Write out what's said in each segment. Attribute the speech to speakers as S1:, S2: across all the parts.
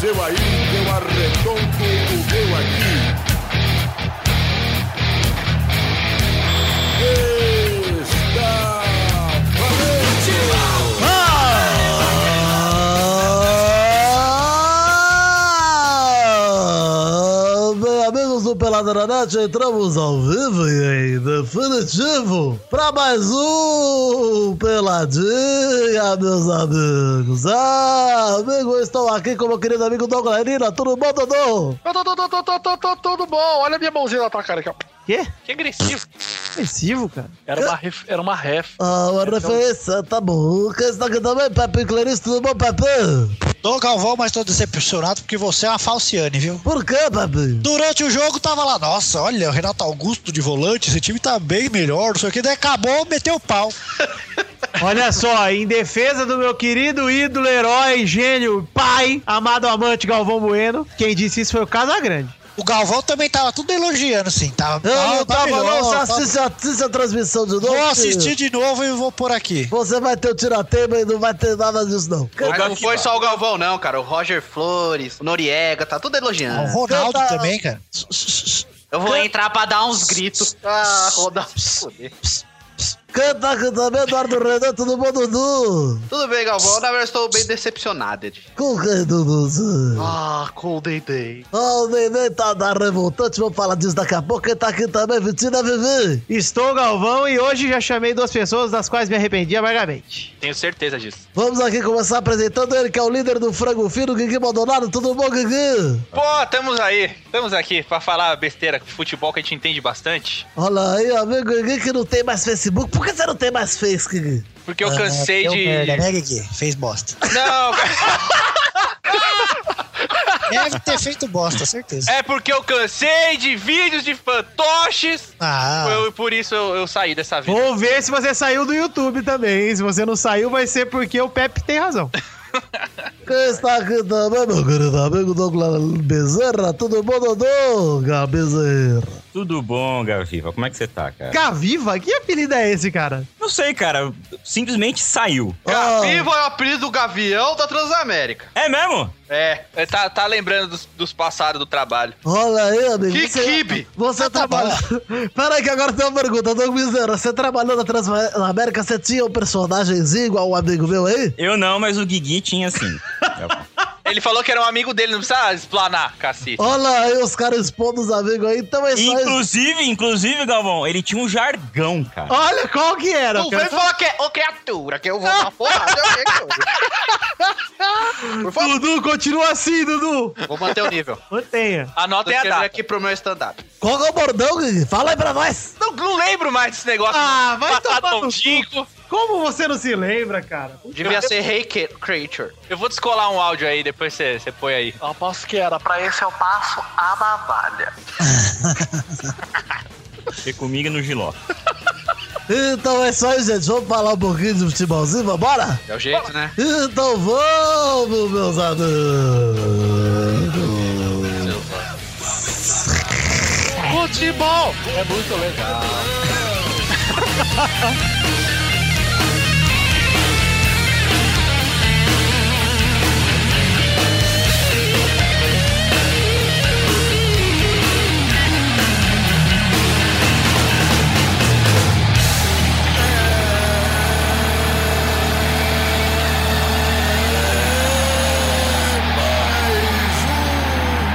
S1: seu aí, eu arredonto o meu aqui. Está valente!
S2: Ah, Amigos do Pelada na Net, entramos ao vivo e em definitivo para mais um Peladinha, meus amigos. Ah, amigo, eu estou aqui com meu querido amigo Douglas Lira. Tudo bom, Dodô?
S3: Tô, tô, tô, tô, tô, tô, tô, tudo bom. Olha a minha mãozinha na tua cara aqui, ó.
S4: Quê?
S3: Que agressivo.
S4: Agressivo, cara.
S3: Era uma ref. Era uma ref.
S2: Ah, uma referência, tá bom. Quem está aqui também, Pepe Clarice? Tudo bom, Pepe?
S5: Tô Galvão, mas tô decepcionado porque você é uma falciane, viu?
S2: Por quê, Pepe?
S5: Durante o jogo tava lá, nossa, olha, o Renato Augusto de volante, esse time tá bem melhor, não sei o que, daí acabou, meteu o pau.
S4: Olha só, em defesa do meu querido ídolo, herói, gênio, pai, amado amante Galvão Bueno, quem disse isso foi o Casagrande.
S5: O Galvão também tava tudo elogiando, assim, tava.
S2: Eu não
S5: tava- tá
S2: tava, não.
S5: melhor,
S2: Você
S5: tá-
S2: assiste, assiste a transmissão de novo.
S5: Vou
S2: filho.
S5: assistir de novo e vou por aqui.
S2: Você vai ter o tiratema e não vai ter nada disso, não.
S6: Mas não
S5: um
S1: Aqui,
S6: foi
S1: ó.
S6: só o Galvão, não, cara. O Roger Flores, o Noriega, tá tudo
S5: O
S6: elogiando.
S5: Ronaldo
S2: Canta-
S5: também, cara.
S6: Eu vou entrar pra dar uns gritos. Ah, rodar foder.
S2: Canta aqui também, Eduardo Renan, tudo bom, Dudu?
S6: Tudo bem, Galvão. Na verdade, estou bem decepcionado. Ed.
S2: Com quem, Dudu?
S3: Ah, cold day day.
S2: Ó, o neném tá da revoltante, vamos falar disso daqui a pouco. Quem tá aqui também, Vitina Vivi?
S4: Estou Galvão e hoje já chamei duas pessoas das quais me arrependi amargamente.
S7: Tenho certeza disso.
S2: Vamos aqui começar apresentando ele, que é o líder do Frango Fino, Guigui Maldonado. Tudo bom, Guigui?
S7: Pô, tamos aí. Estamos aqui pra falar besteira de futebol que a gente entende bastante.
S2: Olha aí, amigo Guigui, que não tem mais Facebook. Por que você não tem mais Face, Guigui?
S7: Porque eu cansei
S5: Ah, deu
S7: de.
S5: Merda, né, Guigui? Fez bosta.
S7: Não,
S5: Deve ter feito bosta, certeza.
S7: é porque eu cansei de vídeos de fantoches.
S5: Ah,
S7: Eu- por isso eu, eu saí dessa vida.
S4: Vou ver se você saiu do YouTube também, hein? Se você não saiu, vai ser porque o Pepe tem razão.
S2: Quem está aqui também, meu querido amigo Douglas Bezerra? Tudo bom, Dodô? Gabizeira.
S8: Tudo bom, Gaviva? Como é que você tá, cara?
S4: Gaviva, que apelido é esse, cara?
S8: Não sei, cara. Simplesmente saiu.
S6: Gaviva é o apelido do Gavião da Transamérica.
S8: É mesmo?
S7: É, é, tá, tá lembrando dos, dos passados do trabalho.
S2: Olha aí, amigo.
S6: Que
S2: você,
S6: kibe!
S2: Você
S7: Tá
S2: trabalha. Pera aí, que agora tem uma pergunta, Doug Bezerra. Você trabalhou na Transamérica, você tinha um personagemzinho igual um amigo meu aí?
S8: Eu não, mas o Guigui tinha sim. É bom.
S7: Ele falou que era um amigo dele, não precisa explanar, cacete.
S2: Olha aí, os caras expondo os amigos aí. Então é só isso.
S8: inclusive, inclusive, Galvão, ele tinha um jargão, cara.
S4: Olha qual que era.
S6: Não
S4: cara.
S6: vem falar que é ô criatura, que eu vou dar porrada. eu sei que eu- Por favor,
S4: Dudu, continua assim, Dudu.
S6: vou manter o nível.
S4: Mantenha.
S6: Tô
S7: Anotem a
S6: escrevendo
S7: data.
S6: aqui pro meu stand-up.
S2: Qual que é o bordão, Gui? Fala aí pra nós.
S7: Não, não lembro mais desse negócio.
S4: Ah, vai
S7: Batata
S4: tomar no
S7: Dingo.
S4: Como você não se lembra, cara?
S6: Devia ser Rei hey Creature.
S7: Eu vou descolar um áudio aí, depois você você põe aí.
S3: Eu aposto que era.
S9: Pra esse eu passo a navalha.
S8: Porque comigo é no Giló.
S2: Então é só isso, gente. Vamos falar um pouquinho de futebolzinho, vambora?
S6: É o jeito, né?
S2: Então vamos, meus amigos.
S3: Futebol!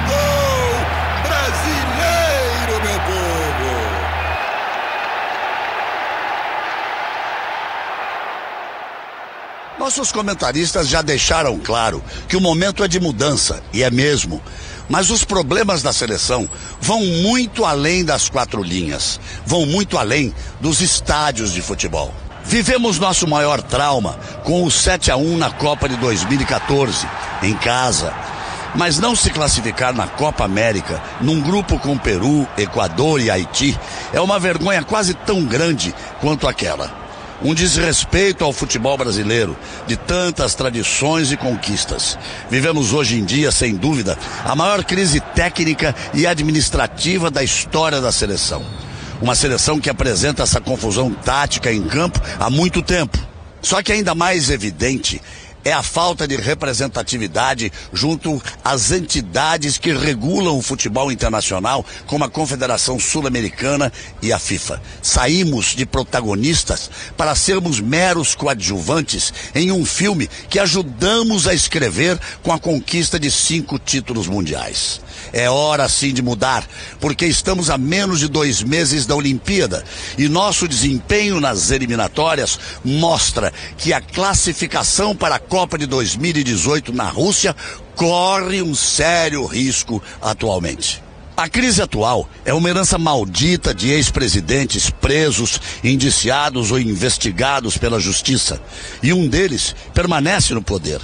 S1: Gol brasileiro, meu povo!
S10: Nossos comentaristas já deixaram claro que o momento é de mudança, e é mesmo. Mas os problemas da seleção vão muito além das quatro linhas, vão muito além dos estádios de futebol. Vivemos nosso maior trauma com o 7 a 1 na Copa de 2014, em casa. Mas não se classificar na Copa América, num grupo com Peru, Equador e Haiti, é uma vergonha quase tão grande quanto aquela. Um desrespeito ao futebol brasileiro, de tantas tradições e conquistas. Vivemos hoje em dia, sem dúvida, a maior crise técnica e administrativa da história da seleção. Uma seleção que apresenta essa confusão tática em campo há muito tempo. Só que ainda mais evidente é a falta de representatividade junto às entidades que regulam o futebol internacional, como a Confederação Sul-Americana e a FIFA. Saímos de protagonistas para sermos meros coadjuvantes em um filme que ajudamos a escrever com a conquista de cinco títulos mundiais. É hora sim de mudar, porque estamos a menos de dois meses da Olimpíada e nosso desempenho nas eliminatórias mostra que a classificação para a Copa de 2018 na Rússia corre um sério risco atualmente. A crise atual é uma herança maldita de ex-presidentes presos, indiciados ou investigados pela justiça. E um deles permanece no poder.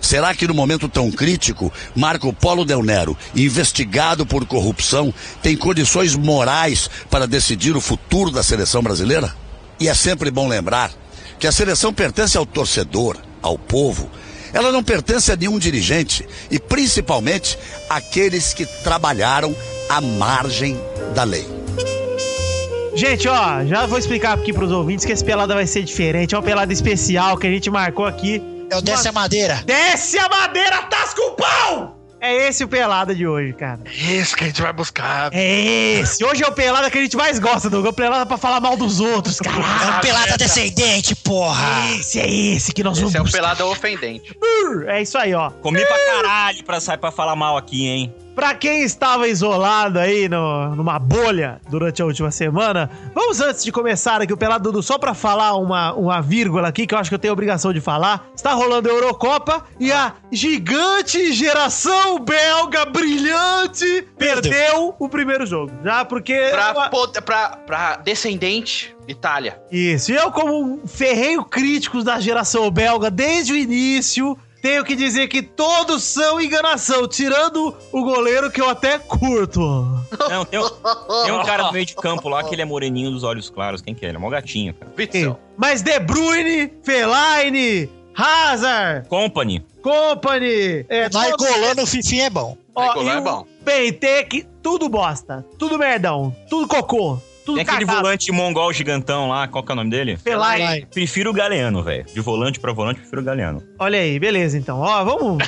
S10: Será que no momento tão crítico, Marco Polo Del Nero, investigado por corrupção, tem condições morais para decidir o futuro da seleção brasileira? E é sempre bom lembrar que a seleção pertence ao torcedor, ao povo. Ela não pertence a nenhum dirigente e principalmente àqueles que trabalharam à margem da lei.
S4: Gente, ó, já vou explicar aqui pros ouvintes que esse pelada vai ser diferente. É uma pelada especial que a gente marcou aqui.
S5: É o Desce a Madeira.
S4: Desce é a madeira, tasca o pau! É esse o pelada de hoje, cara.
S3: Isso É que a gente vai buscar.
S4: É esse. Hoje é o pelada que a gente mais gosta, Doug. É o pelada pra falar mal dos outros,
S3: Ah,
S5: É
S4: caralho.
S5: um pelada descendente, porra.
S4: Esse é esse que nós
S7: Esse é o
S4: vamos
S7: pelada ofendente.
S4: buscar. É isso aí, ó.
S8: Comi pra caralho pra sair pra falar mal aqui, hein?
S4: Pra quem estava isolado aí no- numa bolha durante a última semana, vamos antes de começar aqui o Pelado Dudu, só pra falar uma, uma vírgula aqui que eu acho que eu tenho obrigação de falar. Está rolando a Eurocopa e a gigante geração belga brilhante
S5: Perdeu.
S4: perdeu o primeiro jogo. Já porque.
S6: Pra, pod- pra, pra descendente, Itália.
S4: Isso. E eu, como um ferreiro crítico da geração belga desde o início, tenho que dizer que todos são enganação, tirando o goleiro que eu até curto.
S8: Não, tem, um- tem um cara no meio de campo lá que ele é moreninho dos olhos claros. Quem que é? Ele é mó gatinho, cara.
S6: Vitzel.
S4: Mas De Bruyne, Fellaini, Hazard,
S8: Company.
S4: Company, é, todo-
S5: Narcolando o Fifinha é bom.
S4: ó,
S6: Nicolau
S4: e
S6: é
S4: o
S6: bom.
S4: Benteke, tudo bosta, tudo merdão, tudo cocô, tudo
S8: Tem aquele
S4: cagado.
S8: volante mongol gigantão lá, qual que é o nome dele?
S4: Fellaini.
S5: Vai.
S8: Prefiro o Galeano, velho. De volante pra volante, prefiro o Galeano.
S4: Olha aí, beleza então. Ó, vamos,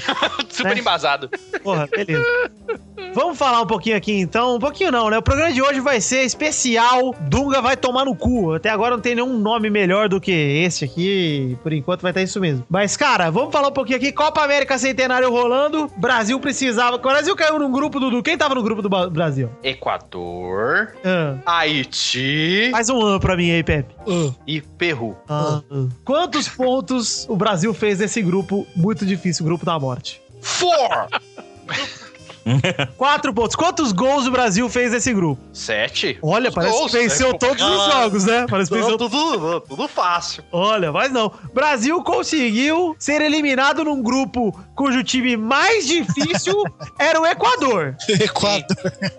S7: Super
S4: Né?
S7: embasado.
S4: porra, beleza. Vamos falar um pouquinho aqui então, um pouquinho não, né? O programa de hoje vai ser especial Dunga vai tomar no cu. Até agora não tem nenhum nome melhor do que esse aqui, por enquanto vai estar isso mesmo. Mas cara, vamos falar um pouquinho aqui, Copa América Centenário rolando, Brasil precisava, o Brasil caiu num grupo Dudu. quem tava no grupo do Ba- Brasil?
S6: Equador,
S4: Ah.
S6: Haiti
S4: Faz um an pra mim aí, Pepe.
S11: Ah.
S5: Uh,
S6: e Peru.
S4: Quantos pontos o Brasil fez nesse grupo muito difícil, grupo da morte?
S6: Four!
S4: Quatro pontos. Quantos gols o Brasil fez nesse grupo?
S6: Sete.
S4: Olha, parece
S6: gols,
S4: que venceu
S6: né?
S4: todos os jogos, né? Parece que venceu...
S6: tudo, tudo fácil.
S4: Olha, mas não. Brasil conseguiu ser eliminado num grupo cujo time mais difícil era o Equador.
S5: Equador.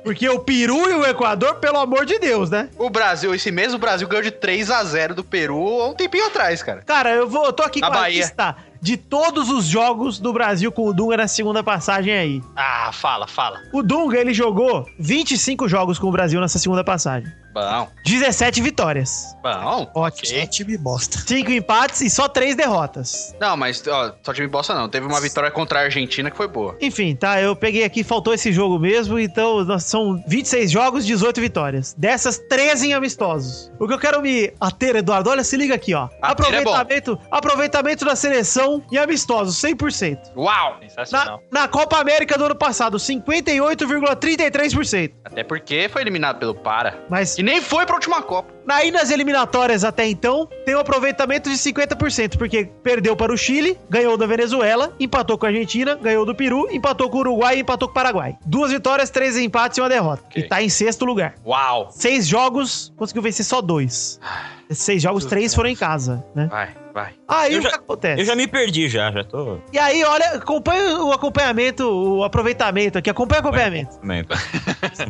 S4: Porque o Peru e o Equador, pelo amor de Deus, né?
S6: O Brasil, esse mesmo Brasil ganhou de 3 a 0 do Peru há um tempinho atrás, cara.
S4: Cara, eu, vou, eu tô aqui
S6: Na
S4: com a
S6: Bahia.
S4: lista de todos os jogos do Brasil com o Dunga na segunda passagem aí.
S6: Ah, fala, fala.
S4: O Dunga, ele jogou 25 jogos com o Brasil nessa segunda passagem.
S6: Bom,
S4: 17 vitórias,
S6: bom.
S4: Ótimo.
S5: É time bosta.
S4: 5 empates e só 3 derrotas.
S6: Não, mas ó, só time bosta não. Teve uma vitória contra a Argentina que foi boa.
S4: Enfim, tá, eu peguei aqui, faltou esse jogo mesmo, então nós- são 26 jogos, 18 vitórias. Dessas, 13 em amistosos. O que eu quero me ater, Eduardo, olha, se liga aqui, ó.
S6: Ater é bom.
S4: Aproveitamento, aproveitamento da seleção em amistosos, 100%.
S6: Uau!
S4: Na,
S7: Sensacional.
S4: na Copa América do ano passado, 58,33%.
S6: Até porque foi eliminado pelo Para.
S4: Mas
S6: Que nem foi pra última Copa.
S4: Aí nas eliminatórias até então, tem um aproveitamento de 50%, porque perdeu para o Chile, ganhou da Venezuela, empatou com a Argentina, ganhou do Peru, empatou com o Uruguai e empatou com o Paraguai. Duas vitórias, três empates e uma derrota.
S6: Ok.
S4: E tá em sexto lugar.
S6: Uau!
S4: Seis jogos, conseguiu vencer só dois. Esses seis jogos, três foram em casa, né?
S6: Vai, vai.
S4: Aí
S8: Eu
S4: o
S8: já-
S4: que acontece?
S8: Eu já me perdi já, já tô...
S4: E aí, olha, acompanha o acompanhamento, o aproveitamento aqui, acompanha o acompanhamento. Tá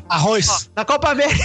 S5: Arroz.
S4: Na Copa América.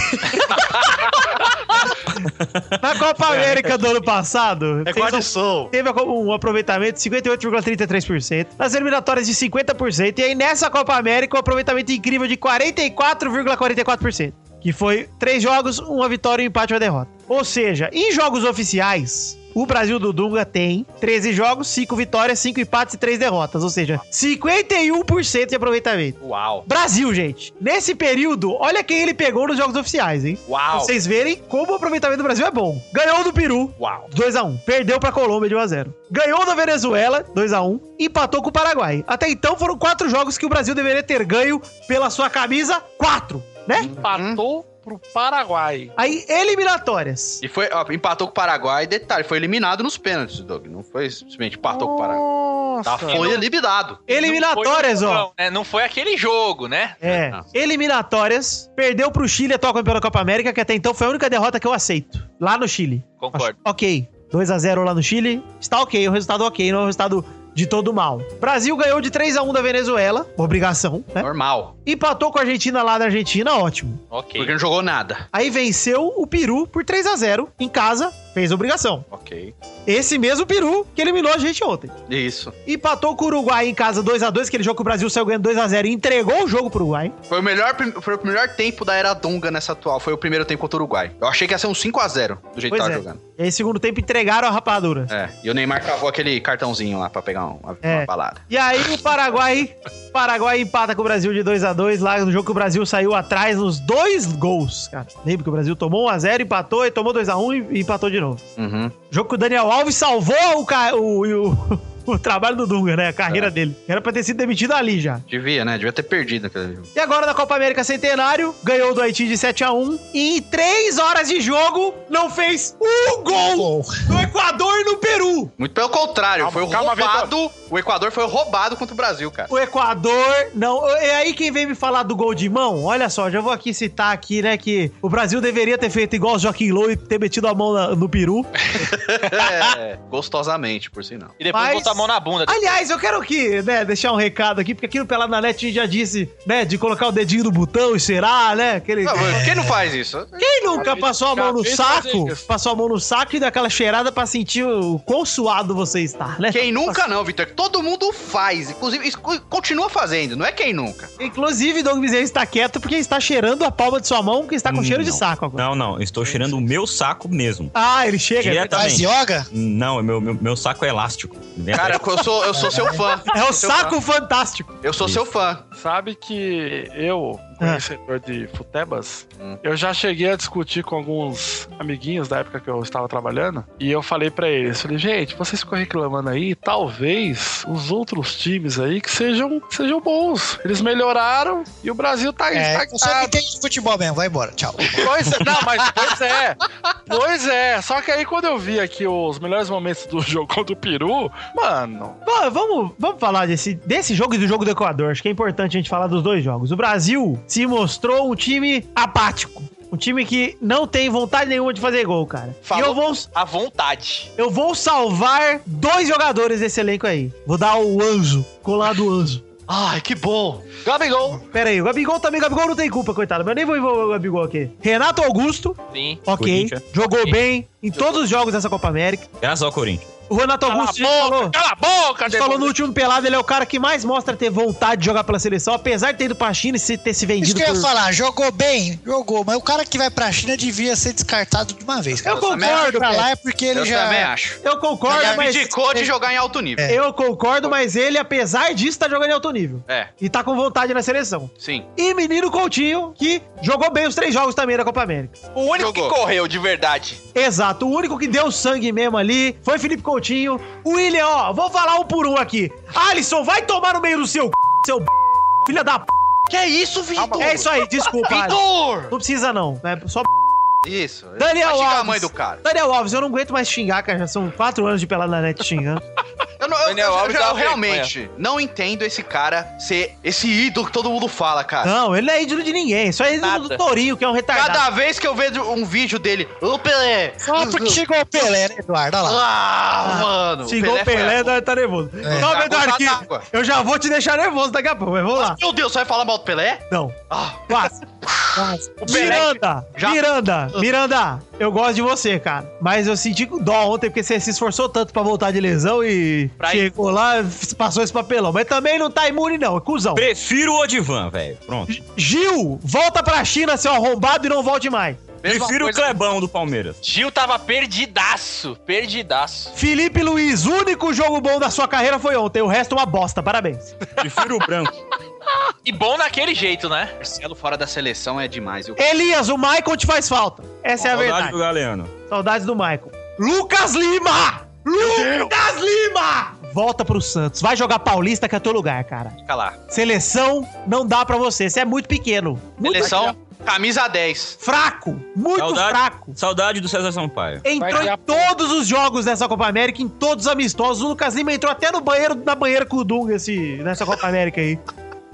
S4: Na Copa América do ano passado,
S3: É
S4: fez um-
S3: condição.
S4: teve um aproveitamento de 58,33%. Nas eliminatórias de 50%. E aí nessa Copa América, um aproveitamento incrível de 44,44%. Que foi três jogos, uma vitória, um empate e uma derrota. Ou seja, em jogos oficiais, O Brasil do Dunga tem 13 jogos, 5 vitórias, 5 empates e 3 derrotas. Ou seja, 51% de aproveitamento.
S7: Uau.
S4: Brasil, gente. Nesse período, olha quem ele pegou nos jogos oficiais, hein?
S7: Uau.
S4: Pra vocês verem como o aproveitamento do Brasil é bom. Ganhou do Peru.
S7: Uau.
S4: 2x1. Perdeu pra Colômbia de 1x0. Ganhou da Venezuela, 2x1. Empatou com o Paraguai. Até então foram 4 jogos que o Brasil deveria ter ganho pela sua camisa. 4, né?
S12: Empatou pro Paraguai.
S4: Aí, eliminatórias.
S6: E foi, ó, empatou com o Paraguai, detalhe, foi eliminado nos pênaltis, Doug. Não foi simplesmente empatou com o Paraguai. Tá, foi
S7: Não-
S6: eliminado.
S4: Eliminatórias,
S7: Não foi-
S4: ó.
S7: Não, né? Não foi aquele jogo, né?
S4: É. Eliminatórias. Perdeu pro Chile, atual campeão da Copa América, que até então foi a única derrota que eu aceito. Lá no Chile.
S7: Concordo.
S4: Acho- ok. 2x0 lá no Chile. Está ok. O resultado ok, não é um resultado de todo mal. Brasil ganhou de 3x1 da Venezuela. Obrigação, né?
S6: Normal.
S4: Empatou com a Argentina lá da Argentina, ótimo.
S7: Ok.
S6: Porque não jogou nada.
S4: Aí venceu o Peru por 3x0 em casa, fez obrigação.
S6: Ok.
S4: Esse mesmo Peru que eliminou a gente ontem.
S6: Isso.
S4: Empatou com o Uruguai em casa 2x2, aquele jogo que o Brasil saiu ganhando 2x0 e entregou o jogo pro Uruguai.
S6: Foi o, melhor, prim- foi o melhor tempo da era Dunga nessa atual. Foi o primeiro tempo contra o Uruguai. Eu achei que ia ser um 5x0 do jeito
S4: Pois
S6: que tava
S4: é.
S6: jogando.
S4: E aí, segundo tempo, entregaram a rapadura.
S6: É. E o Neymar cavou aquele cartãozinho lá pra pegar um- uma,
S4: É.
S6: uma balada.
S4: E aí o Paraguai, Paraguai empata com o Brasil de 2 a 2 lá no jogo que o Brasil saiu atrás nos dois gols, cara. Lembra que o Brasil tomou 1x0, empatou, e tomou 2x1 e empatou de novo.
S6: Uhum.
S4: Jogo que o Daniel Alves salvou o, ca- o, e o- o trabalho do Dunga, né? A carreira dele. Era pra ter sido demitido ali já.
S6: Devia, né? Devia ter perdido aquele jogo.
S4: E agora na Copa América Centenário, ganhou do Haiti de 7 a 1 e em 3 horas de jogo não fez um gol no Equador e no Peru.
S6: Muito pelo contrário, foi
S12: calma,
S6: roubado. o Equador foi roubado contra o Brasil, cara.
S4: O Equador, não. E aí quem vem me falar do gol de mão? Olha só, já vou aqui citar aqui, né, que o Brasil deveria ter feito igual o Joaquim Low e ter metido a mão na- no peru.
S6: É, gostosamente, por sinal.
S7: E depois
S4: Mas-
S7: botou a mão na bunda.
S4: Aliás, eu quero que, né, deixar um recado aqui, porque aqui no Pelado na Net a gente já disse, né, de colocar o dedinho no botão e será, né, aquele...
S6: Não, mas Quem não faz isso?
S4: Quem nunca passou a mão no
S12: Cabeça
S4: saco?
S12: fazer isso.
S4: Passou a mão no saco e deu aquela cheirada pra sentir o quão suado você está, né?
S6: Quem nunca não, Vitor. Todo mundo faz. Inclusive, isso continua fazendo. Não é quem nunca.
S4: Inclusive, Doug Bezerra está quieto porque está cheirando a palma de sua mão, que
S12: Hum,
S4: está com cheiro de
S8: Não.
S4: saco agora.
S8: Não, não. eu Estou cheirando o meu saco mesmo.
S4: Ah, ele chega. é verdade.
S5: Faz
S8: Diretamente.
S5: yoga?
S8: Não, meu, meu, meu saco é elástico. Vem
S6: Cara,
S8: atrás.
S6: eu sou, eu sou seu fã.
S4: É o
S6: Sou seu
S4: saco
S6: fã.
S4: fantástico.
S6: Eu sou seu fã.
S12: Sabe que eu, um
S5: Ah.
S12: conhecedor de futebas, eu já cheguei a discutir com alguns amiguinhos da época que eu estava trabalhando, e eu falei pra eles, falei, gente, vocês ficam reclamando aí, talvez os outros times aí que sejam, sejam bons. Eles melhoraram e o Brasil
S5: É,
S12: tá
S5: você não
S12: estagnado.
S5: entende de futebol mesmo, vai embora, tchau.
S12: Pois é, não, mas pois é. Pois é. Só que aí quando eu vi aqui os melhores momentos do jogo contra o Peru, mano.
S4: Bom, vamos, vamos falar desse, desse jogo e do jogo do Equador. Acho que é importante a gente falar dos dois jogos. O Brasil se mostrou um time apático. Um time que não tem vontade nenhuma de fazer gol, cara. E
S7: Falou.
S4: eu vou,
S7: À vontade.
S4: eu vou salvar dois jogadores desse elenco aí. Vou dar o anjo, colar do anjo.
S6: Ai, que bom.
S12: Gabigol!
S4: Pera aí, o Gabigol também, o Gabigol não tem culpa, coitado, mas eu nem vou envolver o Gabigol aqui. Renato Augusto,
S7: Sim.
S4: ok,
S8: Corinthians.
S4: jogou
S7: Sim.
S4: bem em todos os jogos dessa Copa América.
S8: Graças ao Corinthians.
S4: O Renato Augusto já falou.
S12: Cala a boca,
S4: A gente falou no último pelado, ele é o cara que mais mostra ter vontade de jogar pela seleção, apesar de ter ido pra China e se- ter se
S5: Isso
S4: vendido
S5: que eu ia
S4: por...
S5: falar, jogou bem? Jogou, mas o cara que vai É, pra China devia ser descartado de uma vez. Cara,
S4: Eu concordo,
S5: pra lá
S4: cara.
S5: é porque ele
S6: eu
S5: já.
S6: também acho.
S4: Eu
S6: Ele
S4: concordo, mas... é,
S6: abdicou de jogar em alto nível.
S4: Eu concordo, mas ele, apesar disso, tá jogando em alto nível.
S6: É,
S4: E tá com vontade na seleção.
S6: sim.
S4: E menino Coutinho, que jogou bem os três jogos também da Copa América.
S7: O único que
S6: Jogou.
S7: correu de verdade.
S4: Exato, o único que deu sangue mesmo ali foi Felipe Coutinho. O William, ó, vou falar um por um aqui. Alisson, vai tomar no meio do seu c... seu b... filha da p...
S6: Que é isso, Vitor?
S4: É isso aí, desculpa, Alisson.
S6: Vitor!
S4: Não precisa não, né? Só
S6: Isso.
S4: Daniel
S6: Vai xingar a
S4: Alves.
S6: mãe do cara.
S4: Daniel Alves, eu não aguento mais xingar, cara. Já são quatro anos de pelada na net xingando.
S6: Eu, não, eu,
S7: Daniel
S6: eu- eu-
S7: Alves
S6: eu
S7: dá um uma
S6: realmente não entendo esse cara ser esse ídolo que todo mudo fala, cara.
S4: não, ele não é ídolo de ninguém. Só é ídolo
S7: Nada.
S4: do Torinho, que é um retardado.
S6: Ah. Cada vez que eu vejo um vídeo dele, ô Pelé!
S5: Só porque chegou o Pelé, né, Eduardo? Olha lá.
S6: Ah, mano!
S4: Xingou o Pelé,
S6: foi-
S4: agora tá nervoso. Calma,
S6: Tá
S4: Eduardo,
S6: com
S4: que
S6: água.
S4: eu já vou te deixar nervoso daqui a pouco, mas vamos lá.
S6: Meu Deus, você vai falar mal do Pelé?
S4: Não,
S6: Ah,
S4: quase. Miranda,
S6: já- Ah.
S4: Miranda, Miranda, eu gosto de você, cara. Mas eu senti dó ontem porque você se esforçou tanto pra voltar de lesão e
S7: Pra
S4: chegou lá e passou esse papelão. Mas também não tá imune, não, é cuzão.
S8: Prefiro o Odivan, velho. Pronto.
S4: Gil, volta pra China, seu arrombado, e não volte mais.
S6: Mesma
S8: Prefiro o
S6: coisa-
S8: Clebão do Palmeiras.
S7: Gil tava perdidaço, perdidaço.
S4: Felipe Luiz, o único jogo bom da sua carreira foi ontem, o resto é uma bosta, parabéns.
S8: Prefiro o branco.
S7: E bom daquele jeito, né?
S11: Marcelo fora da seleção é demais. Eu...
S4: Elias, o Michael te faz falta. Essa é a verdade.
S8: do Galeno.
S4: Saudades do Michael. Lucas Lima! Lucas Lima! Volta pro Santos. Vai jogar Paulista que é teu lugar, cara.
S7: Fica lá.
S4: Seleção não dá pra você. Você é muito pequeno. Muito
S7: Seleção,
S4: pequeno.
S7: camisa 10.
S4: Fraco. Muito
S8: Saudade,
S4: fraco.
S8: saudade do César Sampaio.
S4: Entrou em todos os jogos dessa Copa América, em todos os amistosos. O Lucas Lima entrou até no banheiro da banheira com o Dunga esse, nessa Copa América aí.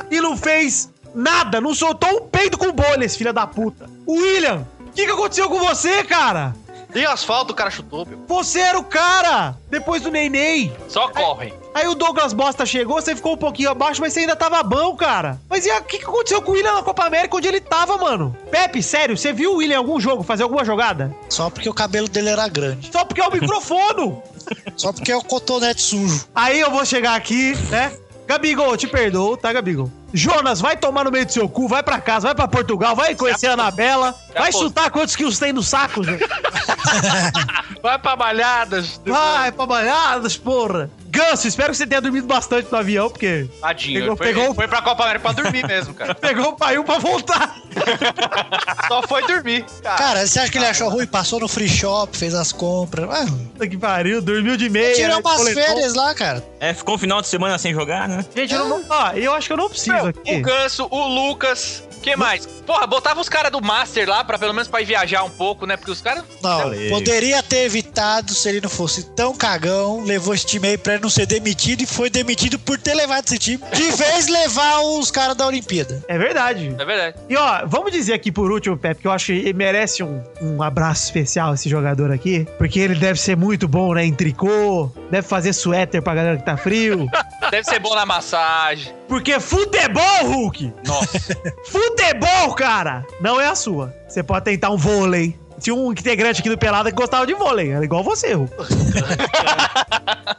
S4: E não fez nada, não soltou um peito com bolha, esse filho da puta. William, o que, que aconteceu com você, cara?
S6: E asfalto o cara chutou, meu.
S4: Você era o cara! Depois do Neném.
S7: Só corre.
S4: Aí o Douglas Bosta chegou, você ficou um pouquinho abaixo, mas você ainda tava bom, cara. Mas e a- o que, que aconteceu com o William na Copa América, onde ele tava, mano? Pepe, sério, você viu o William em algum jogo fazer alguma jogada?
S5: Só porque o cabelo dele era grande.
S4: Só porque é o microfone!
S5: Só porque é o cotonete sujo.
S4: Aí eu vou chegar aqui, né? Gabigol, eu te perdoo, tá, Gabigol? Jonas, vai tomar no meio do seu cu, vai pra casa, vai pra Portugal, vai conhecer a Anabela, vai chutar quantos quilos tem no saco, gente.
S12: Vai pra malhadas.
S4: Vai pra malhadas, porra. Ganso, espero que você tenha dormido bastante no avião, porque...
S7: Tadinho.
S4: Pegou-
S7: ele foi,
S4: pegou-
S7: ele foi pra Copa América pra dormir mesmo, cara.
S4: Pegou o paiu pra voltar.
S7: Só foi dormir.
S5: Cara, você acha que ele achou ruim? Passou no free shop, fez as compras. Ah,
S4: Puta que pariu, dormiu de meia.
S5: tirou
S4: né,
S5: umas
S4: coletou.
S5: férias lá, cara.
S8: É, ficou um final de semana sem jogar, né?
S4: Gente, eu não, ó, eu acho que eu não preciso
S7: O
S4: aqui.
S7: Ganso, o Lucas. que mais? Porra, botava os caras do Master lá, pra, pelo menos pra ir viajar um pouco, né? Porque os caras.
S5: Não,
S7: Falei.
S5: poderia ter evitado se ele não fosse tão cagão. Levou esse time aí pra ele não ser demitido e foi demitido por ter levado esse time. De vez levar os caras da Olimpíada.
S4: É verdade.
S7: É verdade.
S4: E ó, vamos dizer aqui por último, Pepe, que eu acho que ele merece um, um abraço especial esse jogador aqui, porque ele deve ser muito bom, né, em tricô, deve fazer suéter pra galera que tá frio.
S7: Deve ser bom na massagem.
S4: Porque futebol, Hulk!
S7: Nossa.
S4: Futebol, cara! Não é a sua. Você pode tentar um vôlei. Tinha um integrante aqui do Pelada que gostava de vôlei, era igual você, Hulk.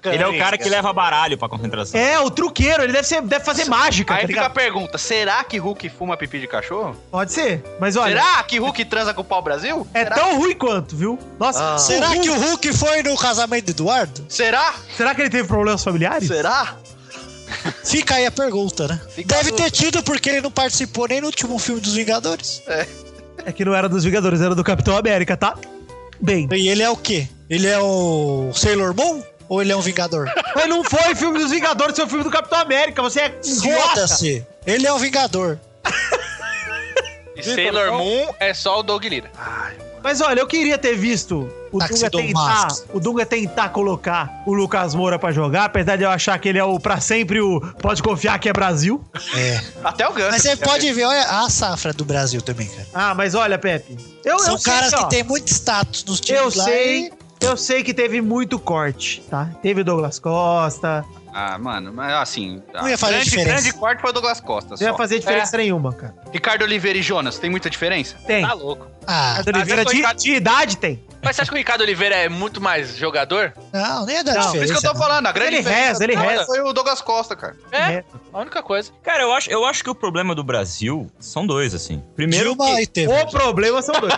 S8: Ele é o cara que leva baralho pra concentração.
S4: É, o truqueiro, ele deve, ser, deve fazer mágica,
S6: Aí
S4: tá
S6: fica a
S4: ligado?
S6: pergunta: será que Hulk fuma pipi de cachorro?
S4: Pode ser, mas olha...
S6: será que Hulk transa com o pau Brasil?
S4: É
S6: será?
S4: tão ruim quanto, viu? Nossa,
S6: Ah.
S5: Será que o Hulk foi no casamento do Eduardo?
S6: Será?
S4: Será que ele teve problemas familiares?
S6: Será?
S5: Fica aí a pergunta, né? Deve ter tido porque ele não participou nem no último filme dos Vingadores.
S4: É que não era dos Vingadores, era do Capitão América, tá? Bem.
S5: E ele é o quê? Ele é o Sailor Moon? Ou ele é um Vingador?
S4: Mas não foi filme dos Vingadores, foi o filme do Capitão América, você é
S5: Foda-se! Ele é um Vingador.
S7: E Sailor Moon é só o Doug Lira.
S4: Mas olha, eu queria ter visto o
S5: Taxi
S4: Dunga,
S5: Dom
S4: tentar,
S5: Mask.
S4: o Dunga tentar colocar o Lucas Moura pra jogar, apesar de eu achar que ele é o pra sempre o pode confiar que é Brasil.
S5: É.
S6: Até o Ganso.
S5: Mas você pode ver, olha a safra do Brasil também, cara.
S4: Ah, mas olha, Pepe. Eu,
S5: São
S4: eu
S5: caras
S4: sei, ó,
S5: que têm muito status nos times
S4: Eu
S5: lá
S4: sei,
S5: e-
S4: eu sei que teve muito corte, tá? Teve o Douglas Costa,
S11: Ah, mano, mas assim. tá.
S5: Não ia fazer
S11: grande,
S5: diferença.
S11: grande corte foi o Douglas Costa.
S4: não ia
S11: só.
S4: fazer diferença
S11: É.
S4: nenhuma, cara.
S11: Ricardo Oliveira e Jonas, tem muita diferença?
S4: Tem.
S7: Tá louco.
S5: Ah,
S4: A do Oliveira
S7: mas eu tô
S4: de-
S7: enca-
S4: de idade tem.
S7: Mas você acha que o Ricardo Oliveira é muito mais jogador?
S5: não, nem ia dar
S4: Não,
S5: diferença.
S6: Por isso que eu tô
S5: não.
S6: falando, a grande
S4: Ele reza, ele
S11: é
S6: dela
S4: reza.
S6: foi o Douglas Costa, cara.
S7: É,
S4: É.
S7: a única coisa.
S8: Cara, eu acho, eu acho que o problema do Brasil são dois, assim. Primeiro,
S5: Dilma aí teve.
S4: O problema são dois.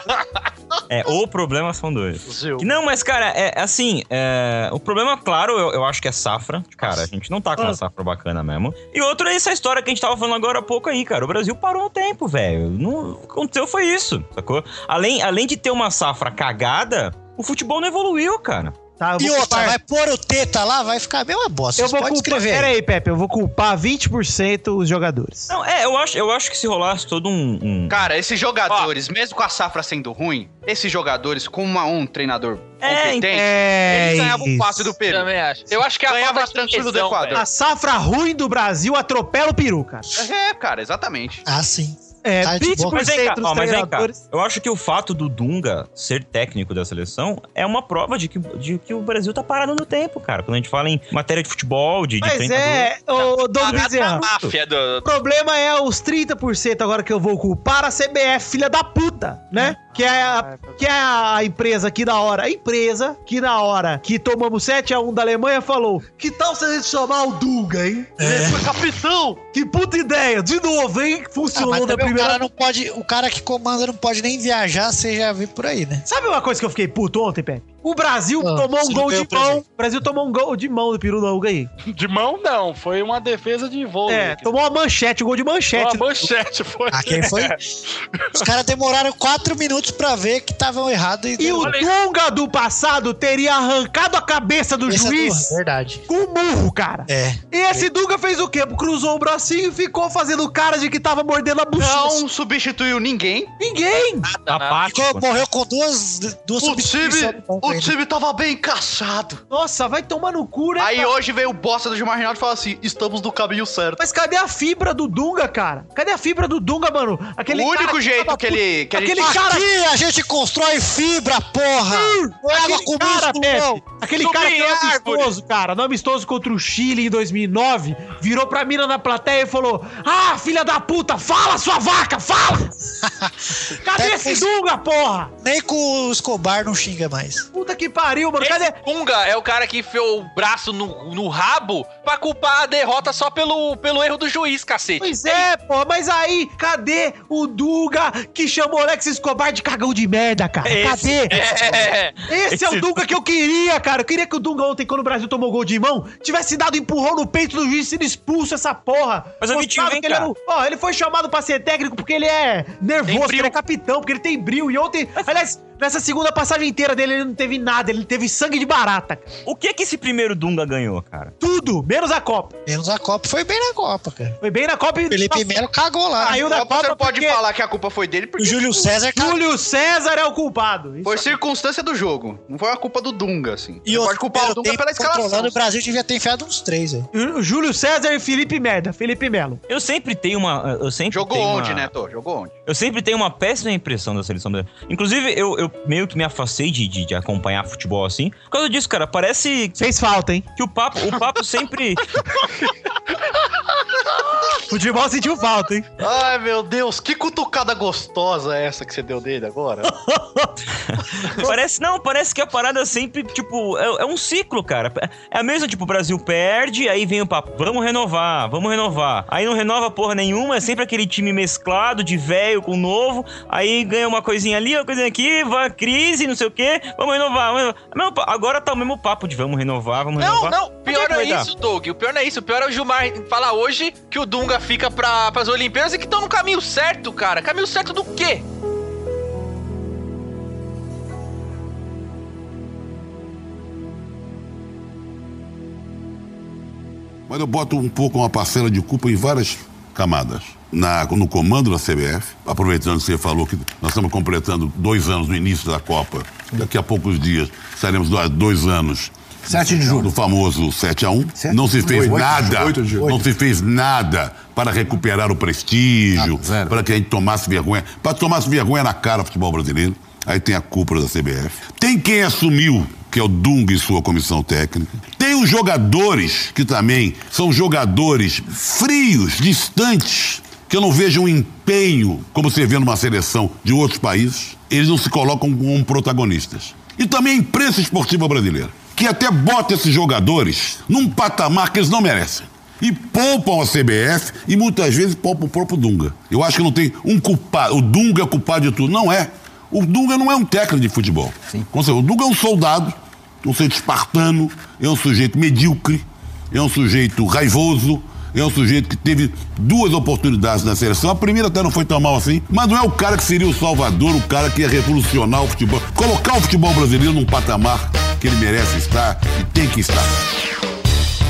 S8: é, o problema são dois.
S6: Zil.
S8: Que Não, mas, cara, é é assim, é, o problema, claro, eu, eu acho que é safra. Cara, a gente não tá
S4: Ah.
S8: com uma safra bacana mesmo. E outro é essa história que a gente tava falando agora há pouco aí, cara. O Brasil parou no tempo, velho. Não- O que aconteceu foi isso, sacou? Além, além de ter uma safra cagada, o futebol não evoluiu, cara.
S4: Tá, eu
S5: E
S4: vou
S5: outra,
S4: culpar-
S5: vai pôr o teta lá, vai ficar a mesma bosta.
S4: Eu
S5: Vocês
S4: vou
S5: podem
S4: culpar.
S5: escrever.
S4: Pera aí, Pepe, eu vou culpar 20% os jogadores.
S8: Não, é, eu acho, eu acho que se rolasse todo um. um-
S11: Cara, esses jogadores, mesmo com a safra sendo ruim, esses jogadores, com uma, um treinador competente,
S4: é
S11: eles ganhavam o
S4: isso.
S11: passe do Peru.
S7: Também acho. Eu acho que é a
S11: Ganhava
S7: falta de
S11: tranquilo do
S7: tesão,
S11: Equador.
S7: velho.
S4: A safra ruim do Brasil atropela o peru, cara.
S11: É, cara, exatamente.
S5: Ah, sim.
S4: É,
S5: Tá de
S4: 20%
S5: boa.
S8: Mas vem cá, ó,
S4: dos
S8: mas vem cá.
S4: treinadores.
S8: Eu acho que o fato do Dunga ser técnico da seleção é uma prova de que, de que o Brasil tá parado no tempo, cara. Quando a gente fala em matéria de futebol, de, de
S4: Mas
S8: treinador,
S4: é, ô
S8: Tá,
S4: Dom
S7: Parada da
S4: Bezerra.
S7: máfia do.
S4: O problema é os 30% agora que eu vou culpar a CBF, filha da puta. Santa, né?
S5: Hum.
S4: Que é,
S5: Ah,
S4: a, que é a empresa que na hora, a empresa que na hora que tomamos 7x1 da Alemanha falou: que tal se a gente chamar o Dunga, hein?
S5: É.
S4: Capitão! Que puta ideia! De novo, hein?
S5: Ah, mas
S4: Funcionou da
S5: também
S4: primeira.
S5: o cara não pode. O cara que comanda não pode nem viajar, você já viu por aí, né?
S4: Sabe uma coisa que eu fiquei puto ontem, Pepe? O Brasil
S5: Ah,
S4: tomou
S5: você não
S4: um gol
S5: ganhou
S4: de mão. O Brasil tomou um gol de mão do Pirulão aí.
S12: De mão, não. Foi uma defesa de voo.
S4: É, tomou uma manchete, um gol de manchete.
S12: Uma manchete, foi.
S5: Ah, quem foi? Os caras demoraram quatro minutos pra ver que estavam errados e.
S4: E o Dunga do passado teria arrancado a cabeça do
S5: Esse é
S4: juiz
S5: do- verdade.
S4: com um murro, cara.
S5: É.
S4: E esse Dunga fez o quê? Cruzou o bracinho e ficou fazendo cara de que tava mordendo a bochecha.
S11: Não substituiu ninguém.
S4: Ninguém!
S8: Apático.
S5: Ficou- morreu com duas, duas
S11: O time,
S5: substituições.
S11: o time tava bem encaixado.
S4: Nossa, vai tomar no cu, né?
S11: Aí
S4: cara?
S11: hoje veio o bosta do Gilmar Reinaldo e falou assim: estamos no caminho certo.
S4: Mas cadê a fibra do Dunga, cara? Cadê a fibra do Dunga, mano? Aquele
S11: O único
S4: cara
S11: jeito
S4: tava
S11: que ele- que a
S4: aquele
S11: gente-
S4: cara
S5: Aqui a gente constrói fibra, porra! Não é água com
S4: cara,
S5: músculo, não!
S4: Pepe, aquele cara que é amistoso, cara, no amistoso contra o Chile em 2009, virou pra mina na plateia e falou: Ah, filha da puta, fala sua vaca, fala! Cadê
S5: Até
S4: esse
S5: fez-
S4: Dunga, porra?
S5: Nem com o Escobar não xinga mais.
S4: Puta que pariu, mano, cadê?
S7: Tunga é o cara que enfiou o braço no, no rabo pra culpar a derrota só pelo, pelo erro do juiz, cacete.
S4: Pois é, porra, mas aí, cadê o Dunga que chamou o Alex Escobar de cagão de merda, cara? Cadê?
S7: É.
S4: Esse, é o Dunga que eu queria, cara. Eu queria que o Dunga ontem, quando o Brasil tomou gol de mão, tivesse dado empurrão no peito do juiz e sido expulso essa porra.
S8: Mas, ô,
S4: Mostrado
S8: Vitinho, vem
S4: que ele,
S8: cá.
S4: era o- ó, ele foi chamado pra ser técnico porque ele é nervoso, porque
S7: bril.
S4: ele é capitão, porque ele tem bril. E ontem, aliás, nessa segunda passagem inteira dele, ele não teve nada. Ele teve sangue de barata. cara.
S8: O que que esse primeiro Dunga ganhou, cara?
S4: Tudo, menos a Copa.
S5: Menos a Copa foi bem na Copa, cara.
S4: Foi bem na Copa e...
S5: Felipe Melo cagou lá.
S4: Saiu da
S11: Você
S4: Copa
S11: não pode
S4: porque tipo,
S11: falar que a culpa foi dele,
S5: O
S11: porque
S5: Júlio César é cagou.
S4: Júlio César é o culpado. Isso
S11: foi circunstância do jogo. Não foi a culpa do Dunga, assim.
S5: E
S11: Você
S5: o
S11: pode culpar o Dunga pela escalação.
S5: O Brasil devia ter enfiado uns três, velho.
S4: Júlio César e Felipe Merda, Felipe Melo.
S8: Eu sempre tenho uma. Eu sempre
S11: Jogou
S8: tenho
S11: onde,
S8: uma-
S11: né, Tô? Jogou onde?
S8: Eu sempre tenho uma péssima impressão da seleção brasileira. Inclusive, eu, eu meio que me afastei de, de, de acompanhar futebol assim. Por causa disso, cara, parece
S4: Fez falta, hein?
S8: que o papo, o papo sempre.
S4: Futebol sentiu falta, hein?
S11: Ai, meu Deus, que cutucada gostosa é essa que você deu dele agora?
S8: parece. Não, parece que a parada sempre, tipo, é, é um ciclo, cara. É a mesma, tipo, o Brasil perde, aí vem o papo, vamos renovar, vamos renovar. Aí não renova porra nenhuma, é sempre aquele time mesclado de velho com novo, aí ganha uma coisinha ali, uma coisinha aqui, vai crise, não sei o quê, vamos renovar, vamos renovar. Mesmo pa- agora tá o mesmo papo de vamos renovar, vamos
S7: Não,
S8: renovar.
S7: não,
S8: Onde
S7: pior
S8: é que
S7: é
S8: vai dar?
S7: isso, Doug. O pior não é isso. O pior é o Gilmar falar hoje que o Dunga fica pra, pras Olimpíadas e que estão no caminho certo, cara. Caminho certo do quê?
S13: Mas eu boto um pouco uma parcela de culpa em várias camadas. Na- no comando da CBF, aproveitando que você falou que nós estamos completando dois anos no início da Copa, daqui a poucos dias estaremos do- dois anos. 7 de julho. Do famoso 7 a 1 Não se fez
S1: Oito.
S13: nada.
S1: Oito de julho.
S13: Não se fez nada para recuperar o prestígio, para que a gente tomasse vergonha. Para tomasse vergonha na cara do futebol brasileiro. Aí tem a culpa da CBF. Tem quem assumiu, que é o Dunga e sua comissão técnica. Tem os jogadores, que também são jogadores frios, distantes, que eu não vejo um empenho, como você vê numa seleção de outros países. Eles não se colocam como protagonistas. E também a imprensa esportiva brasileira, que até bota esses jogadores num patamar que eles não merecem e poupam a CBF e muitas vezes poupam o próprio Dunga. Eu acho que não tem um culpado. O Dunga é culpado de tudo. Não é. O Dunga não é um técnico de futebol. Com certeza, O Dunga é um soldado, um sujeito espartano, é um sujeito medíocre, é um sujeito raivoso, é um sujeito que teve duas oportunidades na seleção. A primeira até não foi tão mal assim, mas não é o cara que seria o salvador, o cara que ia revolucionar o futebol. Colocar o futebol brasileiro num patamar que ele merece estar e tem que estar.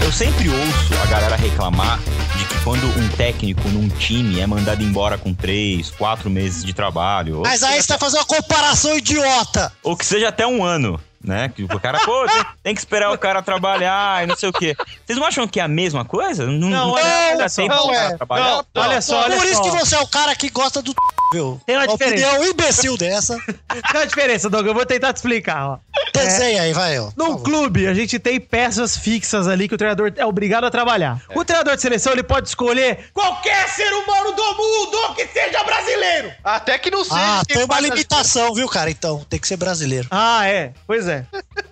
S8: Eu sempre ouço a galera reclamar de que quando um técnico num time é mandado embora com três, quatro meses de trabalho. ou-
S5: Mas aí você tá fazendo uma comparação idiota.
S8: ou que seja até um ano, né? Que o cara, pô, tem, tem que esperar o cara trabalhar e não sei o quê. Vocês não acham que é a mesma coisa?
S4: Não,
S8: dá
S4: olha- olha
S8: tempo
S4: só,
S8: assim pro cara
S4: não é.
S8: trabalhar?
S5: tá.
S4: Não, olha só,
S5: Por
S4: olha
S5: isso
S4: só.
S5: que você é o cara que gosta do viu?
S4: Tem uma diferença.
S5: opinião imbecil dessa.
S4: Tem uma diferença, Doug. Eu vou tentar te explicar, ó.
S5: Desenha aí, vai, ó.
S4: É. No clube, a gente tem peças fixas ali que o treinador é obrigado a trabalhar. O treinador de seleção, ele pode escolher qualquer ser humano do mundo que seja brasileiro.
S11: Até que não seja.
S5: Ah,
S11: quem
S5: tem uma
S11: faz as-
S5: limitação, viu, cara? Então, tem que ser brasileiro.
S4: Ah, é. Pois é.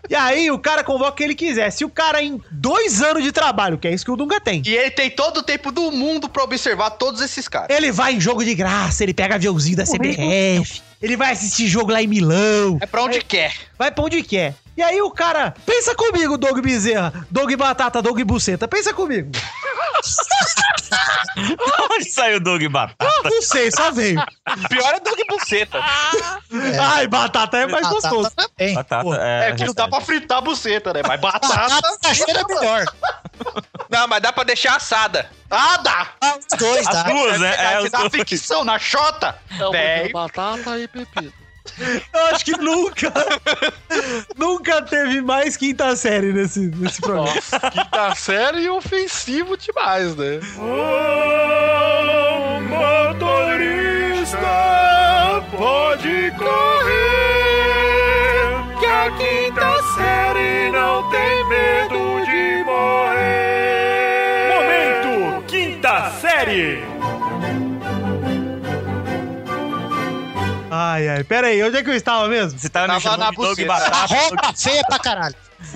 S4: E aí, o cara convoca quem ele quiser. Se o cara, em dois anos de trabalho, que é isso que o Dunga tem,
S11: E ele tem todo o tempo do mundo pra observar todos esses caras.
S4: ele vai em jogo de graça, ele pega aviãozinho da CBF, ele vai assistir jogo lá em Milão.
S11: É pra onde quer.
S4: Vai pra onde quer. E aí o cara, pensa comigo, Doug Bezerra, Doug Batata, Doug Buceta, pensa comigo.
S8: Onde saiu o Doug Batata?
S4: Ah, Não sei, só veio.
S7: Pior é Doug Buceta.
S4: Ai, batata é mais
S5: Batata
S4: gostoso.
S5: também.
S8: Batata,
S7: É
S8: é,
S7: que não dá pra fritar a buceta, né? Mas batata.
S5: Batata cheira melhor.
S7: não, mas dá pra deixar assada.
S11: Ah, dá!
S5: Ah, os dois,
S8: As
S5: tá?
S8: duas, né? É, as
S11: na
S8: duas.
S11: ficção, na xota.
S12: É
S11: Véi.
S12: uma batata e pepino.
S4: Eu acho que nunca, nunca teve mais quinta série nesse, nesse programa.
S12: Nossa, quinta série e ofensivo demais, né?
S1: motorista, pode correr. Que a quinta série não tem medo de morrer. Momento Quinta Série.
S4: Ai, ai, pera aí, onde é que eu estava mesmo?
S8: Você tava me
S11: Tava na
S8: chamando de Doug
S11: buceta.
S5: A
S8: Batata.
S5: roupa feia pra caralho.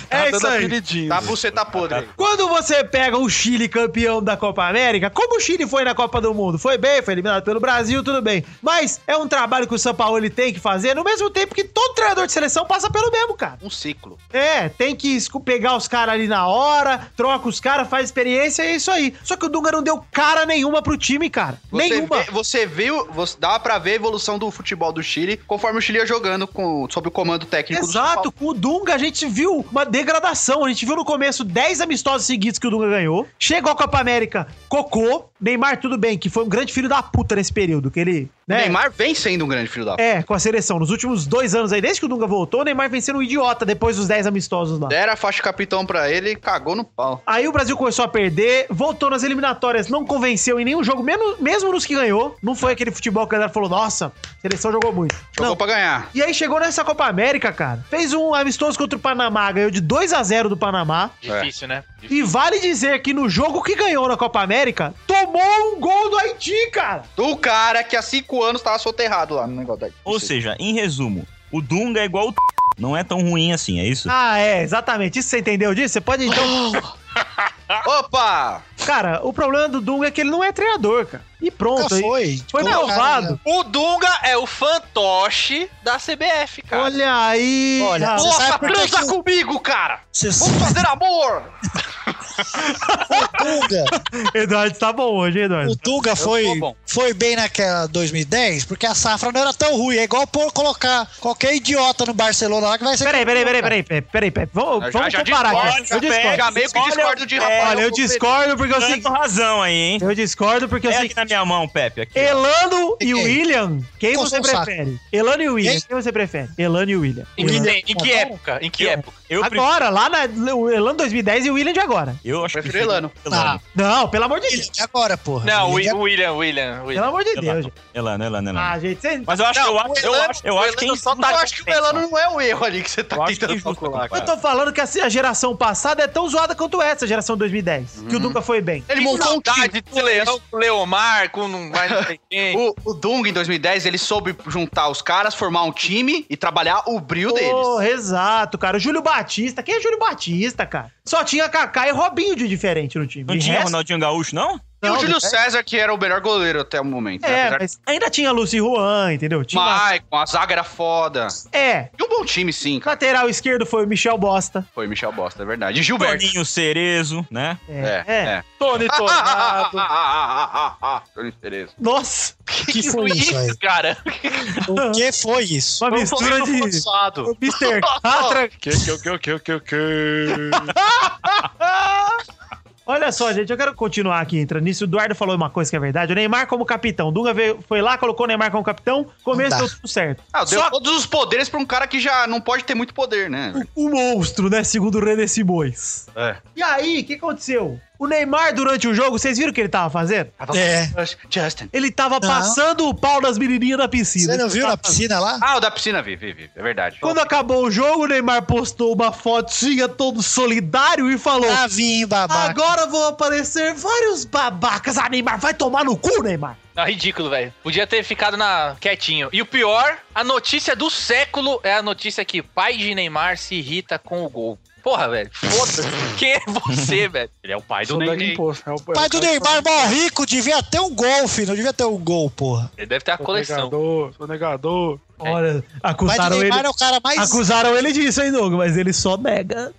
S4: É isso aí.
S12: Queridinho.
S11: Tá a buceta podre.
S4: Quando você pega o Chile campeão da Copa América, como o Chile foi na Copa do Mundo? Foi bem, foi eliminado pelo Brasil, tudo bem. Mas é um trabalho que o São Paulo ele tem que fazer no mesmo tempo que todo treinador de seleção passa pelo mesmo, cara.
S11: Um ciclo.
S4: É, tem que esco- pegar os caras ali na hora, troca os caras, faz experiência e é isso aí. Só que o Dunga não deu cara nenhuma pro time, cara.
S11: Você
S4: nenhuma.
S11: vê- você viu, você, dá pra ver a evolução do futebol do Chile conforme o Chile ia jogando com, sob o comando técnico do São
S4: Exato, com o Dunga a gente viu uma degradação. A gente viu no começo 10 amistosos seguidos que o Dunga ganhou. Chegou a Copa América, cocô. Neymar, tudo bem, que foi um grande filho da puta nesse período, que ele.
S11: O
S4: Né?
S11: Neymar vem sendo um grande filho da puta.
S4: É, com a seleção. Nos últimos dois anos aí, desde que o Dunga voltou, o Neymar vem sendo um idiota depois dos 10 amistosos lá.
S11: Deram a faixa de capitão pra ele e cagou no pau.
S4: Aí o Brasil começou a perder, voltou nas eliminatórias, não convenceu em nenhum jogo, mesmo, mesmo nos que ganhou. Não foi aquele futebol que a galera falou, nossa, a seleção jogou muito.
S11: Jogou
S4: não.
S11: pra ganhar.
S4: E aí chegou nessa Copa América, cara. Fez um amistoso contra o Panamá, ganhou de 2 a 0 do Panamá.
S7: Difícil, né?
S4: E vale dizer que no jogo que ganhou na Copa América, tomou um gol do Haiti, cara.
S11: Do cara que há cinco anos tava soterrado lá no negócio daí.
S8: Ou seja, em resumo, o Dunga é igual o não é tão ruim assim, é isso?
S4: Ah, é, exatamente. Isso você entendeu disso? Você pode então.
S7: Ah!
S11: Opa!
S4: Cara, o problema do Dunga é que ele não é treinador, cara. E pronto.
S5: Nunca
S4: aí-
S5: foi. né?
S4: Foi
S5: Colocaram-
S4: provado.
S7: O Dunga é o fantoche da CBF, cara.
S4: Olha aí.
S5: Olha,
S4: rapaz.
S5: você sabe
S11: Nossa,
S5: por que
S11: transa
S5: que o-
S7: comigo, cara!
S5: Você
S7: Vamos fazer amor!
S5: o Dunga,
S4: Eduardo tá bom hoje, hein, Eduardo?
S5: o Dunga foi,
S7: tô bom.
S5: foi bem naquela 2010, porque a safra não era tão ruim. É igual pôr colocar qualquer idiota no Barcelona lá que vai ser.
S4: Peraí, peraí, peraí, peraí, peraí, peraí, peraí. Vamos,
S7: Já-
S4: vamos
S7: já
S4: comparar
S7: discordo,
S4: aqui. Eu discordo.
S7: Já meio que discordo de Rafael.
S4: Olha, eu discordo porque eu
S8: Tanto
S4: sei.
S8: Então é razão aí, hein?
S4: Eu discordo porque eu
S8: É
S4: sei.
S8: aqui na minha mão, Pepe. Aqui, ó.
S4: Elano e
S5: Quem?
S4: William, quem
S5: Coçou
S4: você
S5: o saco.
S4: prefere? Elano e William,
S5: Quem?
S4: quem você prefere? Elano e William.
S7: Em que, em
S8: um
S7: que época? Em que época?
S8: Eu, prefiro-
S4: Agora, lá na o Elano 2010 e o William de agora.
S8: eu acho que
S11: Prefiro Elano.
S5: Ah,
S4: Não, pelo amor de Deus.
S5: ele de agora, porra.
S7: Não, o
S5: Ele
S7: Wi-
S5: de-
S7: o William, William,
S4: Pelo
S7: William.
S4: amor de Deus.
S8: Elano,
S4: gente.
S8: Elano, Elano, Elano.
S4: Ah, gente, você...
S8: Mas eu acho, eu acho, eu
S11: Elano-
S8: acho, eu acho que é
S11: Elano só tá- eu acho que o Elano não é o erro ali que você tá
S8: Eu acho que é
S11: tentando
S8: injusto,
S11: calcular,
S8: cara.
S11: cara.
S4: Eu tô falando que assim, a a geração passada é tão zoada quanto essa, a geração 2010. Que o Dunga foi bem.
S11: Ele montou um time.
S7: Saudade de Leão, com Leomar, com não vai não sei quem.
S11: O, o Dunga, em 2010, ele soube juntar os caras, formar um time e trabalhar o brilho
S4: Porra,
S11: deles.
S4: exato, cara. O Júlio Batista. Quem é Júlio Batista, cara? Só tinha Kaká e Robinho de diferente no time.
S8: Não
S4: De
S8: tinha
S4: resto,
S8: Ronaldinho Gaúcho, não?
S11: E
S4: não,
S11: o Júlio
S4: é-
S11: César, que era o melhor goleiro até o momento. né?
S4: É,
S11: Apesar
S4: mas ainda tinha Lúcio e Juan, entendeu?
S11: de-
S4: Tinha
S11: Maicon, a zaga era foda.
S4: É.
S11: E um bom time, sim, cara.
S4: Lateral esquerdo foi o Michel Bosta.
S11: Foi Michel Bosta, é verdade. E Gilberto.
S8: Toninho Cerezo, né?
S11: É,
S4: é.
S11: é.
S12: Tony
S11: Ah, ah, ah,
S12: Tornado.
S11: ah, ah, ah, ah, ah.
S4: Nossa,
S5: que foi isso aí?
S7: Cara,
S5: O que foi isso?
S4: uma mistura de
S7: forçado.
S4: Mr. Catra.
S12: Que, que, que, que, que, que.
S4: Olha só, gente, eu quero continuar aqui entrando nisso. O Eduardo falou uma coisa que é verdade. O Neymar como capitão. O Dunga veio, foi lá, colocou o Neymar como capitão. Começo
S5: Não dá.
S4: deu tudo certo.
S11: Ah, deu
S4: Só
S11: todos os poderes pra um cara que já não pode ter muito poder, né?
S4: o monstro, né? Segundo o René Simões.
S11: É.
S4: E aí, o que aconteceu? O Neymar, durante o jogo, vocês viram o que ele tava fazendo?
S5: É.
S11: Justin.
S4: Ele tava
S11: Não.
S4: passando o pau nas menininhas da piscina.
S5: Você não viu
S4: Tava
S5: na piscina lá?
S11: Ah, o da piscina vi, vi, vi. É verdade.
S4: Quando acabou o jogo, o Neymar postou uma fotinha todo solidário e falou:
S5: Davinho, babaca.
S4: Agora vão aparecer vários babacas. Ah, Neymar, vai tomar no cu, Neymar.
S7: Não, Tá ridículo, velho. Podia ter ficado na quietinho. E o pior, a notícia do século é a notícia que pai de Neymar se irrita com o gol. Porra, velho. Foda-se. Quem é você, velho? Ele é o pai do
S12: Sou da
S7: Neymar.
S12: Imposto, é o- é
S5: O pai do Neymar, mó rico, devia ter um gol, filho. Não devia ter um gol, porra.
S7: Ele deve ter a
S12: Sou
S7: coleção.
S12: negador, sou negador.
S4: Olha, acusaram
S5: Mas o
S4: ele.
S5: Neymar é o cara mais-
S4: Acusaram ele disso, hein, Doug? Mas ele só nega.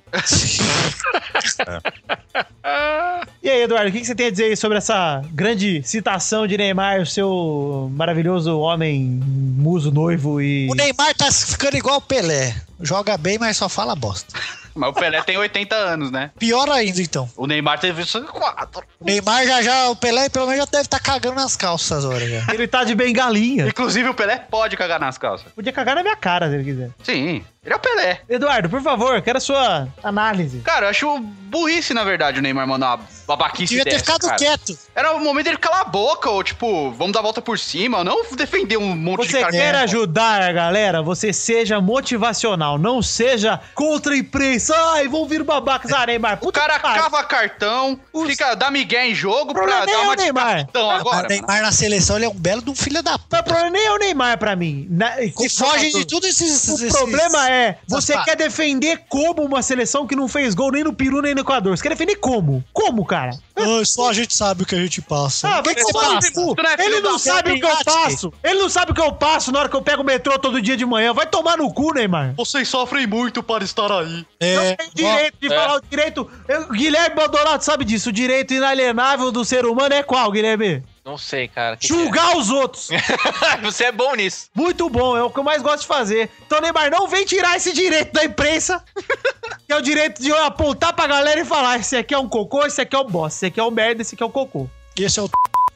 S4: E aí, Eduardo, o que que você tem a dizer aí sobre essa grande citação de Neymar, o seu maravilhoso homem, muso, noivo e.
S5: O Neymar tá ficando igual o Pelé. Joga bem, mas só fala bosta.
S11: Mas o Pelé tem 80 anos, né?
S5: Pior ainda, então.
S11: O Neymar teve só quatro.
S5: O Neymar já já, o Pelé pelo menos já deve estar cagando nas calças agora já.
S4: Ele tá de bengalinha.
S11: Inclusive, o Pelé pode cagar nas calças.
S4: Podia cagar na minha cara se ele quiser.
S11: Sim, ele é o Pelé.
S4: Eduardo, por favor, quero a sua análise.
S11: Cara, eu acho burrice, na verdade, o Neymar mandar uma babaquice
S5: Devia ter
S11: dessa,
S5: ficado
S11: cara.
S5: quieto.
S11: Era o momento dele calar a boca, ou tipo, vamos dar a volta por cima, ou não defender um monte de
S4: Você
S11: cara.
S4: quer ajudar a galera? Você seja motivacional, não seja contra a imprensa. Ai, vão vir babacas. Ah, Neymar, puta
S11: O cara
S4: que pariu.
S11: cava cartão, fica dá migué em jogo
S4: O problema
S11: pra
S4: nem
S11: dar
S4: é
S11: uma
S4: o Neymar.
S11: Então, agora.
S5: o Neymar na seleção, ele é um belo de um filho da puta.
S4: Mas o problema nem é o Neymar pra mim. Na-
S5: E foge de tudo esses...
S4: O
S5: esses-
S4: problema é, você
S5: Safado.
S4: quer defender como uma seleção que não fez gol nem no Peru nem no Equador? Você quer defender como? Como, cara?
S5: Ah, só a gente sabe o que a gente passa.
S4: Ah, vai
S5: O que
S4: que você
S5: passa?
S4: passa?
S11: não é filho
S4: Ele não
S11: da
S4: sabe o que eu
S5: Bengate.
S4: faço. Ele não sabe o que eu passo na hora que eu pego o metrô todo dia de manhã. Vai tomar no cu, Neymar.
S11: Vocês sofrem muito para estar aí.
S5: É,
S4: Não tem direito de falar o direito. Eu- Guilherme Baldonato sabe disso. O direito inalienável do ser humano é qual, Guilherme?
S7: Não sei, cara. Que
S4: Julgar os outros.
S7: que é? Você é bom nisso.
S4: Muito bom, é o que eu mais gosto de fazer. Então, Neymar, não vem tirar esse direito da imprensa, que é o direito de eu apontar pra galera e falar: esse aqui é um cocô, esse aqui é um bosta, esse aqui é um merda, esse aqui é um cocô.
S5: esse é o...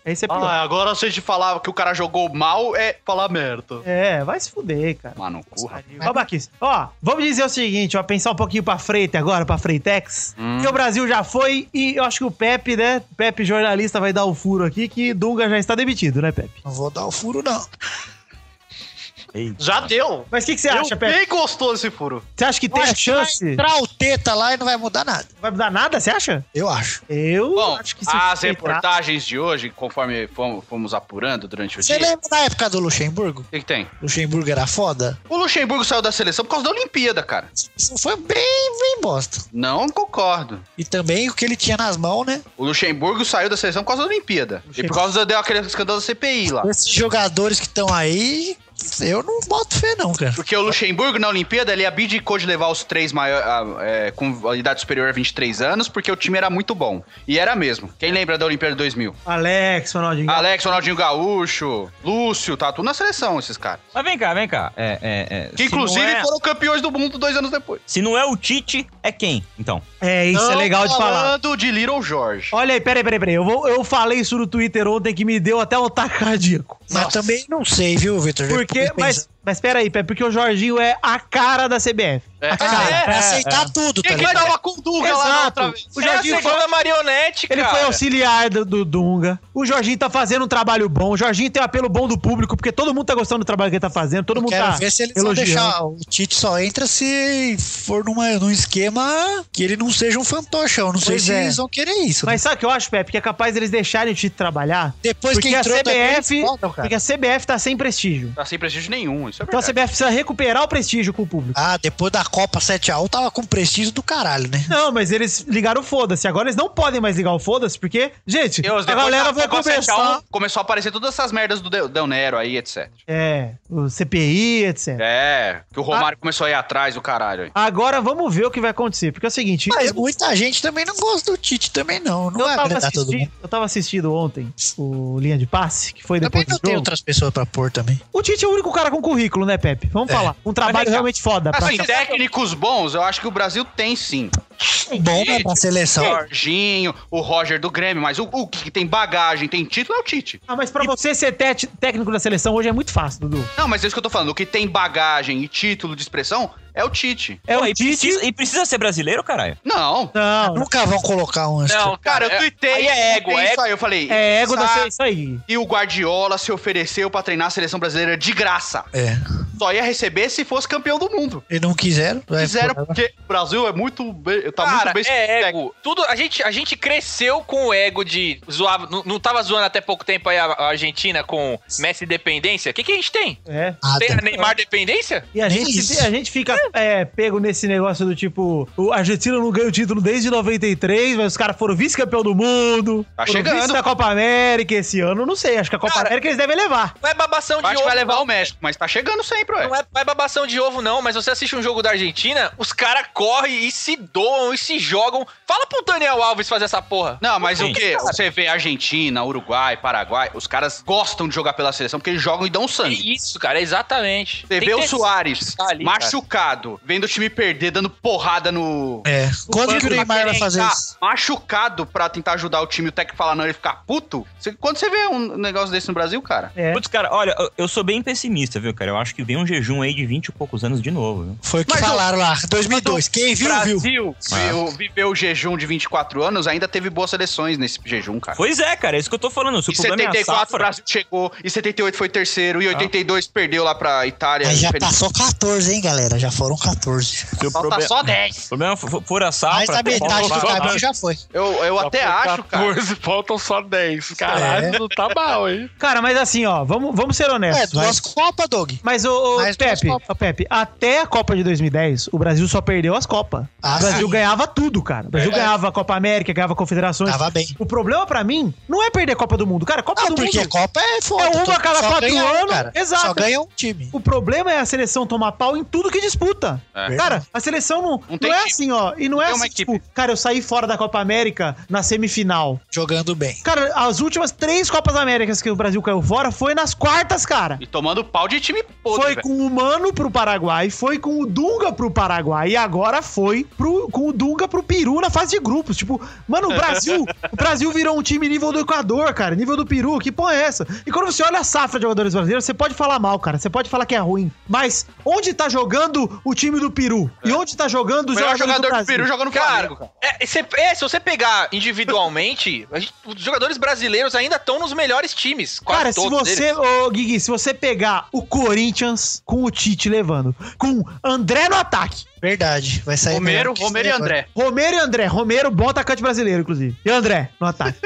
S4: Aí você pior.
S11: Ah, agora vocês de falar que o cara jogou mal é falar merda.
S4: É, vai se fuder, cara.
S11: Mano, curra.
S4: Ó, Baquis, ó, vamos dizer o seguinte, ó, pensar um pouquinho pra frente agora, pra Freitex, que o Brasil já foi e eu acho que o Pepe, né, Pepe jornalista vai dar o furo aqui, que Dunga já está demitido, né, Pepe?
S5: Não vou dar o furo, não.
S11: Já deu.
S4: Mas o que, que você acha, Pepe?
S11: Quem gostou desse furo?
S4: Você acha que tem
S5: Acho que vai
S4: chance? Não
S5: entrar o teta lá e não vai mudar nada.
S4: vai mudar nada, você acha?
S5: Eu acho. é
S4: Eu
S11: Bom,
S4: acho que
S11: as
S4: entrar-
S11: reportagens de hoje, conforme fomos, fomos apurando durante o
S5: Você
S11: dia.
S5: lembra da época do Luxemburgo?
S11: O que, que tem?
S5: Luxemburgo era foda?
S11: O Luxemburgo saiu da seleção por causa da Olimpíada, cara.
S5: Isso foi bem, bem bosta.
S11: Não concordo.
S5: E também o que ele tinha nas mãos, né?
S11: O Luxemburgo saiu da seleção por causa da Olimpíada. E por causa daquele escândalo da CPI lá.
S5: Esses jogadores que estão aí, eu não boto fé, não, cara.
S11: Porque o Luxemburgo na Olimpíada, ele abdicou de levar os três maior, a- é, com idade superior a 23 anos, porque o time era muito bom. E era mesmo. Quem lembra da Olimpíada de 2000?
S4: Alex, Ronaldinho.
S11: Alex, Ronaldinho Gaúcho, Lúcio, tá tudo na seleção esses caras.
S8: Mas vem cá, vem cá. É, é, é,
S11: Que
S8: se não
S11: inclusive
S8: é-
S11: foram campeões do mundo dois anos depois.
S8: Se não é o Tite, é quem? Então.
S4: É, isso é
S11: Não
S4: legal de falar.
S11: falando de Little Jorge.
S4: Olha aí, peraí, peraí, peraí. Eu, vou, eu falei isso no Twitter ontem que me deu até um ataque cardíaco.
S5: Mas também não sei, viu, Vitor?
S4: Porque,
S5: Depois
S4: mas,
S5: pensa.
S4: mas peraí, Pepe, porque o Jorginho é a cara da CBF.
S11: É.
S5: Cara,
S7: É,
S5: pra Ah, aceitar tudo, tá
S7: Quem que
S5: ligado?
S7: tava com o Dunga lá na outra vez?
S4: O
S7: Era a
S4: Jorginho foi,
S7: segunda marionete, cara.
S4: ele foi auxiliar do, do Dunga. O Jorginho tá fazendo um trabalho bom. O Jorginho tem um apelo bom do público, porque todo mundo tá gostando do trabalho que ele tá fazendo. Todo mundo
S5: Quero
S4: tá
S5: ver se eles vão
S4: elogiando.
S5: deixar. O Tite só entra se for numa, num esquema que ele não seja um fantochão. Não sei
S4: Pois
S5: se
S4: é.
S5: eles vão querer isso. né?
S4: Mas sabe o que eu acho, Pepe? Que é capaz deles deixarem o Tite trabalhar.
S5: Depois que
S4: porque a
S5: entrou também,
S4: CBF.
S5: eles voltam, cara.
S4: porque a CBF tá sem prestígio.
S11: Tá sem prestígio nenhum, isso é
S4: Então a
S11: verdade.
S4: CBF precisa recuperar o prestígio com o público.
S5: Ah, depois da Copa 7x1 tava com prestígio do caralho, né?
S4: Não, mas eles ligaram o foda-se. Agora eles não podem mais ligar o foda-se, porque, gente,
S11: Deus,
S4: a
S11: depois
S4: galera
S11: da
S4: vai
S11: Copa 7 a 1,
S4: conversar.
S11: Começou a aparecer todas essas merdas do Del- Del Nero aí, etc.
S4: É, o CPI, etc.
S11: É, que o Romário começou a ir atrás do caralho. aí.
S4: Agora vamos ver o que vai acontecer, porque é o seguinte.
S5: Mas
S4: eu-
S5: muita gente também não gosta do Tite também, não. Não
S4: eu,
S5: vai
S4: tava
S5: agradar todo
S4: assistindo,
S5: mundo.
S4: eu tava assistindo ontem o Linha de Passe, que foi
S5: Também
S4: depois do
S5: não tem
S4: jogo.
S5: outras pessoas pra pôr também.
S4: O Tite é o único cara com currículo, né, Pepe? Vamos
S5: É.
S4: falar. Um trabalho
S8: legal.
S4: realmente foda. pra-
S11: Assim, técnicos bons, eu acho que o Brasil tem sim.
S8: É,
S5: Bom, né, pra seleção.
S11: Jorginho, o Roger do Grêmio, mas o, o que tem bagagem, tem título é o Tite.
S4: Ah, mas pra você ser tete- técnico da seleção hoje é muito fácil, Dudu.
S11: Não, mas é isso que eu tô falando. O que tem bagagem e título de expressão É o Tite.
S8: É o Tite. E precisa ser brasileiro, caralho?
S11: Não.
S5: Não. Nunca vão colocar um
S11: Não, cara, eu tuitei. Aí é ego, é isso aí. Eu falei.
S4: É ego da
S11: Sá
S4: isso aí.
S11: E o Guardiola se ofereceu pra treinar a seleção brasileira de graça.
S5: É.
S11: Só ia receber se fosse campeão do mundo.
S5: E não quiseram? vai
S11: Fizeram
S5: pro-
S11: porque o Brasil é muito bem. Tá
S7: Cara,
S11: muito bem
S7: é
S11: técnico.
S7: ego. Tudo, a, gente, a gente cresceu com o ego de zoar. Não, não tava zoando até pouco tempo aí a, a Argentina com Messi dependência? O que, que a gente tem?
S4: É.
S5: Ah,
S7: tem a Neymar dependência?
S4: E a gente, a gente fica é, pego nesse negócio do tipo, o argentino não ganha o título desde 93, mas os caras foram vice-campeão do mundo,
S11: Tá
S4: foram
S11: chegando.
S4: vice da Copa América esse ano, não sei, acho que a Copa América eles devem levar.
S7: Não é babação de
S11: Acho que
S7: ovo.
S11: vai levar o México, mas tá chegando sempre, ué.
S7: Não é, não é babação de ovo, não, mas você assiste um jogo da Argentina, os caras correm e se doam e se jogam. Fala pro Daniel Alves fazer essa porra.
S11: Não, mas o
S7: Sim.
S11: que? Você vê Argentina, Uruguai, Paraguai, os caras gostam de jogar pela seleção porque eles jogam e dão sangue.
S7: É Isso, cara, exatamente.
S11: Você
S7: Tem
S11: vê
S7: que
S11: o
S7: ter-
S11: Soares
S7: tá ali, cara.
S11: machucado, vendo o time perder, dando porrada no.
S5: É. Quando
S11: Quando
S5: que o Neymar vai fazer
S11: tá
S5: isso?
S11: machucado pra tentar ajudar o time, o técnico falar não, ele ficar puto. Você- quando você vê um negócio desse no Brasil, cara.
S5: É.
S8: Putz, cara, olha, eu- eu sou bem pessimista, viu, cara? Eu acho que vem um jejum aí de 20 e poucos anos de novo. Viu? Ah.
S5: Foi o que
S11: Mas o-
S5: falaram lá. 2002. Quem viu,
S11: Brasil
S5: viu.
S7: Ah.
S11: viu- viveu o jejum de 24 anos, ainda teve boas seleções nesse jejum, cara.
S8: Pois é, cara, é isso que eu tô falando. Se o
S11: Em
S8: problema é a
S11: 74 o
S8: safra... Ah.
S11: Brasil chegou, em 78 foi terceiro, e 82 perdeu lá pra Itália.
S5: Aí já
S4: tá
S11: Infeliz-
S5: passou 14, hein, galera? Já foram 14.
S8: Se o
S11: Falta
S8: proble-
S11: só 10.
S8: O problema for, for a safra...
S5: Mas a metade do caminho já foi.
S11: Eu, eu até acho, cara.
S12: faltam só 10. Caralho,
S4: É.
S12: não tá mal, hein?
S4: Cara, mas assim, ó, vamos, vamos ser honestos.
S5: É, duas Copas, Doug.
S4: Mas, ô, ô,
S5: Mais duas
S4: Pepe,
S5: Copas.
S4: ô, Pepe, até a Copa de 2010, o Brasil só perdeu as Copas.
S5: Ah,
S4: o Brasil
S5: sim.
S4: ganhava tudo, cara. O Brasil
S5: É.
S4: ganhava a Copa América, ganhava Confederações.
S5: Tava bem.
S4: O problema pra mim não é perder a Copa do Mundo. Cara, Copa
S5: Ah,
S4: do
S5: porque
S4: Mundo.
S5: Copa é foda.
S4: É uma a cada
S5: Só
S4: quatro
S5: ganha um,
S4: anos.
S5: cara.
S4: Exato.
S5: Só ganha um time.
S4: O problema é a seleção tomar pau em tudo que disputa.
S11: É.
S4: Cara, a seleção não, não,
S11: tem
S4: é
S11: time.
S4: assim, ó. E não,
S11: Não
S4: é
S11: tem
S4: assim,
S11: uma
S4: tipo, cara, eu saí fora da Copa América na semifinal.
S5: Jogando bem.
S4: Cara, as últimas três Copas Américas que o Brasil caiu fora foi nas quartas, cara.
S11: E tomando pau de time podre,
S4: foi
S11: velho.
S4: com o Mano pro Paraguai, foi com o Dunga pro Paraguai e agora foi pro, com o Dunga pro Peru na fase de grupos. Tipo, mano, o Brasil, o Brasil virou um time nível do Equador, cara, nível do Peru, que porra é essa? E quando você olha a safra de jogadores brasileiros, você pode falar mal, cara, você pode falar que é ruim, mas onde tá jogando o time do Peru? E onde tá jogando
S11: O
S4: os
S11: É. melhor
S4: jogadores do
S11: jogador do,
S4: Brasil?
S11: Peru joga no
S7: Cara,
S11: Flamengo, cara.
S7: É, se, é, se você pegar individualmente, a gente- os jogadores brasileiros ainda estão nos melhores times. Quase
S4: Cara, se
S7: todos
S4: você,
S7: eles.
S4: ô Guigui, se você pegar o Corinthians com o Tite levando, com André no ataque,
S5: Verdade. Vai sair
S11: Romero,
S5: melhor que
S11: Romero e
S5: esse
S11: André.
S4: Romero e André. Romero, bom atacante brasileiro, inclusive. E André, no ataque.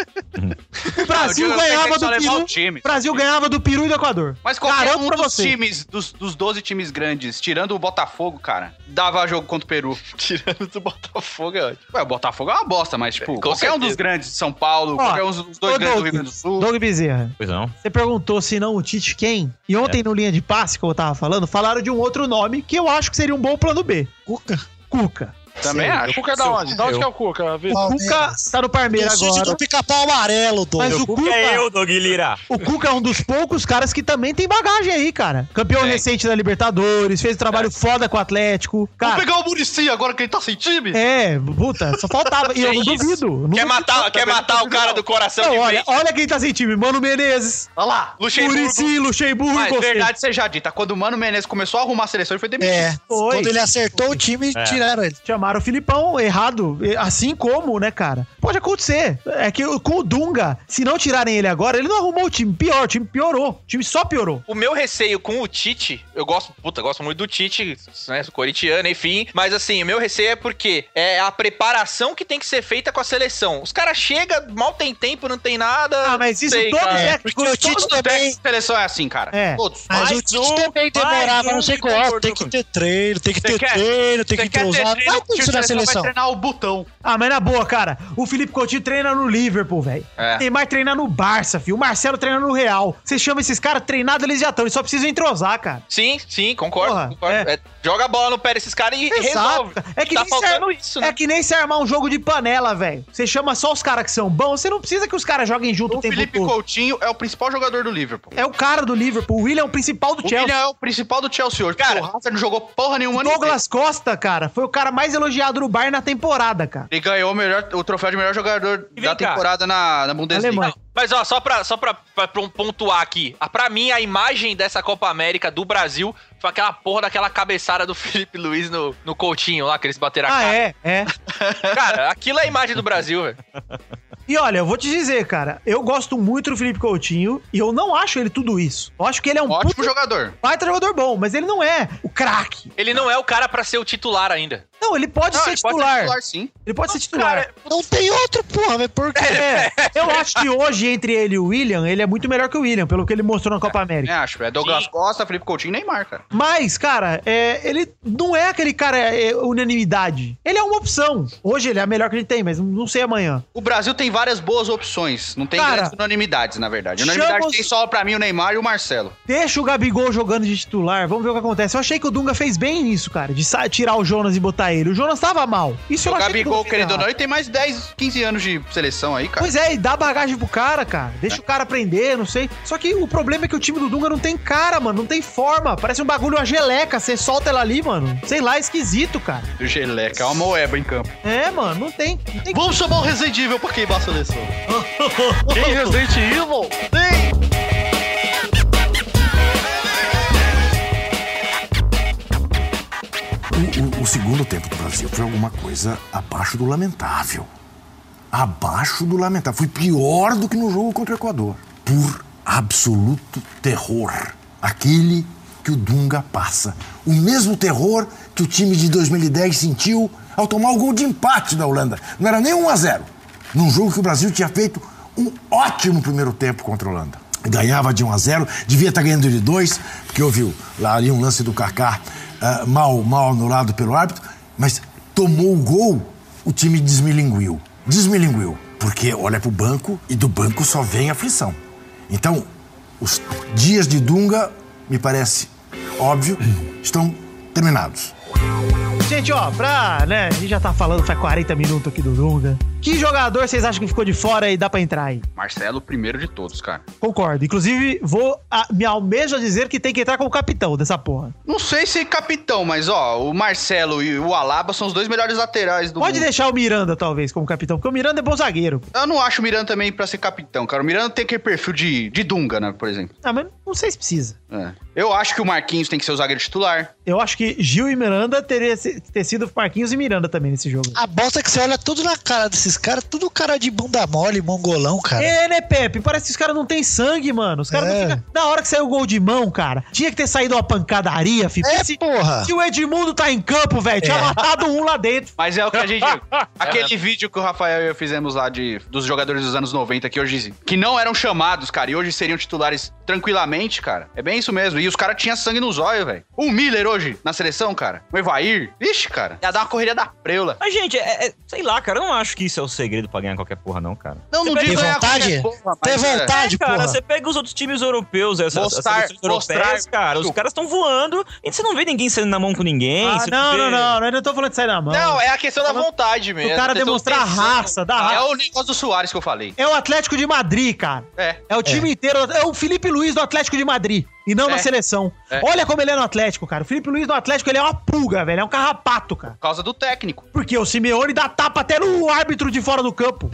S4: o Brasil
S11: Eu digo, eu
S4: ganhava
S11: sei que
S4: do
S11: só levar
S4: Peru.
S11: o time.
S4: Brasil ganhava do Peru e do Equador.
S11: Mas qualquer
S4: Garanto
S11: um
S4: pra
S11: dos
S4: você.
S11: times, dos, dos 12 times grandes, tirando o Botafogo, cara, dava jogo contra o Peru.
S7: Tirando do Botafogo, é ótimo.
S11: Ué, o Botafogo é uma bosta, mas, tipo,
S7: Com
S11: qualquer um
S7: certeza.
S11: dos grandes de São Paulo, qualquer um dos dois
S4: ô,
S11: grandes do
S4: Doug.
S11: Rio Grande do Sul.
S4: Doug Bezerra,
S8: Pois não. É.
S4: você perguntou se não o Tite quem? E ontem no Linha de Passe, como eu tava falando, falaram de um outro nome que eu acho que seria um bom plano B.
S5: Cuca.
S4: Cuca.
S11: Também
S5: Sim,
S12: O
S11: acho.
S12: Cuca é da onde? Da onde que é o Cuca, Vitor?
S4: O Cuca
S5: Palmeiras.
S4: tá no Palmeiras
S5: Decide
S4: agora.
S5: do
S12: é
S5: pica-pau amarelo, Doug.
S4: Mas o
S8: Cuca
S4: Cuca,
S8: é eu, Doug Lira.
S4: o Cuca é um dos poucos caras que também tem bagagem aí, cara. Campeão recente da Libertadores, fez um trabalho foda com o Atlético. Cara,
S11: Vamos pegar o Murici agora que ele tá sem time?
S4: É, puta, só faltava.
S11: É
S4: E eu não
S7: Que isso?
S4: duvido. não
S7: Quer
S4: duvido.
S7: matar, quer matar o cara do coração
S4: Não,
S7: de
S4: olha,
S7: vez?
S4: olha quem tá sem time. Mano Menezes,
S11: Olha lá.
S7: Luxemburgo.
S4: Murici, Luxemburgo.
S11: Mas
S4: Gostei.
S11: verdade seja dita, quando o Mano Menezes começou a arrumar a seleção, ele foi demitido.
S5: É.
S4: Foi.
S5: Quando ele acertou o time,
S8: É.
S5: tiraram ele.
S4: Chamaram o Filipão errado, e- assim como, né, cara? Pode acontecer. É que o- com o Dunga, se não tirarem ele agora, ele não arrumou o time. Pior, o time piorou. O time só piorou.
S7: O meu receio com o Tite, eu gosto, puta, gosto muito do Tite, né, sou corintiano, enfim, mas assim, o meu receio é porque é a preparação que tem que ser feita com a seleção. Os caras chegam, mal tem tempo, não tem nada.
S4: Ah, mas isso
S7: sei,
S4: todo
S7: cara.
S4: é.
S5: Porque o Tite também.
S11: A seleção é assim, cara.
S4: É.
S11: Todos.
S5: Mas
S8: Mais
S5: o Tite
S8: um,
S5: também
S8: mais
S5: demorava,
S8: um
S5: não sei
S8: que
S11: é,
S5: qual.
S8: concordou
S5: Tem que
S8: com-
S5: ter treino, tem que ter
S7: quer-
S5: treino, tem
S7: você
S5: que
S7: quer
S5: ter
S7: ter
S5: usado.
S7: treino,
S5: Vai ter isso na
S11: vai
S5: seleção.
S11: treinar o Butão.
S4: Ah, mas na boa, cara. O Felipe Coutinho treina no Liverpool, velho.
S11: É.
S4: Neymar treina no Barça, filho. O Marcelo treina no Real. Você chama esses caras treinados, eles já estão. Eles só precisam entrosar, cara.
S7: Sim, sim, concordo.
S4: Porra,
S7: concordo.
S4: é.
S7: É, joga a bola no pé desses caras e e resolve.
S4: É que,
S7: tá
S4: nem se
S7: faltando
S4: ar-
S7: isso, né?
S4: é que nem se armar um jogo de panela, velho. Você chama só os caras que são bons, você não precisa que os caras joguem junto o,
S11: O
S4: tempo
S11: Felipe
S4: todo.
S11: Coutinho é o principal jogador do Liverpool.
S4: É o cara do Liverpool. O William é o principal do
S11: O
S4: Chelsea.
S11: Willian é o principal do Chelsea hoje.
S7: Cara,
S11: Cara, o Hazard não jogou porra nenhuma
S4: O Douglas Costa, cara, foi o cara mais elogiado no Bayern na temporada, cara.
S11: Ele ganhou o, melhor, o troféu de melhor jogador
S8: E vem
S11: da
S8: cá.
S11: temporada na, na Bundesliga.
S4: Alemanha.
S11: Não,
S7: Mas ó, só pra, só pra, pra, pra pontuar aqui, a, pra mim a imagem dessa Copa América do Brasil foi aquela porra daquela cabeçada do Felipe Luiz no, no Coutinho lá, que eles bateram a
S4: Ah,
S7: cara.
S4: é, é.
S7: Cara, aquilo é a imagem do Brasil, velho.
S4: E olha, eu vou te dizer, cara, eu gosto muito do Felipe Coutinho e eu não acho ele tudo isso. Eu acho que ele é um
S11: Ótimo
S4: puta-
S11: jogador.
S4: Baita jogador bom, mas ele não é o craque.
S7: Ele não é o cara pra ser o titular ainda.
S4: Não, ele pode
S7: Não,
S4: ser
S7: ele pode ser
S4: titular.
S7: titular, sim.
S4: Ele pode ser titular.
S5: Não tem outro, porra, mas por quê?
S4: É, eu acho que hoje, entre ele e o William, ele é muito melhor que o William, pelo que ele mostrou na Copa América.
S11: É, acho. É Douglas Costa, Felipe Coutinho e Neymar, cara.
S4: Mas, cara, é, ele não é aquele cara é, unanimidade. Ele é uma opção. Hoje ele é a melhor que ele tem, mas não sei amanhã.
S11: O Brasil tem várias boas opções. Não tem
S4: Cara,
S11: grandes unanimidades, na verdade. Unanimidade
S4: chama os-
S11: tem só pra mim o Neymar e o Marcelo.
S4: Deixa o Gabigol jogando de titular, vamos ver o que acontece. Eu achei que o Dunga fez bem nisso, cara, de sa- tirar o Jonas e botar ele. O Jonas tava mal. Isso eu
S11: o
S4: achei que o
S11: Gabigol,
S4: Dunga fez
S11: querendo ou
S4: errado.
S11: não, ele tem mais 10, 15 anos de seleção aí, cara.
S4: Pois é, e dá bagagem pro cara, cara. Deixa o cara aprender, não sei. Só que o problema é que o time do Dunga não tem cara, mano. Não tem forma. Parece um bagulho, uma geleca. Você solta ela ali, mano. Sei lá, é esquisito, cara.
S11: O Geleca, é uma moeba em campo.
S4: É, mano, não tem. Não tem
S14: Vamos chamar o Resident Evil pra queimar a seleção.
S12: Tem Resident Evil?
S14: Tem!
S15: O, o- o segundo tempo do Brasil foi alguma coisa abaixo do lamentável. Abaixo do lamentável. Foi pior do que no jogo contra o Equador. Por absoluto terror. Aquele que o Dunga passa. O mesmo terror que o time de 2010 sentiu ao tomar o gol de empate da Holanda. Não era nem 1 a 0 Num jogo que o Brasil tinha feito um ótimo primeiro tempo contra a Holanda. Ganhava de 1 a 0 devia estar ganhando de 2, porque ouviu lá ali um lance do Kaká ah, mal, mal anulado pelo árbitro, mas tomou o gol, o time desmilinguiu. Desmilinguiu, porque olha pro banco e do banco só vem aflição. Então, os dias de Dunga, me parece óbvio, estão terminados.
S4: Gente, ó, pra, né, a gente já tá falando faz 40 minutos aqui do Dunga. Que jogador vocês acham que ficou de fora e dá pra entrar aí?
S11: Marcelo, o primeiro de todos, cara.
S4: Concordo. Inclusive, vou a- me almejo a dizer que tem que entrar como capitão dessa porra.
S11: Não sei se capitão, mas ó, o Marcelo e o Alaba são os dois melhores laterais do
S4: Pode
S11: mundo.
S4: deixar o Miranda, talvez, como capitão, porque o Miranda é bom zagueiro.
S11: Eu não acho o Miranda também pra ser capitão, cara. O Miranda tem aquele perfil de, de Dunga, né, por exemplo.
S4: Ah, mas não sei se precisa.
S11: É. Eu acho que o Marquinhos tem que ser o zagueiro titular.
S4: Eu acho que Gil e Miranda teria se- ter sido Marquinhos e Miranda também nesse
S11: Ah,
S4: jogo.
S5: A bosta é que você olha tudo na cara desses caras, tudo cara de bunda mole, mongolão, cara.
S4: É, né, Pepe? Parece que os caras não têm sangue, mano. Os caras
S5: É.
S4: não ficam. Na hora que saiu o gol de mão, cara, tinha que ter saído uma pancadaria, filho.
S5: É,
S4: Porque se,
S5: porra.
S4: se o Edmundo tá em campo, velho, tinha
S11: É.
S4: matado um lá dentro.
S11: Mas é o que a gente. aquele vídeo que o Rafael e eu fizemos lá de, dos jogadores dos anos 90 que hoje. que não eram chamados, cara, e hoje seriam titulares tranquilamente, cara. É bem isso mesmo. E os caras tinham sangue nos olhos, velho. O Miller hoje, na seleção, cara. O Evair. Ixi, cara. Ia dar uma correria da preula.
S8: Mas, gente, é- é- sei lá, cara, eu não acho que isso é o segredo pra ganhar qualquer porra, não, cara.
S11: Não, não
S8: Você
S11: digo
S8: pega-
S11: ganhar qualquer porra, mas, cara,
S8: É, cara, você pega os outros times europeus, essas essas
S11: Mostrar-
S8: seleções europeias,
S11: mostrar-
S8: cara, os caras estão voando e você não vê ninguém saindo na mão com ninguém.
S4: Ah,
S8: você
S4: não,
S8: vê-
S4: não, não, não, eu não tô falando de sair na mão.
S7: Não, é a questão da vontade mesmo. é
S4: O cara
S7: A questão
S4: demonstrar a
S7: do tesão.
S4: raça, da raça.
S11: É o negócio do Soares que eu falei.
S4: É o Atlético de Madrid, cara.
S11: É.
S4: É o time inteiro. É o Felipe Luiz do Atlético de Madrid. E não
S11: É.
S4: na seleção.
S11: É.
S4: Olha como ele é no Atlético, cara. O Felipe Luiz do Atlético, ele é uma pulga, velho. É um carrapato, cara.
S11: Por causa do técnico.
S4: Porque o Simeone dá tapa até no árbitro de fora do campo.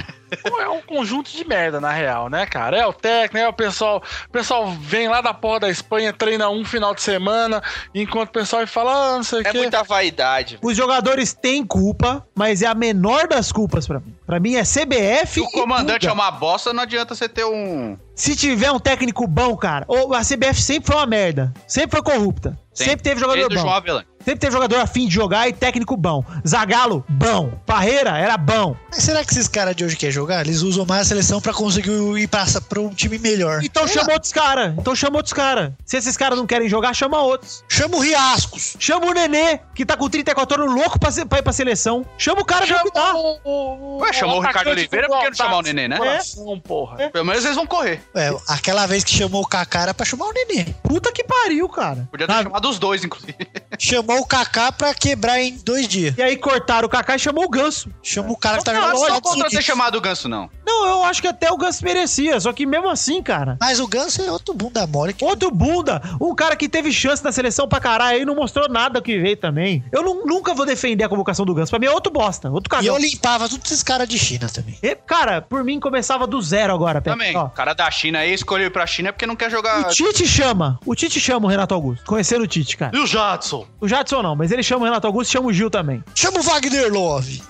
S12: É um conjunto de merda, na real, né, cara? É o técnico, é o pessoal. O pessoal vem lá da porra da Espanha, treina um final de semana, enquanto o pessoal fala, ah, não sei o
S7: É
S12: quê.
S7: muita vaidade.
S4: Os jogadores têm culpa, mas é a menor das culpas pra mim. Pra mim é CBF.
S11: Se o comandante
S4: e
S11: é
S4: Dunga.
S11: uma bosta, não adianta você ter um.
S4: Se tiver um técnico bom, cara, ou a CBF sempre foi uma merda. Sempre foi corrupta.
S11: Sempre.
S4: Sempre teve jogador
S11: Desde o
S4: bom.
S11: João Avelange.
S4: Sempre teve jogador afim de jogar e técnico bom. Zagalo, bom. Parreira era bom.
S5: Mas será que esses caras de hoje querem jogar? Eles usam mais a seleção pra conseguir ir passar pra um time melhor.
S4: Então chama outros caras. Então chama outros caras. Se esses caras não querem jogar, chama outros.
S5: Chama o Riascos.
S4: Chama o Nenê, que tá com 34 anos louco pra, se- pra ir pra seleção. Chama o cara pra cuidar.
S11: Ué, chamou o Ricardo Oliveira, por que não chamar o Nenê, né?
S12: Coração, porra.
S11: Pelo menos eles vão correr.
S5: Ué, aquela vez que chamou o Kaká era pra chamar o Nenê.
S4: Puta que pariu, cara.
S8: Tá.
S11: Podia ter chamado os dois, inclusive.
S5: chamou o Kaká pra quebrar em dois dias.
S4: E aí cortaram o Kaká e chamou o Ganso.
S5: Chamou o cara que tá
S11: Não,
S5: jogando
S11: não
S5: lá
S11: contra
S5: de
S11: ter chamado o Ganso, não.
S4: Não, eu acho que até o Ganso merecia, só que mesmo assim, cara.
S5: Mas o Ganso é outro bunda mole.
S4: Outro bunda. Um cara que teve chance na seleção pra caralho e não mostrou nada que veio também. Eu nu- nunca vou defender a convocação do Ganso. Pra mim é outro bosta, outro cagão.
S5: E eu limpava todos esses caras de China também.
S4: E, cara, por mim começava do zero agora, Pepe.
S11: Também.
S4: Ó,
S11: O cara da China aí escolheu ir pra China porque não quer
S4: O
S11: jogar.
S4: Tite chama. O Tite chama o Renato Augusto. Conheceram o Tite, cara.
S14: E o Jadson?
S4: O Jadson não, mas ele chama o Renato Augusto e chama o Gil também.
S5: Chama o Wagner Love.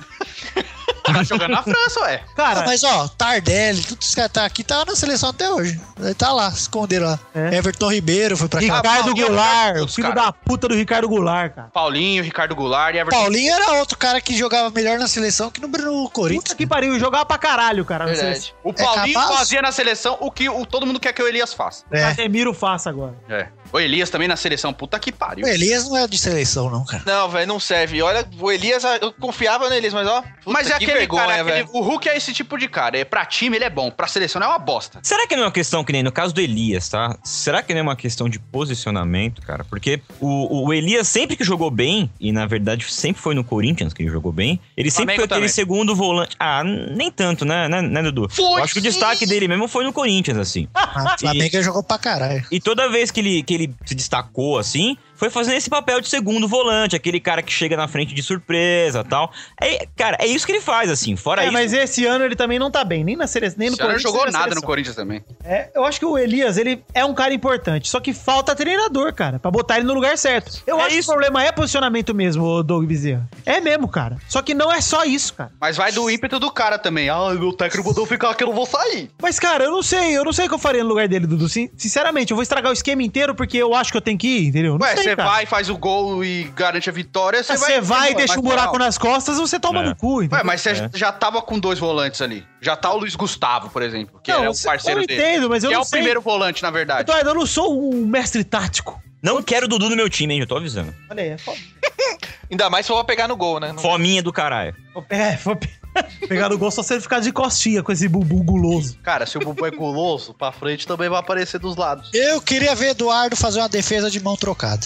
S11: Tá jogando na França, ué.
S4: Cara-
S5: Não, Ah, mas ó, Tardelli, tudo esse cara tá aqui, tá na seleção até hoje. Ele tá lá, se esconderam lá. Everton Ribeiro foi pra cá.
S4: É. Ricardo Goulart, o
S11: todos,
S4: filho
S11: cara.
S4: da puta do Ricardo Goulart, cara.
S11: Paulinho, Ricardo Goulart e Everton.
S5: Paulinho é era outro cara que jogava melhor na seleção que no, no Corinthians.
S4: Puta que pariu, jogava pra caralho, cara. na
S11: Verdade.
S4: seleção.
S11: O Paulinho
S5: É capaz?
S11: fazia na seleção o que o, todo mundo quer que o Elias faça.
S4: O Casemiro faça agora.
S11: É. O Elias também na seleção, puta que pariu.
S5: O Elias não é de seleção, não, cara.
S6: Não, velho, não serve. Olha, o Elias, ah, eu confiava no Elias, mas ó. puta,
S11: Mas é
S6: que
S11: aquele cara, aquele-
S6: velho.
S11: o Hulk é esse tipo de cara. É, pra time ele é bom, pra seleção é uma bosta.
S8: Será que não é uma questão que nem no caso do Elias, tá? Será que não é uma questão de posicionamento, cara? Porque o, o Elias sempre que jogou bem, e na verdade sempre foi no Corinthians que ele jogou bem, ele sempre
S11: Flamengo
S8: foi aquele
S11: também.
S8: segundo volante. Ah, nem tanto, né, né, né, Dudu?
S11: Foi
S8: Eu acho que o
S11: sim!
S8: destaque dele mesmo foi no Corinthians, assim.
S5: Ah, o Flamengo jogou pra caralho.
S8: E toda vez que ele, que ele se destacou assim, foi fazendo esse papel de segundo volante, aquele cara que chega na frente de surpresa tal. É, cara, é isso que ele faz, assim. Fora
S4: É,
S8: isso.
S4: mas esse ano ele também não tá bem, nem na seleção, nem no
S11: Esse ano Não jogou
S4: nem na
S11: nada no
S4: seleção.
S11: Corinthians também.
S4: É, eu acho que o Elias, ele é um cara importante, só que falta treinador, cara, pra botar ele no lugar certo. Eu acho que o problema é posicionamento mesmo, ô Doug Bezerra. É mesmo, cara. Só que não é só isso, cara.
S11: Mas vai do ímpeto do cara também. Ah, meu técnico mandou ficar aqui, eu não vou sair.
S4: Mas, cara, eu não sei, eu não sei o que eu faria no lugar dele, Dudu. Sin- Sinceramente, eu vou estragar o esquema inteiro porque eu acho que eu tenho que ir, entendeu? Não
S11: Ué,
S4: sei,
S11: você
S4: cara.
S11: vai, faz o gol e garante a vitória, você
S4: Mas
S11: vai.
S4: Você vai e
S11: Mas
S4: deixa um
S11: moral.
S4: buraco nas costas, você toma
S7: É.
S4: no cu, entendeu?
S11: Ué, mas você já tava com dois volantes ali. Já tá o Luiz Gustavo, por exemplo, que
S4: Não,
S11: é o
S4: cê-
S11: parceiro
S4: eu
S11: dele.
S4: entendo, mas eu
S11: que
S4: não
S11: é o
S4: sei.
S11: primeiro volante, na verdade.
S4: Eduardo, eu não sou um mestre tático.
S8: Não quero o Dudu no meu time, hein? Eu tô avisando.
S4: Olha aí, é foda.
S7: Ainda mais se eu vou pegar no gol, né? Não-
S8: Fominha do caralho.
S4: É, foi pe- pegar no gol só se ele ficar de costinha com esse bumbum guloso.
S14: Cara, se o Bubu é guloso, pra frente também vai aparecer dos lados.
S5: Eu queria ver Eduardo fazer uma defesa de mão trocada.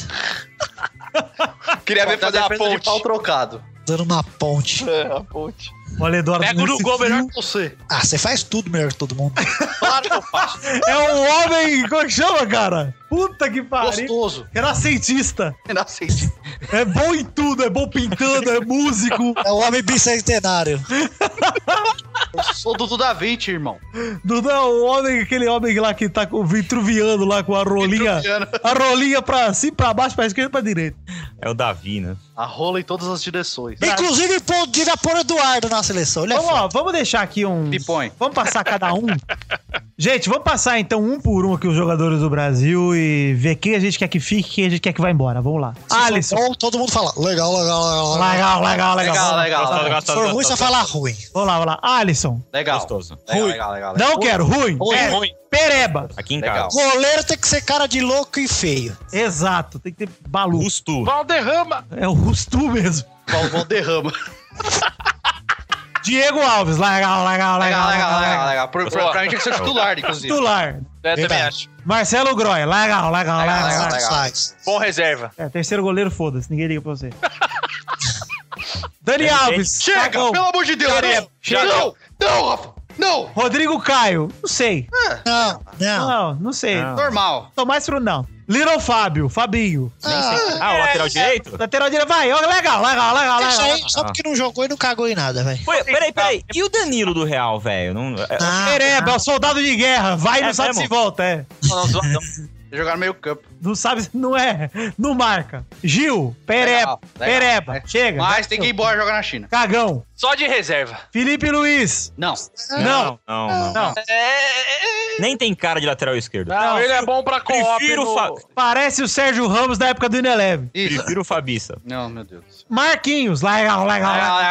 S6: Queria ver
S14: Tá
S6: fazer a
S14: defesa de
S6: ponte.
S14: pau trocado.
S5: Dando uma ponte.
S6: É, a ponte.
S4: Olha, Eduardo.
S14: Pego no
S4: nesse
S14: gol
S4: fio-
S14: melhor que você.
S5: Ah, você faz tudo melhor que todo mundo.
S14: Claro que eu faço.
S4: É um homem. Como é que chama, cara? Puta que pariu.
S14: Gostoso.
S4: Renascentista.
S11: Renascentista.
S4: É bom em tudo, é bom pintando, é músico.
S5: É o homem bicentenário.
S14: Eu sou Dudu da Vinci, irmão.
S4: Dudão, o é um homem, aquele homem lá que tá com- vitruviano lá com a rolinha.
S14: Vitruviano.
S4: A rolinha pra cima, pra baixo, pra esquerda e pra direita.
S8: É o Davi, né?
S14: A rola em todas as direções.
S5: Inclusive, pô, devia pôr Eduardo na seleção. Ele é
S4: Vamos,
S5: foda.
S4: ó, vamos deixar aqui um.
S11: Pipõe.
S4: Vamos passar cada um. Gente, vamos passar então um por um aqui os jogadores do Brasil e ver quem a gente quer que fique e quem a gente quer que vá embora. Vamos lá.
S5: Se for
S4: Alisson.
S5: bom, todo mundo fala. Legal, legal, legal.
S4: Legal, legal, legal.
S11: Legal,
S4: Vamos-
S11: legal. legal.
S5: Se for ruim, você fala ruim.
S4: Vamos lá, vamos lá. Alisson.
S11: Legal.
S8: Gostoso.
S11: Legal, legal, legal.
S4: Não quero. Ruim.
S5: Ruim,
S4: É,
S5: ruim.
S4: Pereba.
S8: Aqui em
S11: Legal.
S8: casa.
S5: Goleiro tem que ser cara de louco e feio.
S4: Exato. Tem que ter balu.
S8: Rustu.
S12: Valderrama.
S4: É o Rustu mesmo.
S14: Valvão derrama.
S4: Diego Alves. Legal,
S11: Legal,
S4: legal, legal. Legal,
S11: legal, legal, legal. Pra, pra- pra mim tinha que ser titular, inclusive.
S4: Titular.
S7: É, também
S5: Verdade.
S7: acho.
S4: Marcelo Groy. Legal, legal, legal. Ah, legal.
S5: Legal, Sainz.
S7: Bom reserva.
S4: É, terceiro goleiro, foda-se. Ninguém liga pra você. Dani
S8: Tem gente-
S4: Alves.
S11: Chega,
S4: cagão.
S11: pelo amor de Deus.
S4: Caramba,
S11: Chega.
S4: chega.
S11: Não, não, Rafa. Não.
S4: Rodrigo Caio. Não sei.
S5: Não, não.
S4: Não, não sei.
S11: Normal.
S4: Tô mais pro não. Little Fábio. Fabinho.
S8: Ah, o lateral direito?
S4: Lateral direito. Vai. ó, Legal, legal, legal,
S5: Deixa
S4: legal.
S5: aí, só porque não jogou e não cagou em nada, velho.
S8: Foi, peraí, peraí. E o Danilo do Real, velho? Não... é-
S5: Ah,
S4: Pereba, é o soldado de guerra. Vai,
S8: É
S4: não sabe
S8: mesmo?
S4: se volta, é.
S7: Não, não, zoa- não.
S11: Jogar no meio campo.
S4: Não sabe, se- não é. Não marca. Gil, Pereba,
S11: Legal, legal.
S4: Pereba.
S11: É.
S4: Chega.
S11: Mas tem que ir embora jogar na China.
S4: Cagão.
S7: Só de reserva.
S4: Felipe Luiz.
S11: Não.
S4: Não.
S8: Não, não.
S4: Não.
S14: É,
S8: Nem tem cara de lateral esquerdo.
S12: Não, ele é bom pra co-op.
S8: Prefiro
S12: no-
S8: o Fa...
S4: Parece o Sérgio Ramos da época do Ineleve.
S11: Isso.
S8: Prefiro o Fabiça.
S11: Não, meu Deus. do céu.
S4: Marquinhos, legal, legal. legal.
S11: Ah,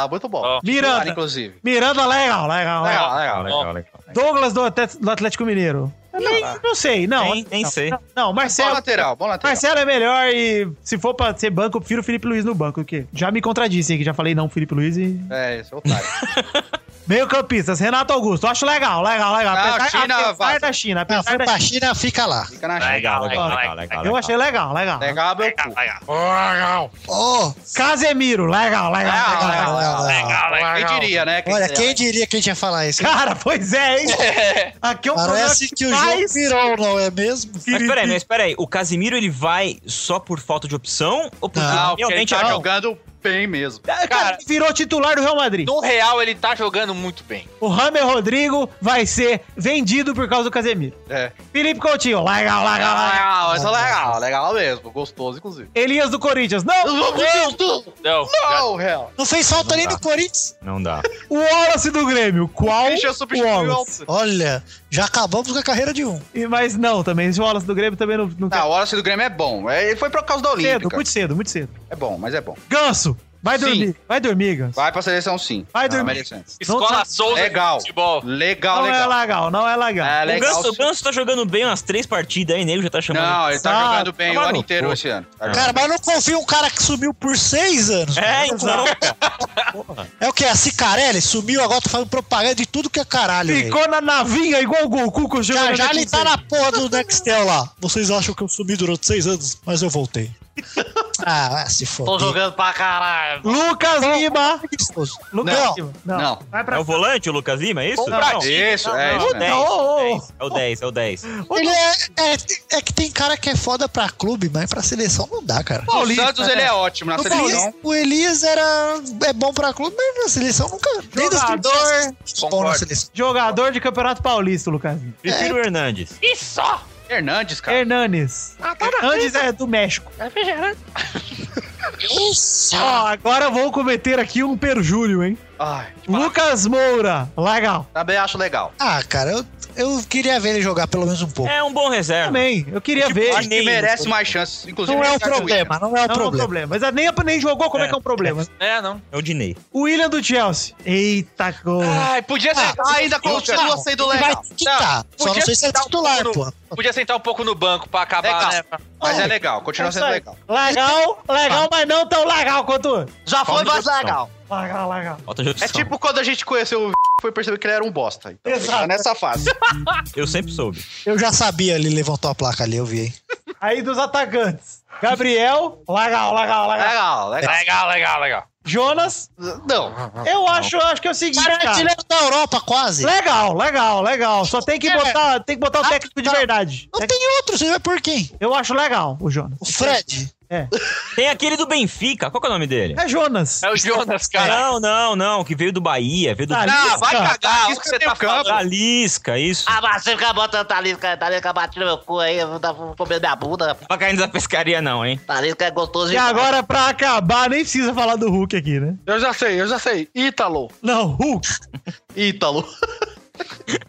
S11: ah, ah, muito bom.
S7: Ó.
S11: Titular,
S4: Miranda. é.
S11: Inclusive.
S4: Miranda, legal, legal, legal.
S11: Legal, legal,
S8: Legal,
S11: legal.
S8: legal.
S4: Douglas do Atlet- do Atlético Mineiro. Eu Nem, não sei, não.
S8: Nem- nem
S4: Não,
S8: sei.
S4: Não, não,
S11: Bom
S4: Marcelo.
S11: lateral, bom lateral.
S4: Marcelo é melhor e se for pra ser banco, eu prefiro o Felipe Luiz no banco. O quê? Já me contradisse aqui, já falei não, Felipe Luiz e.
S11: É, isso, otário.
S4: Meio campistas, Renato Augusto. Acho legal, legal, legal.
S5: Não,
S4: Apesar-
S5: China,
S4: apesar
S5: vaza.
S4: da China.
S5: Não,
S4: Apesar
S5: foi
S4: da
S5: pra China, fica lá.
S11: Fica na
S8: Legal, legal, legal, legal.
S4: Eu achei legal, legal.
S11: Legal, meu cu.
S4: Legal. Ô, Casemiro, legal, legal, legal, legal.
S11: Legal, legal. É, Quem diria, né?
S5: Olha, quem diria que a gente ia falar isso? hein?
S4: Cara, pois é, hein? Aqui é um
S5: Parece
S4: programa
S5: que o jogo
S4: faz-
S5: virou, não é mesmo?
S8: Mas peraí, mas peraí, o Casimiro ele vai só por falta de opção ou porque
S11: Não, porque ele
S8: realmente
S11: tá
S8: é bom?
S11: jogando bem mesmo.
S4: É, Cara, virou titular do Real Madrid.
S7: No Real, ele tá jogando muito bem.
S4: O Ramer Rodrigo vai ser vendido por causa do Casemiro.
S11: É.
S4: Felipe Coutinho, legal, legal, legal.
S11: Legal, isso é legal, legal mesmo. Gostoso, inclusive.
S4: Elias do Corinthians, não!
S7: Não,
S11: não, real.
S5: Não fez falta
S8: Não
S5: nem
S8: dá.
S5: no Corinthians.
S8: Não dá.
S4: O Wallace do Grêmio, qual?
S5: Christian substituiu o
S4: Wallace?
S5: Olha, já acabamos com a carreira de um.
S4: E, mas não, também. Esse Wallace do Grêmio também não. não
S11: Não, o Horace do Grêmio é bom. É, Ele foi por causa da Olímpica.
S4: cedo, muito cedo, muito cedo.
S11: É bom, mas é bom.
S4: Ganso, vai
S11: Sim.
S4: dormir, vai dormir, Ganso.
S11: Vai pra seleção sim.
S4: Vai
S11: Não,
S4: dormir.
S11: merece.
S7: Escola
S4: Não-
S7: Souza
S11: Legal.
S7: de futebol.
S11: Legal,
S4: não
S11: legal.
S4: é legal, não é legal.
S11: É
S8: O
S11: legal.
S8: Ganso, o Ganso tá jogando bem umas três partidas aí, nego já tá chamando.
S11: Não, ele tá
S8: Ah,
S11: jogando bem o
S8: tomar
S11: ano
S8: no
S11: inteiro
S8: cu.
S11: esse ano. Tá
S5: Cara, mas eu não confio em um cara que sumiu por seis anos.
S8: É,
S5: Eu
S8: então.
S5: falo, É o que? A Cicarelli sumiu, agora tá fazendo propaganda de tudo que é caralho. velho.
S4: Ficou na navinha igual o Goku com o
S5: Já,
S4: Júnior
S5: já
S4: Neto
S5: ele tá
S4: Cruzeiro.
S5: na porra do Nextel lá. Vocês acham que eu sumi durante seis anos, mas eu voltei. Ah, vai se
S14: Tô
S5: foda.
S14: jogando pra caralho.
S4: Lucas Lima!
S5: é
S4: Lucas
S11: Não,
S4: Lima.
S11: não.
S4: Vai pra
S8: É o volante, o Lucas Lima, é isso?
S11: Compradinho. Isso, é
S8: não,
S11: isso
S8: É o
S11: mesmo.
S8: 10,
S4: Ô, ô, ô.
S8: é o 10, é o 10.
S5: Ele é, é- é que tem cara que é foda pra clube, mas pra seleção não dá, cara.
S11: O Santos,
S7: né?
S11: ele é ótimo na
S5: O
S11: seleção.
S5: Elias, o Elias era, é bom pra clube, mas na seleção nunca. Nem dos times
S4: Jogador.
S5: que é bom na seleção.
S4: Jogador de Campeonato Paulista, Lucas.
S8: Prefiro o Hernandes.
S7: É. E só!
S11: Hernandes, cara.
S4: Hernanes.
S7: Ah, tá na
S4: Hernandes
S7: frente.
S4: é do México.
S7: Refrigerante.
S4: Ó, agora vou cometer aqui um perjúrio, hein?
S11: Ai, Tá
S4: Lucas Moura, legal.
S11: também acho legal.
S5: Ah, cara, eu, eu queria ver ele jogar pelo menos um pouco.
S8: É um bom reserva. Tipo,
S4: Também, eu queria ver. um
S11: Acho que
S8: nem-
S11: merece mais chances. Inclusive,
S5: não é o
S11: merece
S5: problema, não é o
S4: Não é um
S5: problema.
S4: problema. Mas a nem, nem jogou, como é,
S8: É.
S4: que é um problema?
S7: É, não.
S8: É o Dinei.
S4: O William do Chelsea. Eita, gol.
S7: Ai, podia
S5: Ah,
S7: sentar ainda com o
S5: podia-
S7: continua sendo
S5: Ele vai
S7: legal.
S4: tá,
S5: quitar. Só não
S7: podia
S5: sei se é
S7: sentar um
S5: titular,
S7: pouco
S5: pô.
S7: no- Podia sentar um pouco no banco pra acabar,
S11: Legal.
S7: né?
S11: Mas é
S5: Não.
S11: legal, continua
S4: É
S11: sendo
S4: isso aí.
S11: legal.
S4: Legal, legal,
S8: Tá.
S4: mas não tão legal quanto.
S14: Já foi
S8: Falta
S14: mais
S8: de opção.
S14: legal.
S4: Legal, legal.
S8: Falta de opção.
S11: É tipo quando a gente conheceu o foi perceber que ele era um bosta. Então,
S4: Exato.
S11: tá nessa fase.
S8: Eu sempre soube.
S5: Eu já sabia, ele levantou a placa ali, eu vi, hein.
S4: Aí dos atacantes. Gabriel, legal, legal, legal.
S11: Legal, legal.
S7: Legal, legal, legal.
S4: Jonas,
S11: Não.
S4: eu acho, eu acho que é o seguinte,
S5: Cara,
S4: cara.
S5: artilheiro da Europa, quase.
S4: Legal, legal, legal. Só tem que
S5: É.
S4: botar, tem que botar o técnico de
S5: tá.
S4: verdade.
S5: Não tem outro, você vai por quem?
S4: Eu acho legal o Jonas.
S5: O Fred.
S4: É.
S8: Tem aquele do Benfica, qual que é o nome dele?
S4: É Jonas.
S7: É o Jonas, cara.
S8: Não, não, não, que veio do Bahia, veio do
S4: Ah,
S8: Lisca.
S4: não,
S7: Ah, vai
S4: Lisca.
S7: cagar, isso que você tá falando.
S8: Da Lisca, isso.
S14: Ah, mas você fica botando talisca, talisca batendo meu cu aí, eu não tava comendo minha bunda.
S8: Não tá caindo da pescaria não, hein?
S14: Talisca é gostoso
S4: E agora,
S5: é.
S4: pra acabar, nem precisa falar do Hulk aqui, né?
S12: Eu já sei, eu já sei. Ítalo.
S4: Não, Hulk.
S11: Ítalo.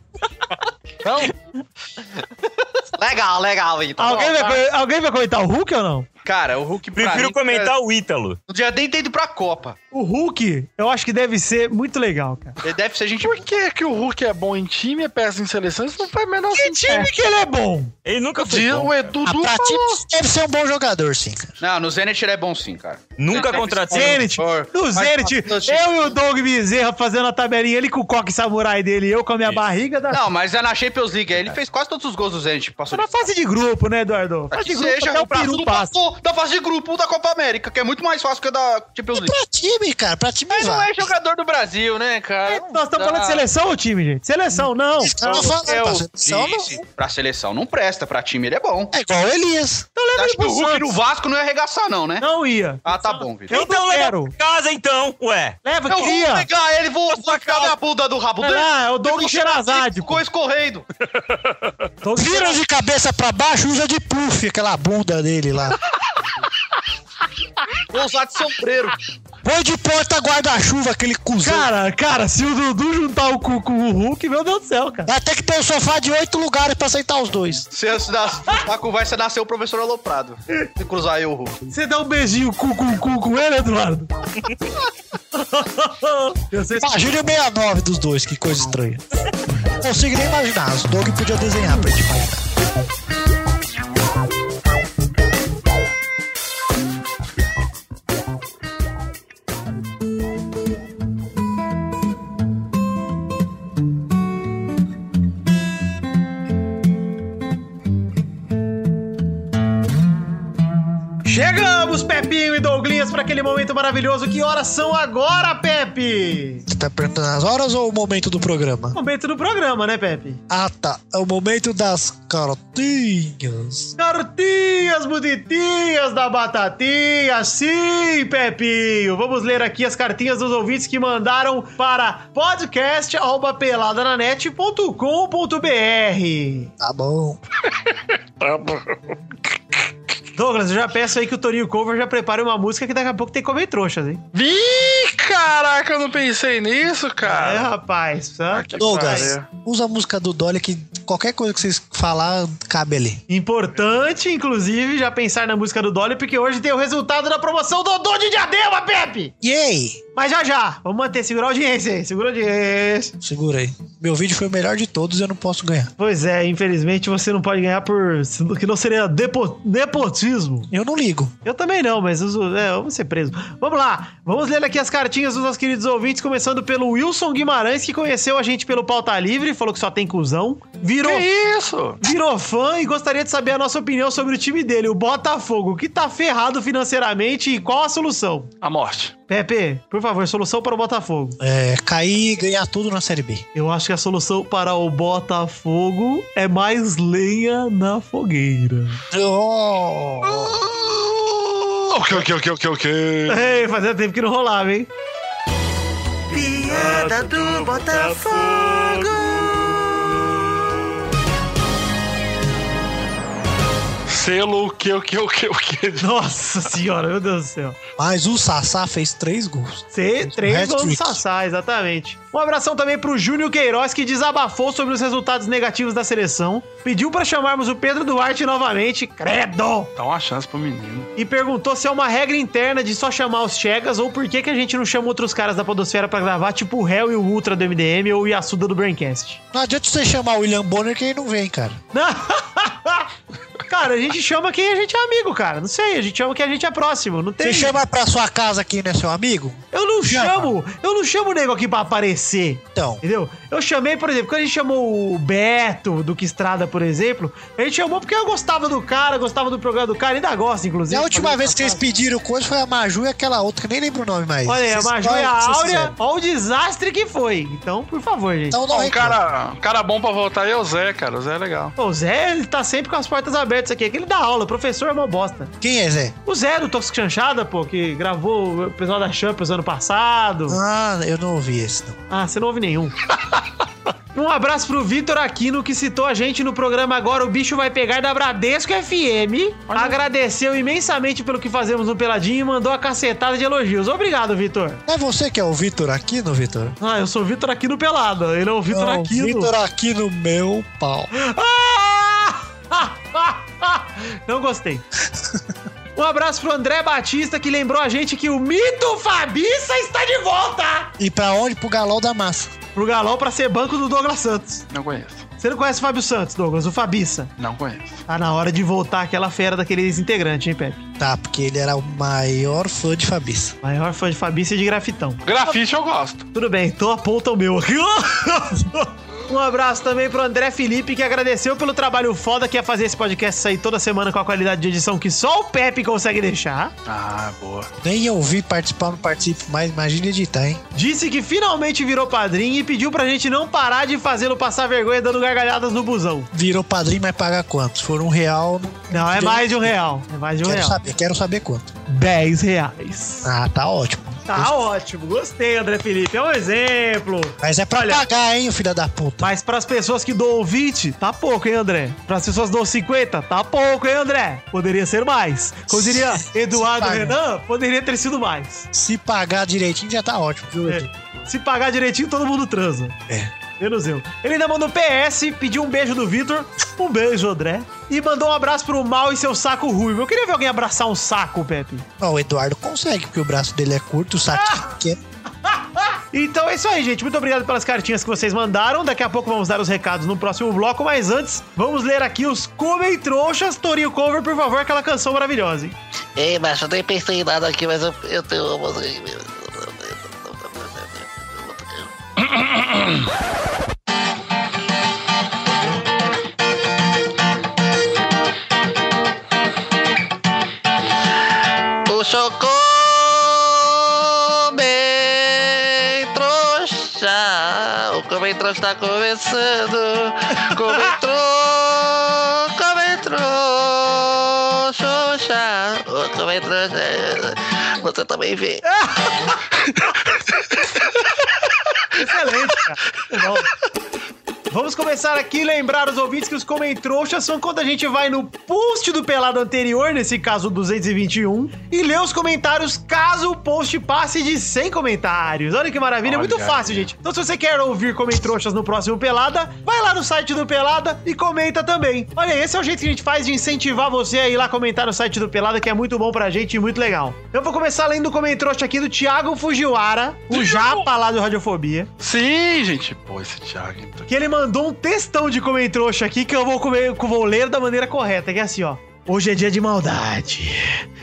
S14: Legal, legal, então.
S4: Alguém
S5: Tá.
S4: vai, co- alguém vai comentar o Hulk ou não?
S11: Cara, o Hulk pra
S8: Prefiro
S11: mim, é
S8: comentar o Ítalo.
S11: Não devia nem ter ido pra Copa.
S4: O Hulk, eu acho que deve ser muito legal, cara.
S11: Ele deve ser gente.
S12: Por que, que o Hulk é bom em time e é péssimo em seleção? Isso não faz o menor
S4: Que
S12: sentido.
S4: time que ele é bom?
S8: Ele nunca foi
S12: Diz
S8: bom.
S12: o Edu
S5: Ah,
S12: Du
S5: pra ti,
S12: falou.
S5: deve ser um bom jogador, sim, cara.
S11: Não, no Zenit ele é bom sim, cara.
S8: Nunca contratei.
S4: é Zenit,
S11: Por-
S4: no
S11: Mas-
S4: Zenit, eu e o Doug Bezerra fazendo a tabelinha, ele com o coque samurai dele e eu com a minha barriga da...
S11: Não, mas é na Champions League. Ele fez quase todos os gols do Zenit. Passou
S4: Na
S11: de...
S4: fase de grupo, né, Eduardo? Fase
S11: Que
S4: de grupo
S11: seja,
S7: um
S4: até o
S11: o Brasil
S4: um peru
S11: não
S4: passa.
S11: passou da fase de grupo da Copa América, que é muito mais fácil que a da Champions League.
S5: É Pra time, cara, pra time
S7: Mas não
S5: vai.
S7: é jogador do Brasil, né, cara?
S4: É, Nós estamos Tá
S11: Ah.
S4: falando de seleção ou time, gente? Seleção, não. é
S5: Isso que eu tô falando, pra seleção não-
S11: Disse, pra seleção não presta, pra time ele é bom.
S5: É igual o Elias.
S4: Então leva ele
S11: Acho que
S4: pro
S11: o Hulk no
S4: Santos.
S11: Vasco não ia arregaçar, não, né?
S4: Não ia.
S11: Ah, tá bom, Vitor.
S4: Eu
S8: Então
S4: não
S8: leva
S4: quero.
S8: pra casa então, ué.
S4: Leva,
S11: Eu vou
S4: queria.
S11: pegar ele, vou sacar minha bunda do rabo
S4: Olha
S11: dele.
S4: lá, é o Doug
S11: Ficou-
S4: Xerazade,
S11: Ficou
S4: pô.
S11: escorrendo.
S4: Doug
S5: Viram de cabeça pra baixo, usa de puff, aquela bunda dele lá.
S11: Vou usar de sombreiro.
S5: Põe de porta guarda-chuva, aquele cuzão.
S4: Cara, cara, se o Dudu juntar o cu com o Hulk, meu Deus do céu, cara.
S5: Vai ter que ter um sofá de oito lugares pra aceitar os dois.
S11: Se eu se dar- na conversa nasceu o professor Aloprado. Se cruzar eu o Hulk.
S4: Você dá um beijinho cu com cu com ele, Eduardo? Eu sei se...
S5: Imagine o 69 dos dois, que coisa estranha. Não consigo nem imaginar. O Doug podia desenhar pra gente imaginar.
S4: Chegamos, Pepinho e Douglas, para aquele momento maravilhoso. Que horas são agora, Pepe?
S5: Você tá perguntando as horas ou o momento do programa?
S4: Momento do programa, né, Pepe?
S5: Ah, tá. É o momento das cartinhas.
S4: Cartinhas bonitinhas da batatinha, sim, Pepinho. Vamos ler aqui as cartinhas dos ouvintes que mandaram para podcast@peladananet.com.br.
S5: Tá bom.
S12: tá bom.
S4: Douglas, eu já peço aí que o Toninho Cover já prepare uma música que daqui a pouco tem comer trouxas, hein?
S12: Vi, caraca, eu não pensei nisso, cara.
S4: É, rapaz.
S12: Ah, que
S5: Douglas,
S12: pariu.
S5: usa a música do Dolly que qualquer coisa que vocês falar cabe ali.
S4: Importante, inclusive, já pensar na música do Dolly, porque hoje tem o resultado da promoção Dodô de Diadema, Pepe!
S5: Yay!
S4: Mas já já, vamos manter, segura a audiência aí, segura a audiência.
S5: Segura aí. Meu vídeo foi o melhor de todos e eu não posso ganhar.
S4: Pois é, infelizmente você não pode ganhar por. que não seria depo- nepotismo.
S5: Eu não ligo.
S4: Eu também não, mas os- é, vamos ser presos. Vamos lá, vamos ler aqui as cartinhas dos nossos queridos ouvintes, começando pelo Wilson Guimarães, que conheceu a gente pelo Pauta Livre, falou que só tem cuzão, virou,
S12: Que isso?
S4: virou fã e gostaria de saber a nossa opinião sobre o time dele, o Botafogo, que tá ferrado financeiramente e qual a solução?
S12: A morte.
S4: Pepe, por favor, solução para o Botafogo.
S5: É, cair e ganhar tudo na Série B.
S4: Eu acho que a solução para o Botafogo é mais lenha na fogueira.
S5: Oh.
S12: O que, o que, o que, o que, o que?
S4: Ei, fazia tempo que não rolava, hein?
S1: Piada do Botafogo.
S12: Selo, o que, o que, o que, o que?
S4: Nossa senhora, meu Deus do céu.
S5: Mas o Sassá fez três gols.
S4: Cê, três gols do
S5: um Hat-trick.
S4: Sassá, exatamente. Um abração também pro Júnior Queiroz, que desabafou sobre os resultados negativos da seleção. Pediu pra chamarmos o Pedro Duarte novamente, credo!
S12: Dá uma chance pro menino.
S4: E perguntou se é uma regra interna de só chamar os Chegas ou por que, que a gente não chama outros caras da Podosfera pra gravar, tipo o Hell e o Ultra do MDM ou o Yasuda do Braincast.
S5: Não adianta você chamar o William Bonner que ele não vem, cara.
S4: Cara, a gente chama quem a gente é amigo, cara. Não sei, a gente chama quem a gente é próximo. Não tem.
S5: Você chama pra sua casa aqui, né, seu amigo?
S4: Eu não
S5: Chama.
S4: chamo, eu não chamo o nego aqui pra aparecer.
S5: Então.
S4: Entendeu? Eu chamei, por exemplo, quando a gente chamou o Beto do Que Estrada, por exemplo, a gente chamou porque eu gostava do cara, gostava do programa do cara, ainda gosta,
S5: E
S4: inclusive.
S5: a última
S4: Fazendo
S5: vez que vocês
S4: passagem.
S5: pediram coisa foi a Maju e aquela outra, que eu nem lembro o nome mais.
S4: Olha aí, a
S5: Vocês-
S4: Maju e a
S5: vocês
S4: Áurea,
S5: fizeram.
S4: olha o desastre que foi. Então, por favor, gente.
S5: Então não
S12: Bom, um
S5: reclama.
S12: cara, um cara bom pra voltar é o Zé, cara. O Zé é legal.
S4: Pô, o Zé, ele tá sempre com as portas abertas aqui. É que ele dá aula, professor é uma bosta.
S5: Quem é, Zé?
S4: O Zé do Toxic Chanchada, pô, que gravou o pessoal da Champions ano passado.
S5: Ah, eu não ouvi esse, não.
S4: Ah, você não ouve nenhum. Um abraço pro Vitor Aquino, que citou a gente no programa Agora o Bicho Vai Pegar da Bradesco FM. Agradeceu imensamente pelo que fazemos no Peladinho e mandou a cacetada de elogios. Obrigado, Vitor.
S5: Não é você que é o Vitor Aquino, Vitor?
S4: Ah, eu sou o Vitor Aquino Pelado. Ele é o Vitor
S5: Não,
S4: Aquino.
S5: Vitor Aquino, meu pau.
S4: Ah! Não gostei. Um abraço pro André Batista, que lembrou a gente que o mito Fabiça está de volta!
S5: E pra onde? Pro Galol da Massa.
S4: Pro Galol pra ser banco do Douglas Santos.
S12: Não conheço.
S4: Você não conhece o Fábio Santos, Douglas, o Fabiça.
S12: Não conheço.
S4: Tá na hora de voltar aquela fera daqueles integrantes, hein, Pepe?
S5: Tá, porque ele era o maior fã de Fabiça.
S4: Maior fã de Fabiça e de grafitão.
S12: Grafite eu gosto.
S4: Tudo bem, tô aponta o meu aqui. Um abraço também pro André Felipe, que agradeceu pelo trabalho foda que é fazer esse podcast sair toda semana com a qualidade de edição que só o Pepe consegue deixar.
S12: Ah, boa.
S5: Nem eu ouvi participar, não participo mais. Imagina editar, hein?
S4: Disse que finalmente virou padrinho e pediu pra gente não parar de fazê-lo passar vergonha dando gargalhadas no busão.
S5: Virou padrinho, mas pagar quanto? Se for um real, não
S4: Não, é
S5: Quero-
S4: mais de um real. É mais de um
S5: quero
S4: real.
S5: saber. Quero saber quanto.
S4: 10 reais.
S5: Ah, tá ótimo.
S4: Tá ótimo, gostei, André Felipe. É um exemplo.
S5: Mas é pra
S4: Olha-
S5: pagar, hein, filha da puta.
S4: Mas pras pessoas que doam 20, tá pouco, hein, André? Pras pessoas que doam 50, tá pouco, hein, André? Poderia ser mais. Como diria Eduardo
S5: Sim,
S4: Renan, poderia ter sido mais.
S5: Se pagar direitinho, já tá ótimo, viu, Edu?
S4: É, Se pagar direitinho, todo mundo transa.
S5: É.
S4: Menos eu. Ele ainda mandou PS, pediu um beijo do Vitor. Um beijo, André. E mandou um abraço pro Mal e seu saco ruivo. Eu queria ver alguém abraçar um saco, Pepe.
S5: Não, o Eduardo consegue, porque o braço dele é curto, o
S4: Ah!
S5: saco pequeno.
S4: Então é isso aí, gente. Muito obrigado pelas cartinhas que vocês mandaram. Daqui a pouco vamos dar os recados no próximo bloco, mas antes, vamos ler aqui os Comem Trouxas. Torinho Cover, por favor, aquela canção maravilhosa, hein?
S14: Ei, macho, eu nem pensei em nada aqui, mas eu, eu tenho uma música aqui.
S9: O Comentron
S14: tá
S9: está começando. Comentron, Comentron, Xuxa. O Comentron, é, você também vem.
S4: Ah, Excelente, cara. Bom. Vamos começar aqui a lembrar os ouvintes que os comentrouxas são quando a gente vai no post do pelado anterior, nesse caso 221, e lê os comentários caso o post passe de 100 comentários. Olha que maravilha, é muito
S16: Olha
S4: fácil,
S16: aí.
S4: gente. Então se você quer ouvir comentrouxas no próximo pelada, vai lá no site do pelada e comenta também. Olha, esse é o jeito que a gente faz de incentivar você a ir lá comentar no site do pelada, que é muito bom pra gente e muito legal. Eu vou começar lendo o comentrouxa aqui do Thiago Fujiwara, o japa lá do Radiofobia.
S12: Sim, gente. Pô, esse Thiago. hein?
S4: Que ele mandou um textão de comentrouxa aqui que eu vou, comer, que eu vou ler da maneira correta, que é assim, ó. Hoje é dia de maldade.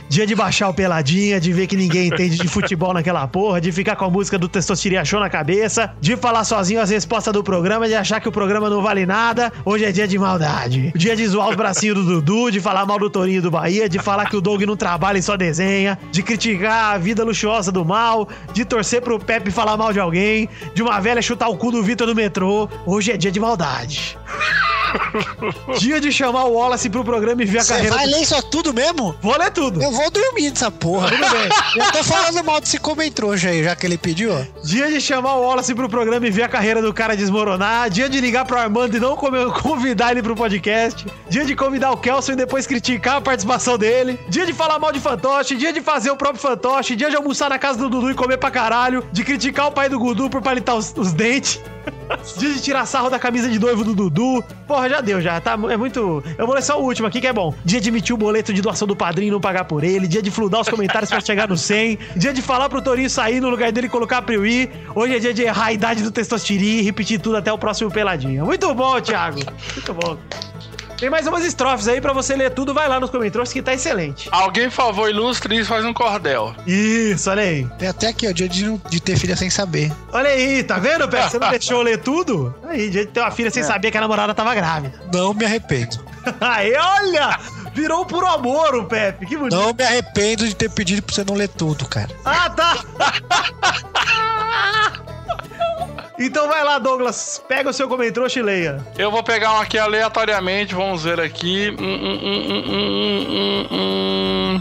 S4: Dia de baixar o peladinha, de ver que ninguém entende de futebol naquela porra, de ficar com a música do Testosteria Show na cabeça, de falar sozinho as respostas do programa, de achar que o programa não vale nada. Hoje é dia de maldade. Dia de zoar os bracinhos do Dudu, de falar mal do Torinho do Bahia, de falar que o Doug não trabalha e só desenha, de criticar a vida luxuosa do mal, de torcer pro Pepe falar mal de alguém, de uma velha chutar o cu do Vitor no metrô. Hoje é dia de maldade. Dia de chamar o Wallace pro programa e ver a
S5: Você
S4: carreira.
S5: vai
S4: do-
S5: ler isso é tudo mesmo?
S4: Vou ler tudo.
S5: Eu vou dormir dessa porra.
S4: Tudo bem.
S5: Eu tô falando mal desse comentrouxa aí, já que ele pediu, ó.
S4: Dia de chamar o Wallace pro programa e ver a carreira do cara desmoronar. Dia de ligar pro Armando e não come- convidar ele pro podcast. Dia de convidar o Kelson e depois criticar a participação dele. Dia de falar mal de fantoche. Dia de fazer o próprio fantoche. Dia de almoçar na casa do Dudu e comer pra caralho. De criticar o pai do Gudu por palitar os, os dentes. Dia de tirar sarro da camisa de noivo do Dudu. Porra, já deu, já. Tá, mu- é muito. Eu vou ler só o último aqui que é bom. Dia de emitir o boleto de doação do padrinho e não pagar por ele. Dia de fludar os comentários pra chegar no 100. Dia de falar pro Torinho sair no lugar dele e colocar a Priui. Hoje é dia de errar a idade do Testostiri e repetir tudo até o próximo Peladinha. Muito bom, Thiago. Muito bom. Tem mais umas estrofes aí pra você ler tudo. Vai lá nos comentários que tá excelente.
S12: Alguém, por favor, ilustre isso, faz um cordel.
S4: Isso, olha aí.
S5: Tem até aqui, ó, dia de, não- de ter filha sem saber.
S4: Olha aí, tá vendo, Pepe? Você não deixou eu ler tudo? Aí, dia de ter uma filha sem saber que a namorada tava grávida.
S5: Não me arrependo.
S4: Aí, olha! Virou por amor o Pepe, que bonito.
S5: Não me arrependo de ter pedido pra você não ler tudo, cara.
S4: Ah, tá! então vai lá, Douglas, pega o seu comentrouxa e leia.
S12: Eu vou pegar um aqui aleatoriamente, vamos ver aqui. Hum, hum, hum, hum, hum, hum, hum.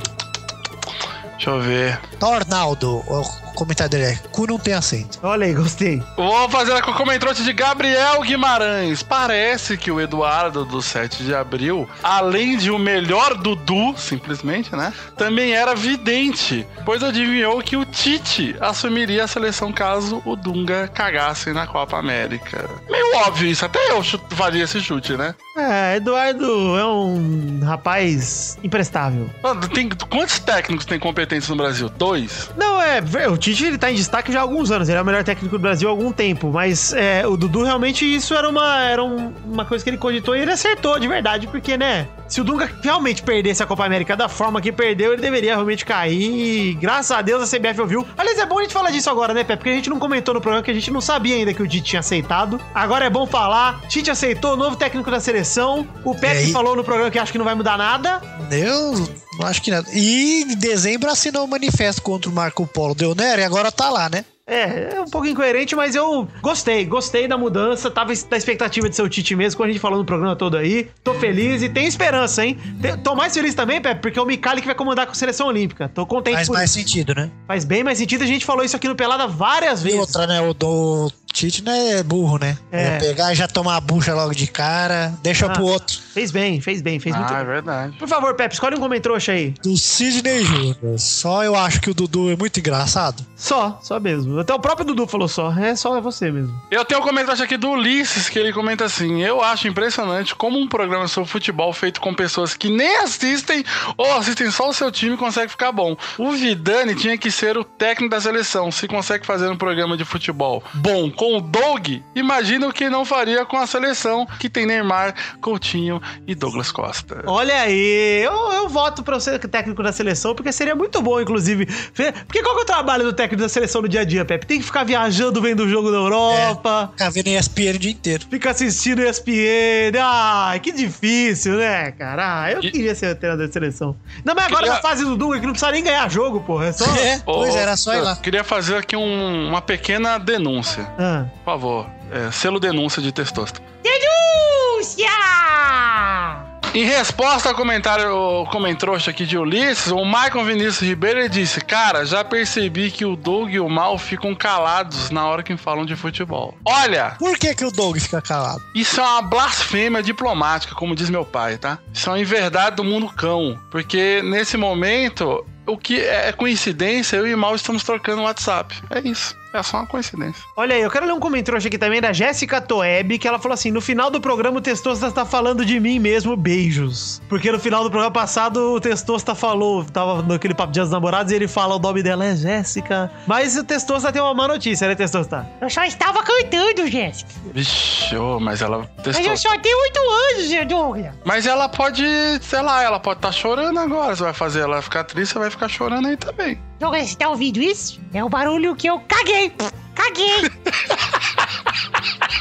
S12: Deixa eu ver.
S5: Tornaldo, ó, Tá, o comentário dele é: cu não tem acento.
S4: Olha aí, gostei.
S12: Vou fazer aqui o comentário de Gabriel Guimarães. Parece que o Eduardo do 7 de abril, além de o melhor Dudu, simplesmente, né? Também era vidente, pois adivinhou que o Tite assumiria a seleção caso o Dunga cagasse na Copa América. Meio óbvio isso, até eu chu- faria esse chute, né?
S4: É, Eduardo é um rapaz imprestável.
S12: Mano, tem, quantos técnicos tem competência no Brasil? Dois?
S4: Não, é, vê, o Tite ele tá em destaque já há alguns anos, ele é o melhor técnico do Brasil há algum tempo, mas é, o Dudu realmente isso era uma, era um- uma coisa que ele cogitou e ele acertou de verdade, porque, né, se o Dunga realmente perdesse a Copa América da forma que perdeu, ele deveria realmente cair e graças a Deus a CBF ouviu. Aliás, é bom a gente falar disso agora, né, Pepe, porque a gente não comentou no programa que a gente não sabia ainda que o Tite tinha aceitado, agora é bom falar, Tite aceitou, novo técnico da seleção, o Pepe falou no programa que acho que não vai mudar nada,
S5: Eu não acho que nada. E em dezembro assinou o manifesto contra o Marco Polo Deu Nero e agora tá lá, né?
S4: É, é um pouco incoerente, mas eu gostei, gostei da mudança, tava da expectativa de ser o Tite mesmo, como a gente falou no programa todo aí. Tô feliz e tenho esperança, hein? Te- Tô mais feliz também, Pepe, porque é o Micali que vai comandar com a seleção olímpica. Tô contente
S5: Faz
S4: por
S5: mais
S4: isso.
S5: sentido, né?
S4: Faz bem mais sentido, a gente falou isso aqui no Pelada várias
S5: E
S4: vezes.
S5: outra, né? O do Tite não é burro, né? É.
S4: É.
S5: pegar e já tomar a bucha logo de cara, deixa
S4: Ah,
S5: pro outro.
S4: Fez bem, fez bem, fez
S5: Ah,
S4: muito
S5: é
S4: bem.
S12: verdade.
S4: Por favor, Pepe, escolhe um comentrouxa aí.
S5: Do Sidney Júnior. Só eu acho que o Dudu é muito engraçado.
S4: Só, só mesmo. Até o próprio Dudu falou só. É só é você mesmo.
S12: Eu tenho um comentário aqui do Ulisses que ele comenta assim: Eu acho impressionante como um programa sobre futebol feito com pessoas que nem assistem ou assistem só o seu time consegue ficar bom. O Vidani tinha que ser o técnico da seleção. Se consegue fazer um programa de futebol bom com o Doug, imagina o que não faria com a seleção que tem Neymar, Coutinho e Douglas Costa.
S4: Olha aí, eu, eu voto pra você técnico da seleção, porque seria muito bom, inclusive. Fe- Porque qual que é o trabalho do técnico da seleção no dia a dia, Pepe? Tem que ficar viajando, vendo o jogo da Europa.
S5: É, Ficar vendo ESPN o dia inteiro.
S4: Ficar assistindo ESPN. Ai, que difícil, né, cara? Ah, eu queria ser treinador de seleção. Não, mas agora
S12: Queria-
S4: na fase do Dunga, que não precisa nem ganhar jogo, porra. É só...
S12: Ô, Queria fazer aqui um- uma pequena denúncia.
S4: Ah. Ah.
S12: Por favor, é, selo denúncia de testosta.
S16: Denúncia!
S12: Em resposta ao comentário, o comentrouxa aqui de Ulisses, o Maicon Vinícius Ribeiro ele disse: Cara, já percebi que o Doug e o Mal ficam calados na hora que falam de futebol. Olha!
S5: Por que, que o Doug fica calado?
S12: Isso é uma blasfêmia diplomática, como diz meu pai, tá? Isso é uma inverdade do mundo cão. Porque nesse momento, o que é coincidência, eu e o Mal estamos trocando WhatsApp. É isso. É só uma coincidência.
S4: Olha aí, eu quero ler um comentário aqui também da Jéssica Toeb, que ela falou assim: no final do programa o Testosta tá falando de mim mesmo, beijos. Porque no final do programa passado o Testosta falou, tava naquele papo de as namorados e ele fala o nome dela é Jéssica. Mas o Testosta tem uma má notícia, né, Testosta?
S16: Eu só estava cantando,
S4: Tá
S16: Jéssica.
S12: Vixe, ô, mas ela
S16: Mas
S12: testou.
S16: eu só tenho oito anos, Zé Douglas.
S12: Mas ela pode, sei lá, ela pode estar chorando agora. Você vai fazer ela ficar triste, você vai ficar chorando aí também.
S16: Douglas, você tá ouvindo isso? É o barulho que eu caguei. Caguei.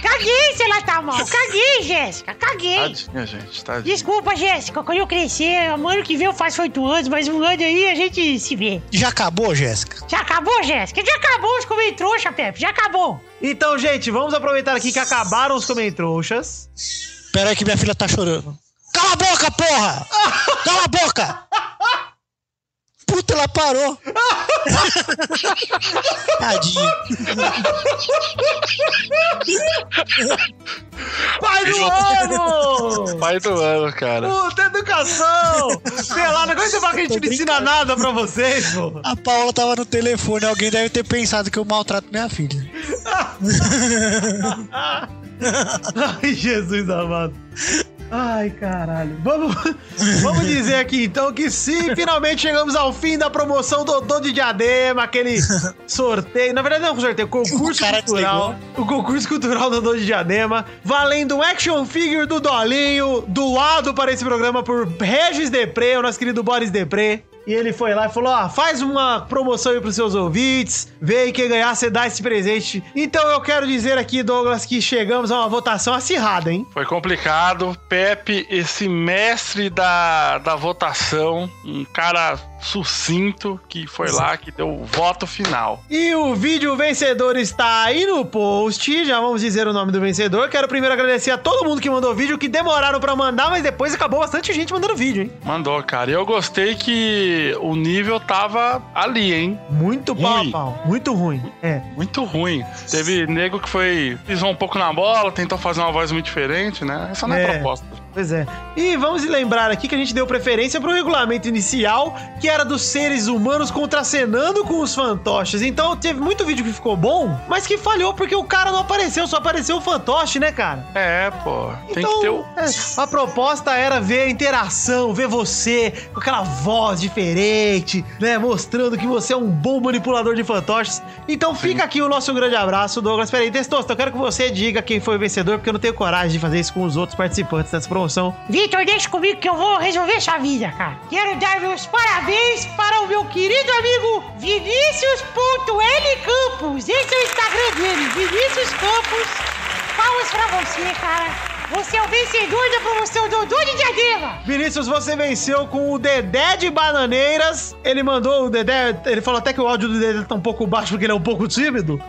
S16: caguei, se ela tá mal. Caguei, Jéssica.
S4: Tá
S16: Caguei.
S12: Tadinha, gente,
S16: tá
S12: tadinha.
S16: Desculpa, Jéssica. Quando eu crescer, um ano que vem eu faço oito anos, mas um ano aí a gente se vê.
S5: Já acabou, Jéssica?
S16: Já acabou, Jéssica? Já acabou os comentroxa, Pepe. Já acabou.
S4: Então, gente, vamos aproveitar aqui que acabaram os comentroxas.
S5: Pera aí que minha filha tá chorando. Cala a boca, porra! Cala a boca! Puta, ela parou. Tadinho.
S4: Pai
S12: um
S4: do ano!
S12: Pai do ano, cara.
S4: Puta educação! Pelada, como é que você fala que a gente não ensina nada pra vocês, pô?
S5: A Paula tava no telefone, alguém deve ter pensado que eu maltrato minha filha.
S4: Ai, Jesus amado. Ai, caralho. Vamos, vamos dizer aqui então que se finalmente chegamos ao fim da promoção Dodô de Diadema, aquele sorteio. Na verdade, não é um sorteio, concurso
S5: cara
S4: cultural. O concurso cultural Dodô de Diadema, valendo um action figure do Dolinho, doado para esse programa por Regis Depré, o nosso querido Boris Depré. E ele foi lá e falou: ó, faz uma promoção aí pros seus ouvintes, vê aí quem ganhar, você dá esse presente. Então eu quero dizer aqui, Douglas, que chegamos a uma votação acirrada, hein?
S12: Foi complicado. Pepe, esse mestre da, da votação, um cara sucinto que foi lá, que deu o voto final.
S4: E o vídeo vencedor está aí no post. Já vamos dizer o nome do vencedor. Quero primeiro agradecer a todo mundo que mandou vídeo, que demoraram pra mandar, mas depois acabou bastante gente mandando vídeo, hein?
S12: Mandou, cara. E eu gostei que o nível tava ali, hein?
S4: Muito pau a
S12: Ruim.
S4: pau. Muito ruim. É.
S12: Muito ruim. Teve nego que foi. pisou um pouco na bola, tentou fazer uma voz muito diferente, né? Essa não é,
S4: É.
S12: proposta.
S4: Pois é. E vamos lembrar aqui que a gente deu preferência pro regulamento inicial, que era dos seres humanos contracenando com os fantoches. Então teve muito vídeo que ficou bom, mas que falhou porque o cara não apareceu, só apareceu o fantoche, né, cara?
S12: É, pô. Tem
S4: Então,
S12: que ter o.
S4: é, a proposta era ver a interação, ver você com aquela voz diferente, né? Mostrando que você é um bom manipulador de fantoches. Então fica aqui o nosso grande abraço, Douglas. Peraí, Testosta, eu quero que você diga quem foi o vencedor, porque eu não tenho coragem de fazer isso com os outros participantes dessa promoção.
S16: Vitor, deixa comigo que eu vou resolver essa vida, cara. Quero dar meus parabéns para o meu querido amigo Vinícius.L Campos. Esse é o Instagram dele, Vinícius Campos. Palmas pra você, cara. Você é o vencedor da promoção Dodô de Diadema.
S4: Vinícius, você venceu com o Dedé de Bananeiras. Ele mandou o Dedé. Ele falou até que o áudio do Dedé tá um pouco baixo porque ele é um pouco tímido.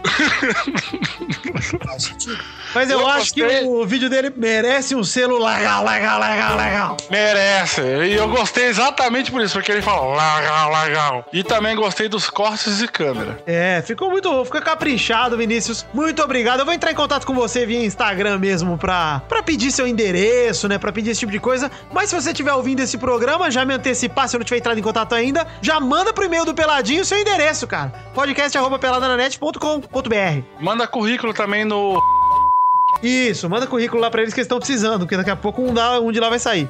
S4: Mas eu,
S12: Eu
S4: acho que
S12: gostei.
S4: o vídeo dele merece um selo legal, legal, legal, legal.
S12: Merece. E eu gostei exatamente por isso, porque ele fala legal, legal. E também gostei dos cortes de câmera.
S4: É, ficou muito bom, ficou caprichado, Vinícius. Muito obrigado. Eu vou entrar em contato com você via Instagram mesmo pra, pra pedir seu endereço, né? Pra pedir esse tipo de coisa. Mas se você estiver ouvindo esse programa, já me antecipar, se eu não tiver entrado em contato ainda, já manda pro e-mail do Peladinho seu endereço, cara. podcast.peladananet.com.br
S12: Manda currículo também no.
S4: Isso, manda currículo lá pra eles que eles estão precisando, porque daqui a pouco um, dá, um de lá vai sair.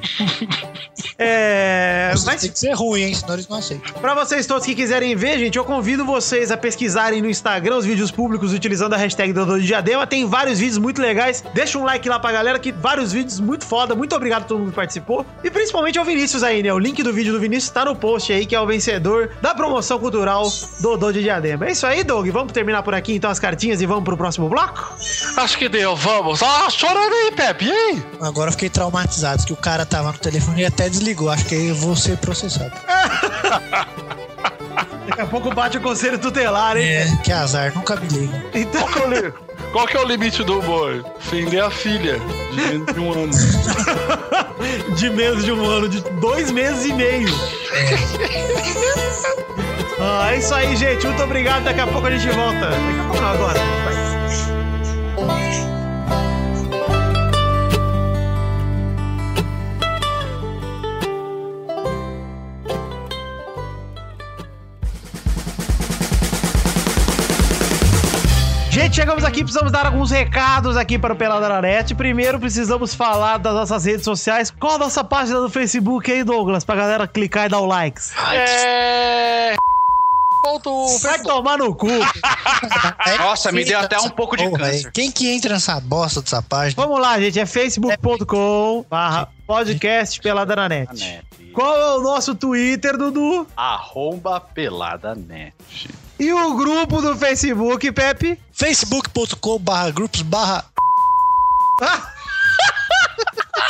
S4: é.
S5: Mas tem que ser ruim, hein? Senão eles não aceitam.
S4: Pra vocês todos que quiserem ver, gente, eu convido vocês a pesquisarem no Instagram os vídeos públicos utilizando a hashtag Dodô de Diadema. Tem vários vídeos muito legais. Deixa um like lá pra galera que vários vídeos muito foda. Muito obrigado a todo mundo que participou. E principalmente ao Vinícius aí, né? O link do vídeo do Vinícius tá no post aí, que é o vencedor da promoção cultural Dodô de Diadema. É isso aí, Doug. Vamos terminar por aqui então as cartinhas e vamos pro próximo bloco?
S12: Acho que deu, vamos. Ah, chorando aí, Pepe. E aí?
S5: Agora eu fiquei traumatizado, que o cara tava no telefone e até desligou. Acho que aí eu vou ser processado.
S4: Daqui a pouco bate o conselho tutelar, hein?
S5: É. Que azar, nunca me liga.
S4: Então,
S12: Qual que é o li- Qual que é o limite do humor? Ofender a filha de menos de um ano.
S4: de menos de um ano, de dois meses e meio. Ah, é isso aí, gente. Muito obrigado. Daqui a pouco a gente volta. Daqui a pouco não, agora. Gente, chegamos aqui, precisamos dar alguns recados aqui para o Peladranet. Primeiro, precisamos falar das nossas redes sociais. Qual a nossa página do Facebook aí, Douglas? Pra galera clicar e dar o likes.
S7: É. Ponto.
S4: Vai tomar no cu.
S5: é.
S11: Nossa, me deu até um pouco de
S5: Porra,
S11: câncer.
S5: é. Quem que entra nessa bosta dessa página?
S4: Vamos lá, gente. É facebook.com barra podcast Peladranet. Qual é o nosso Twitter, Dudu?
S6: Arromba pelada
S11: né?
S6: net.
S4: E o grupo do Facebook, Pepe?
S5: facebook.com barra grupos barra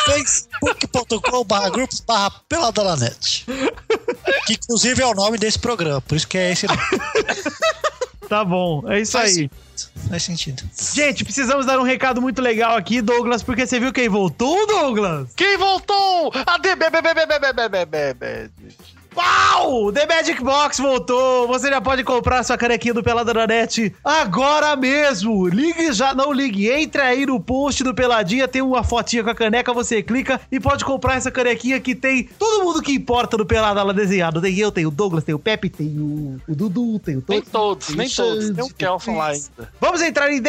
S5: facebook.com barra grupos barra peladalanet que inclusive é o nome desse programa por isso que é esse nome.
S4: Tá bom, é isso
S5: Faz
S4: aí.
S5: faz sentido
S4: Gente, precisamos dar um recado muito legal aqui, Douglas, porque você viu quem voltou, Douglas?
S6: Quem voltou? A DBBBBBBBBB.
S4: Pau! The Magic Box voltou! Você já pode comprar sua canequinha do Pelada na Net agora mesmo! Ligue já, não ligue, entra aí no post do Peladinha, tem uma fotinha com a caneca, você clica e pode comprar essa canequinha que tem todo mundo que importa do Pelada lá desenhado. Tem eu, tem o Douglas, tem o Pepe, tem o, o Dudu, tem o
S12: Nem
S4: Toto.
S12: todos, nem todos. Tem um
S4: Tem
S12: Kelson lá ainda.
S4: Vamos entrar em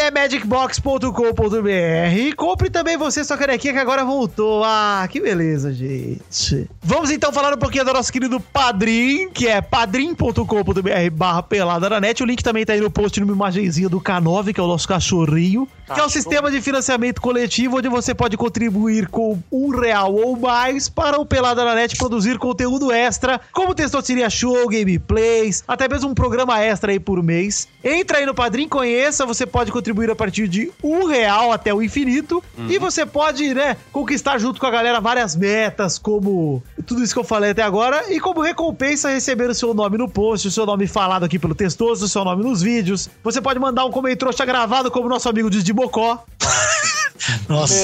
S4: TheMagicBox.com.br e compre também você sua canequinha que agora voltou. Ah, que beleza, gente. Vamos então falar um pouquinho do nosso querido Padrim, que é padrim.com.br barra pelada na net. O link também tá aí no post numa imagenzinha do K9, que é o nosso cachorrinho, que é o sistema de financiamento coletivo onde você pode contribuir com um real ou mais para o Pelada na Net produzir conteúdo extra, como Testosteria Show, gameplays, até mesmo um programa extra aí por mês. Entra aí no Padrim, conheça, você pode contribuir a partir de um real até o infinito e você pode, né, conquistar junto com a galera várias metas, como tudo isso que eu falei até agora, e como recompensa receber o seu nome no post, o seu nome falado aqui pelo Testoso, o seu nome nos vídeos. Você pode mandar um comentrouxa gravado, como nosso amigo diz de Mocó.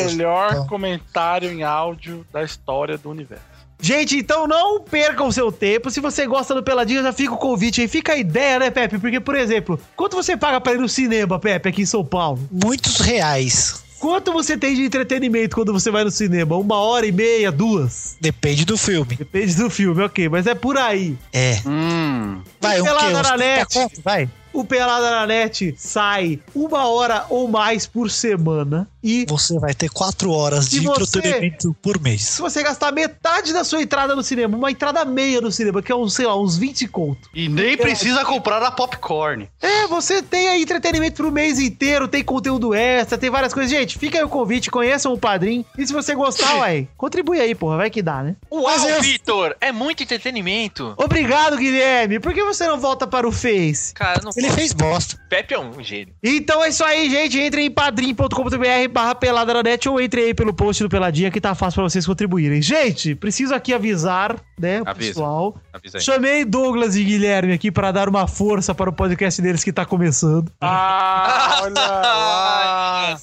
S12: Melhor comentário em áudio da história do universo.
S4: Gente, então não percam o seu tempo. Se você gosta do Peladinha, já fica o convite aí. Fica a ideia, né, Pepe? Porque, por exemplo, quanto você paga pra ir no cinema, Pepe, aqui em São Paulo?
S5: Muitos reais.
S4: Quanto você tem de entretenimento quando você vai no cinema? Uma hora e meia, duas?
S5: Depende do filme.
S4: Depende do filme, ok. Mas é por aí.
S5: É. Vai,
S4: o
S5: um
S4: Pelada
S5: quê? Uns
S4: na
S5: 30
S4: Net.
S5: conto, vai.
S4: O Pelada na Net sai uma hora ou mais por semana. E
S5: você vai ter quatro horas
S4: Se
S5: de
S4: você-
S5: entretenimento por mês
S4: Se você gastar metade da sua entrada no cinema, uma entrada meia no cinema, que é uns, sei lá, uns 20 conto.
S11: E nem precisa comprar a popcorn.
S4: É, você tem aí entretenimento pro mês inteiro, tem conteúdo extra, tem várias coisas. Gente, fica aí o convite, conheçam o Padrim. E se você gostar, uai, contribui aí, porra, vai que dá, né?
S7: Uau, Vitor! É muito entretenimento.
S4: Obrigado, Guilherme. Por que você não volta para o Face?
S7: Cara, eu não
S4: Ele
S7: posso.
S4: fez bosta.
S7: Pepe é um gênio.
S4: Então é isso aí, gente. Entre em padrim.com.br barra pelada na net ou entre aí pelo post do Peladinha que tá fácil pra vocês contribuírem. Gente, preciso aqui avisar, né, o
S11: Avisa.
S4: pessoal.
S11: Avisa aí.
S4: Chamei Douglas e Guilherme aqui pra dar uma força para o podcast deles que tá começando.
S12: Ah, olha lá.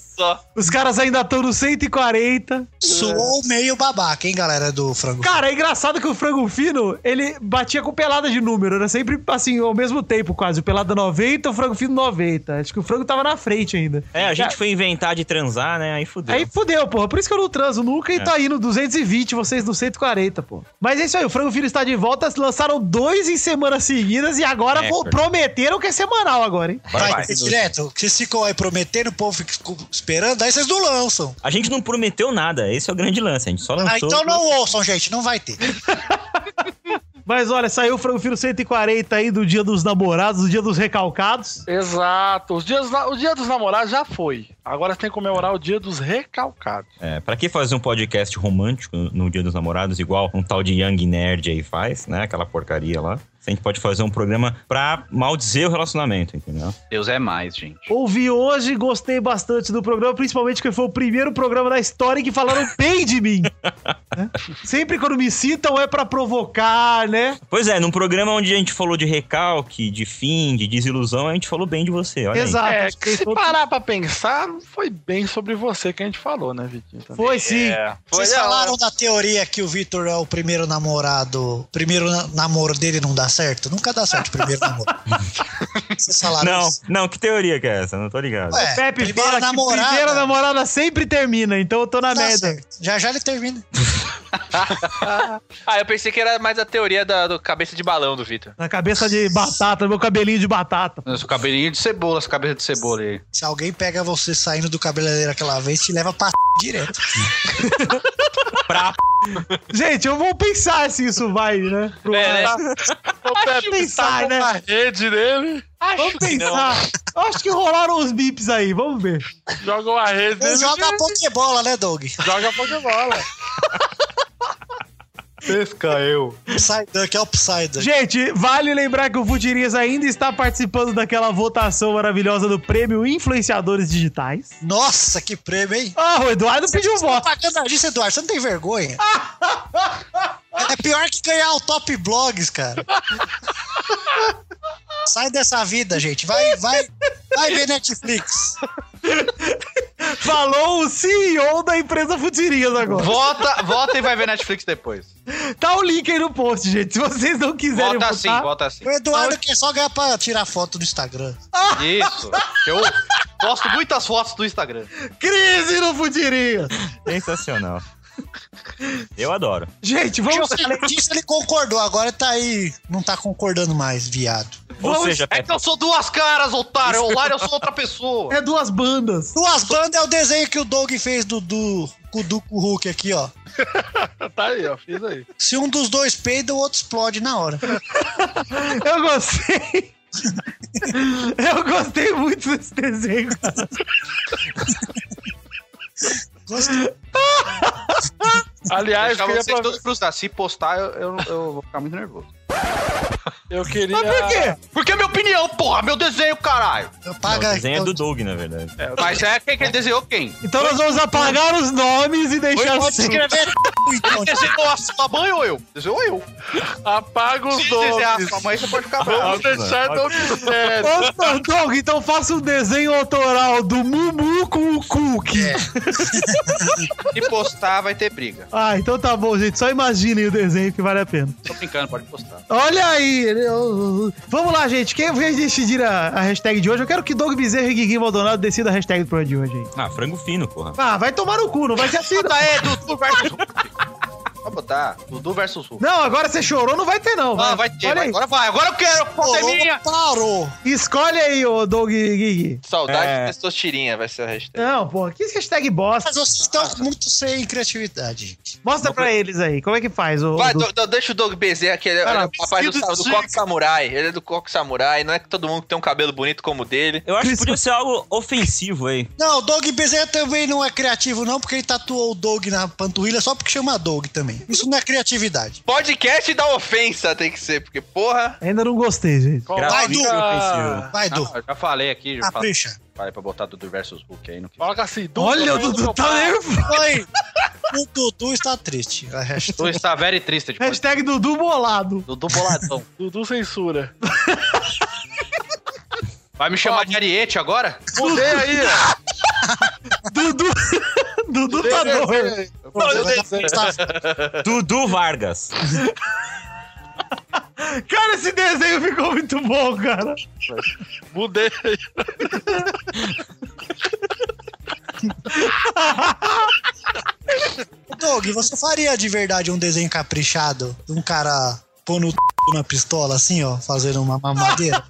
S4: Os caras ainda estão no 140.
S5: Suou
S7: É.
S5: meio babaca, hein, galera do frango.
S4: Cara, é engraçado que o frango fino, ele batia com pelada de número, era sempre assim, ao mesmo tempo quase. O pelada 90, o frango fino 90. Acho que o frango tava na frente ainda.
S8: É, a gente
S4: Cara,
S8: foi inventar de transar, né? Aí fudeu.
S4: Aí fudeu, porra. Por isso que eu não transo nunca e
S8: É.
S4: tá indo 220, vocês no 140, pô. Mas é isso aí, o Frango Filho está de volta. Lançaram dois em semanas seguidas e agora
S5: É,
S4: vo-
S5: cara.
S4: prometeram que é semanal agora, hein?
S5: Vai, vai. direto. Vocês ficam aí prometendo, o povo fica escu- esperando, aí vocês não lançam.
S8: A gente não prometeu nada, esse é o grande lance, a gente só lançou...
S5: Ah, então não ouçam, gente, não vai ter.
S4: Mas olha, saiu o Frango Filho 140 aí do dia dos namorados, do dia dos recalcados.
S12: Exato. Os dias, na- o dia dos namorados já foi. Agora tem que comemorar o dia dos recalcados.
S8: É, pra que fazer um podcast romântico no Dia dos Namorados, igual um tal de Young Nerd aí faz, né? Aquela porcaria lá. se a gente pode fazer um programa pra maldizer o relacionamento, entendeu?
S11: Deus é mais, gente.
S4: Ouvi hoje, gostei bastante do programa, principalmente que foi o primeiro programa da história em que falaram bem de mim. Né? Sempre quando me citam é pra provocar, né?
S8: Pois é, num programa onde a gente falou de recalque, de fim, de desilusão, a gente falou bem de você, olha aí.
S4: Exato.
S12: É, que se parar pra pensar, não foi bem sobre você que a gente falou, né, Vitinho? também.
S4: Foi sim.
S5: Vocês falaram da teoria que o Vitor é o primeiro namorado. O primeiro na- namoro dele não dá certo? Nunca dá certo o primeiro namoro. Vocês falaram
S8: Não,
S5: isso.
S8: não, que teoria que é essa? Não tô ligado.
S5: Ué,
S4: Pepe
S5: primeira
S4: fala
S5: namorada.
S4: que primeira namorada sempre termina, então eu tô na
S5: Dá
S4: merda.
S5: certo. Já já ele termina.
S7: ah, eu pensei que era mais a teoria da, do cabeça de balão do Vitor.
S4: Na cabeça de batata, meu cabelinho de batata.
S11: Nossa, o cabelinho de cebola, essa cabeça de cebola aí.
S5: Se alguém pega você saindo do cabeleireiro aquela vez, te leva pra direto.
S4: Gente, eu vou pensar
S5: assim.
S4: se isso vai, né? Pro
S7: É, né?
S4: Vamos pensar, né?
S12: rede dele,
S4: Vamos pensar. Acho que rolaram os bips aí, vamos ver.
S12: joga uma rede
S5: Ele
S12: dele.
S5: joga a pokebola, né, Doug?
S12: Joga Pokébola. Pesca eu.
S5: Psyduck é o Psyduck.
S4: Gente, vale lembrar que o Futirinhas ainda está participando daquela votação maravilhosa do prêmio Influenciadores Digitais.
S5: Nossa, que prêmio, hein?
S4: Ah, o Eduardo pediu um voto.
S5: Propagandista, Eduardo, você não tem vergonha? é pior que ganhar o Top Blogs, cara. Sai dessa vida, gente. Vai, vai, vai ver Netflix.
S4: Falou o CEO da empresa Futirinhas agora.
S11: Vota, vota e vai ver Netflix depois.
S4: Tá o link aí no post, gente. Se vocês não quiserem
S11: Vota
S4: votar...
S11: sim, vota sim.
S5: O Eduardo quer só ganhar pra tirar foto do Instagram.
S11: Isso. Eu posto muitas fotos do Instagram.
S4: Crise no Futirinhas!
S8: Sensacional. Eu adoro.
S4: Gente,
S5: vamos... Disso ele concordou, agora tá aí... Não tá concordando mais, viado.
S8: Ou seja,
S11: É que eu sou duas caras, otário. Online eu sou outra pessoa.
S4: É duas bandas.
S5: Duas bandas é o desenho que o Doug fez do, do, com o do com o Hulk aqui, ó.
S12: Tá aí, ó. Fiz aí.
S5: Se um dos dois peida, o outro explode na hora.
S4: Eu gostei. Eu gostei muito desse desenho. cara.
S12: Aliás,
S11: eu
S12: queria
S11: vocês
S12: pra-
S11: todos frustrados. Se postar, eu, eu, eu vou ficar muito nervoso.
S12: eu queria.
S11: Mas por quê? Porque é minha opinião, porra. Meu desenho, caralho.
S8: Não, o desenho é do Doug, na verdade.
S11: Mas é quem que desenhou quem?
S4: Então nós vamos apagar os nomes e deixar assim.
S11: Pode escrever. Quem desenhou a sua mãe ou eu? Desenhou eu.
S12: Apaga os
S11: Se
S12: nomes.
S11: desenhar a sua mãe, você pode ficar bravo.
S12: Vamos deixar Doug
S11: É.
S12: sério.
S4: Ô, Doug, então faça um desenho autoral do Mumu com o Cookie.
S11: É. Se postar, vai ter briga.
S4: Ah, então tá bom, gente. Só imaginem o desenho que vale a pena.
S11: Tô brincando, pode postar.
S4: Olha aí! eu- Vamos lá, gente. Quem vai decidir a, a hashtag de hoje? Eu quero que Doug Bezerra e Guiguinho Maldonado decidam a hashtag pro de hoje. aí.
S8: Ah, frango fino, porra.
S4: Ah, vai tomar no cu, não vai ser assim. não.
S11: Tá, é Dudu versus Hulk. Pode botar. Dudu versus Hulk.
S4: Não, agora você chorou, não vai ter, não.
S11: Ah, vai ter.
S4: Olha
S11: vai.
S4: aí.
S11: Agora vai. Agora eu quero. a foto é minha.
S5: Parou!
S4: Escolhe aí, ô Doug Gig.
S7: Saudade de testostirinha vai ser a hashtag.
S4: Não, pô, que hashtag bosta.
S5: Mas vocês estão muito sem criatividade, gente.
S4: Mostra pra eles aí, como é que faz, ô.
S7: Vai,
S4: Doug?
S7: do- do- deixa o Doug Bezerra, que ele,
S4: Cara,
S7: ele é o papai do,
S4: vestido
S7: do
S4: de
S7: Coque Samurai. Ele é do Coque Samurai. Não é que todo mundo tem um cabelo bonito como o dele.
S8: Eu acho que podia ser algo ofensivo aí.
S5: Não, o Doug Bezerra também não é criativo, não, porque ele tatuou o Doug na panturrilha só porque chama Doug também. Isso não é criatividade.
S7: Podcast da ofensa tem que ser, porque, porra.
S4: Ainda não gostei, gente.
S11: assim,
S5: Vai,
S8: Gratuito
S5: Du!
S8: e ofensivo.
S5: Vai, Du.
S11: Ah, já falei aqui. Já falei,
S5: Capricha.
S11: falei pra botar Dudu versus Hulk aí. No que...
S12: Coloca assim, Dudu.
S4: Olha, o
S12: versus
S4: Dudu tá
S12: Hulk.
S4: nervoso.
S5: Oi! O Dudu está triste. A hashtag-
S11: Dudu está very triste. Tipo,
S4: Hashtag Dudu bolado.
S11: Dudu boladão.
S12: Dudu censura.
S11: Vai me chamar de Ariete agora?
S12: Mudei aí, ó.
S4: Dudu. Dudu tá doido.
S12: Eu mudei o desenho.
S8: Dudu Vargas.
S4: Cara, esse desenho ficou muito bom, cara.
S12: Mudei.
S5: Doug, você faria de verdade um desenho caprichado de um cara pondo o t... na pistola, assim, ó, fazendo uma mamadeira?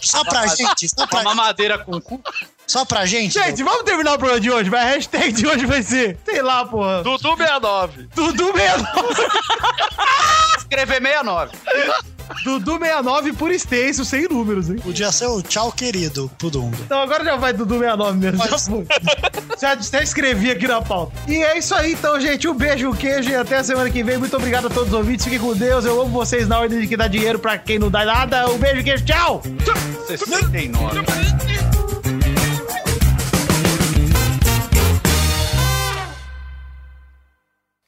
S5: Só pra gente, só
S11: Uma
S5: pra,
S11: mamadeira com cu.
S5: só pra gente.
S4: Gente, vamos terminar o programa de hoje, vai. A hashtag de hoje vai ser, sei lá, porra.
S12: Dudu 69.
S4: Dudu mesmo.
S11: Escrever 69.
S4: Dudu69 por extenso, sem números, hein?
S5: Podia ser o tchau querido pro Dunga.
S4: Então agora já vai Dudu69 mesmo, já foi. já até escrevi aqui na pauta. E é isso aí, então, gente. Um beijo, um queijo e até a semana que vem. Muito obrigado a todos os ouvintes. Fiquem com Deus. Eu amo vocês na ordem de que dá dinheiro pra quem não dá nada. Um beijo, queijo, tchau!
S11: 69.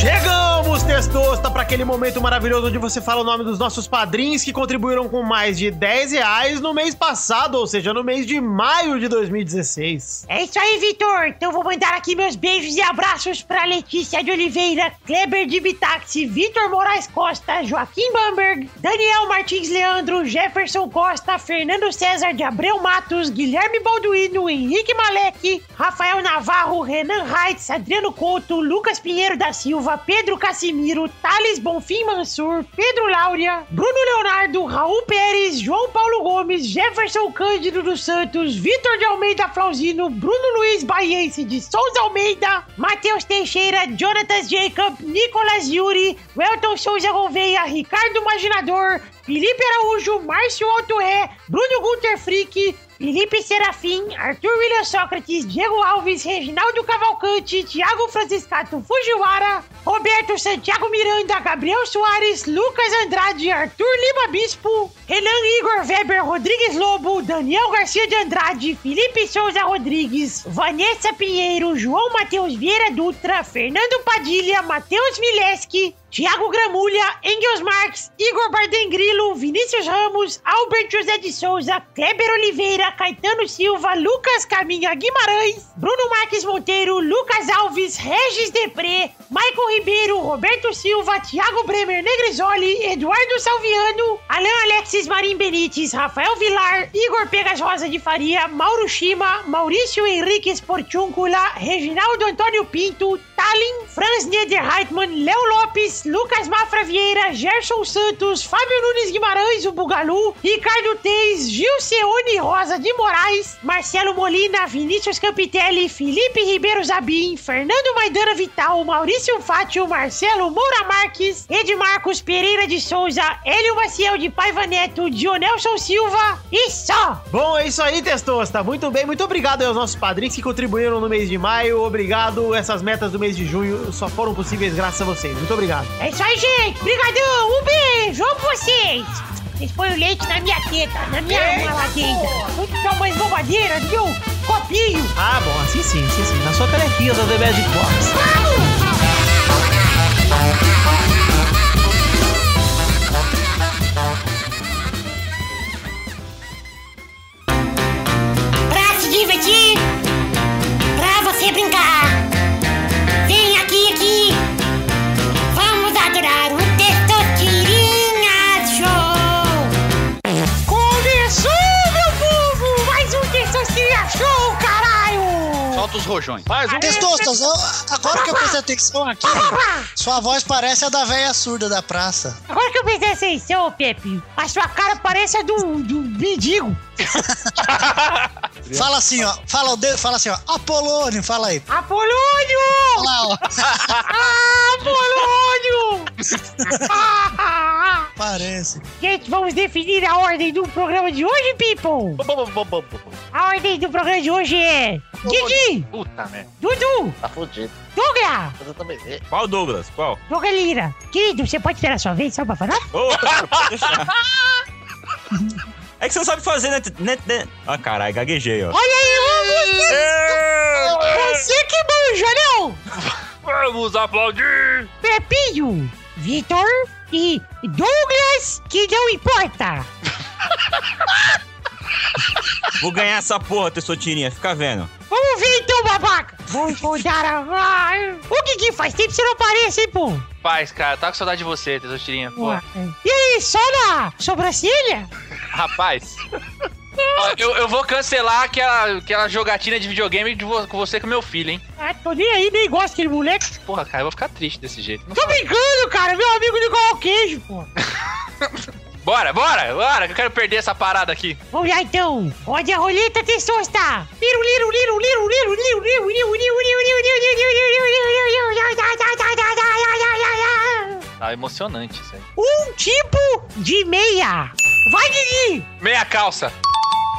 S4: Chegamos, Testosta, para aquele momento maravilhoso onde você fala o nome dos nossos padrinhos que contribuíram com mais de 10 reais no mês passado, ou seja, no mês de maio de 2016.
S16: É isso aí, Vitor. Então vou mandar aqui meus beijos e abraços para Letícia de Oliveira, Kleber de Bitaxi, Vitor Moraes Costa, Joaquim Bamberg, Daniel Martins Leandro, Jefferson Costa, Fernando César de Abreu Matos, Guilherme Balduino, Henrique Malek, Rafael Navarro, Renan Reitz, Adriano Couto, Lucas Pinheiro da Silva, Pedro Casimiro, Thales Bonfim Mansur, Pedro Láurea, Bruno Leonardo, Raul Pérez, João Paulo Gomes, Jefferson Cândido dos Santos, Vitor de Almeida Flauzino, Bruno Luiz Baiense de Souza Almeida, Matheus Teixeira, Jonathan Jacob, Nicolas Yuri, Welton Souza Gouveia, Ricardo Maginador, Felipe Araújo, Márcio Altoé, Bruno Gunter Frick, Felipe Serafim, Arthur William Sócrates, Diego Alves, Reginaldo Cavalcante, Thiago Franciscato Fujiwara, Roberto Santiago Miranda, Gabriel Soares, Lucas Andrade, Arthur Lima Bispo, Renan Igor Weber Rodrigues Lobo, Daniel Garcia de Andrade, Felipe Souza Rodrigues, Vanessa Pinheiro, João Matheus Vieira Dutra, Fernando Padilha, Matheus Mileski, Tiago Gramulha, Engels Marx, Igor Bardem Grilo, Vinícius Ramos, Albert José de Souza, Kleber Oliveira, Caetano Silva, Lucas Caminha Guimarães, Bruno Marques Monteiro, Lucas Alves, Regis Depré, Maicon Ribeiro, Roberto Silva, Tiago Bremer Negrisoli, Eduardo Salviano, Alan Alexis Marim Benites, Rafael Vilar, Igor Pegas Rosa de Faria, Mauro Shima, Maurício Henrique Sportúncula, Reginaldo Antônio Pinto, Tallin, Franz Niederreitmann, Léo Lopes, Lucas Mafra Vieira, Gerson Santos, Fábio Nunes Guimarães, o Bugalu, Ricardo Teis, Gil Ceone Rosa de Moraes, Marcelo Molina, Vinícius Campitelli, Felipe Ribeiro Zabim, Fernando Maidana Vital, Maurício Fátio, Marcelo Moura Marques, Edmarcos Pereira de Souza, Hélio Maciel de Paiva Neto, Dionelson Silva e só!
S4: Bom, é isso aí, Testosta. Muito bem, muito obrigado aos nossos padrinhos que contribuíram no mês de maio. Obrigado. Essas metas do mês de junho só foram possíveis graças a vocês. Muito obrigado.
S16: É isso aí, gente! Brigadão! Um beijo! Amo vocês! Vocês põem o leite na minha teta, na minha
S4: Eita,
S16: alma lá dentro. Muito são mais bobadeiras, viu? Copinho!
S4: Ah, bom, assim sim, assim sim. Na sua telequinha da The Magic Box.
S16: Pra se divertir, pra você brincar. Vem aqui, aqui. Vamos adorar o Testosterinha Show. Começou, meu povo, mais um Testosterinha Show, caralho.
S11: Solta os rojões.
S5: Mas um... Testostas, eu- agora que eu prestei atenção aqui, sua voz parece a da velha surda da praça.
S16: Agora que eu prestei atenção, Pepe, a sua cara parece a do, do mendigo.
S5: Fala assim, ó. Fala, o dedo, fala assim, ó. Apolônio, fala aí.
S16: Apolônio!
S5: Fala, ó.
S16: Apolônio! Ah!
S5: Parece.
S16: Gente, vamos definir a ordem do programa de hoje, people! A ordem do programa de hoje é... Didi!
S7: Puta merda.
S16: Dudu!
S9: Tá fudido.
S16: Douglas!
S9: Eu também vi.
S8: Qual, Douglas? Qual?
S16: Douglas Lira! Querido, você pode esperar a sua vez só pra falar?
S8: Ô, pode deixar. É que você não sabe fazer, né? né, né. Ah, caralho, gaguejei, ó.
S16: Olha aí, ô, você... Você que manja, não!
S1: É, Vamos aplaudir!
S16: Pepinho, Vitor e Douglas, que não importa!
S8: Vou ganhar essa porra, tessotirinha, fica vendo.
S16: Vamos ver então, babaca! Vamos mudar a... Ah, O que que faz tempo que você não aparece, hein, pô?
S7: Paz, cara, tá com saudade de você, tesourinha. Pô,
S16: Ué. E aí, só na sobrancelha?
S7: rapaz. Ó, Eu, eu vou cancelar aquela, aquela jogatina de videogame de vo- com você e com meu filho, hein?
S16: Ah, tô nem aí, nem gosto daquele moleque.
S7: Porra, cara, eu vou ficar triste desse jeito. Não
S16: Tô
S7: fala.
S16: brincando, cara, meu amigo Nicolau Queijo, pô.
S7: Bora, bora, bora, que eu quero perder essa parada aqui.
S16: Vamos lá então. Olha a roleta testosta. Liru, liru, liru, liru, liru, liru, liru, liru, liru, liru, liru, liru, liru, liru, liru, liru.
S7: Tá emocionante isso aí.
S16: Um tipo de meia. Vai, Didi.
S7: Meia calça.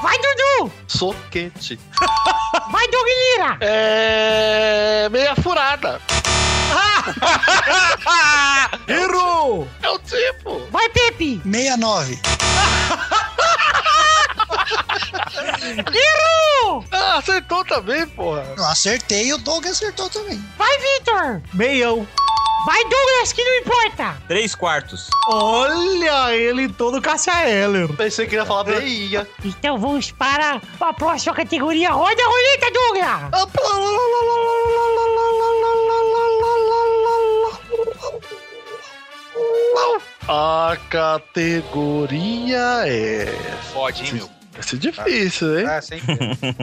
S16: Vai, Dudu.
S11: Soquete.
S16: Vai, Doguilira.
S12: É. meia furada.
S4: Errou!
S12: É o tipo.
S16: Vai, Pepe.
S5: 69.
S16: Liru!
S12: Ah, acertou também, porra.
S5: Eu acertei e o Doug acertou também.
S16: Vai, Vitor.
S4: Meião.
S16: Vai, Douglas, que não importa.
S8: Três quartos.
S4: Olha ele todo Cassia Heller.
S11: Pensei que ia falar meia.
S16: Então vamos para a próxima categoria. Roda a roleta, Douglas.
S12: A categoria é.
S7: Pode, hein, meu?
S12: Vai ser difícil, hein?
S11: Ah, sempre.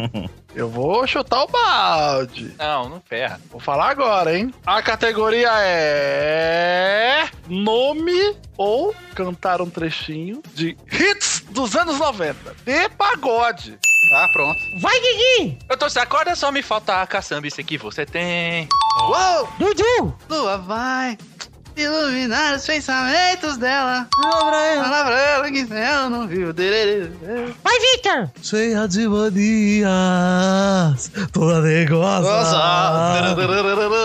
S12: Eu vou chutar o balde.
S7: Não, não ferra.
S12: Vou falar agora, hein? A categoria é. Nome ou cantar um trechinho de hits dos anos 90. De pagode.
S11: Ah, pronto.
S16: Vai, Didi.
S7: Eu tô acorda só me falta a caçamba, isso aqui você tem.
S11: Uou!
S16: Dudu.
S11: Lua vai iluminar os pensamentos dela. Fala pra ela, fala pra ela que sem
S9: É,
S11: ela não viu.
S16: Vai, Vitor.
S2: Cheia de manias, toda negócio.
S11: Oh,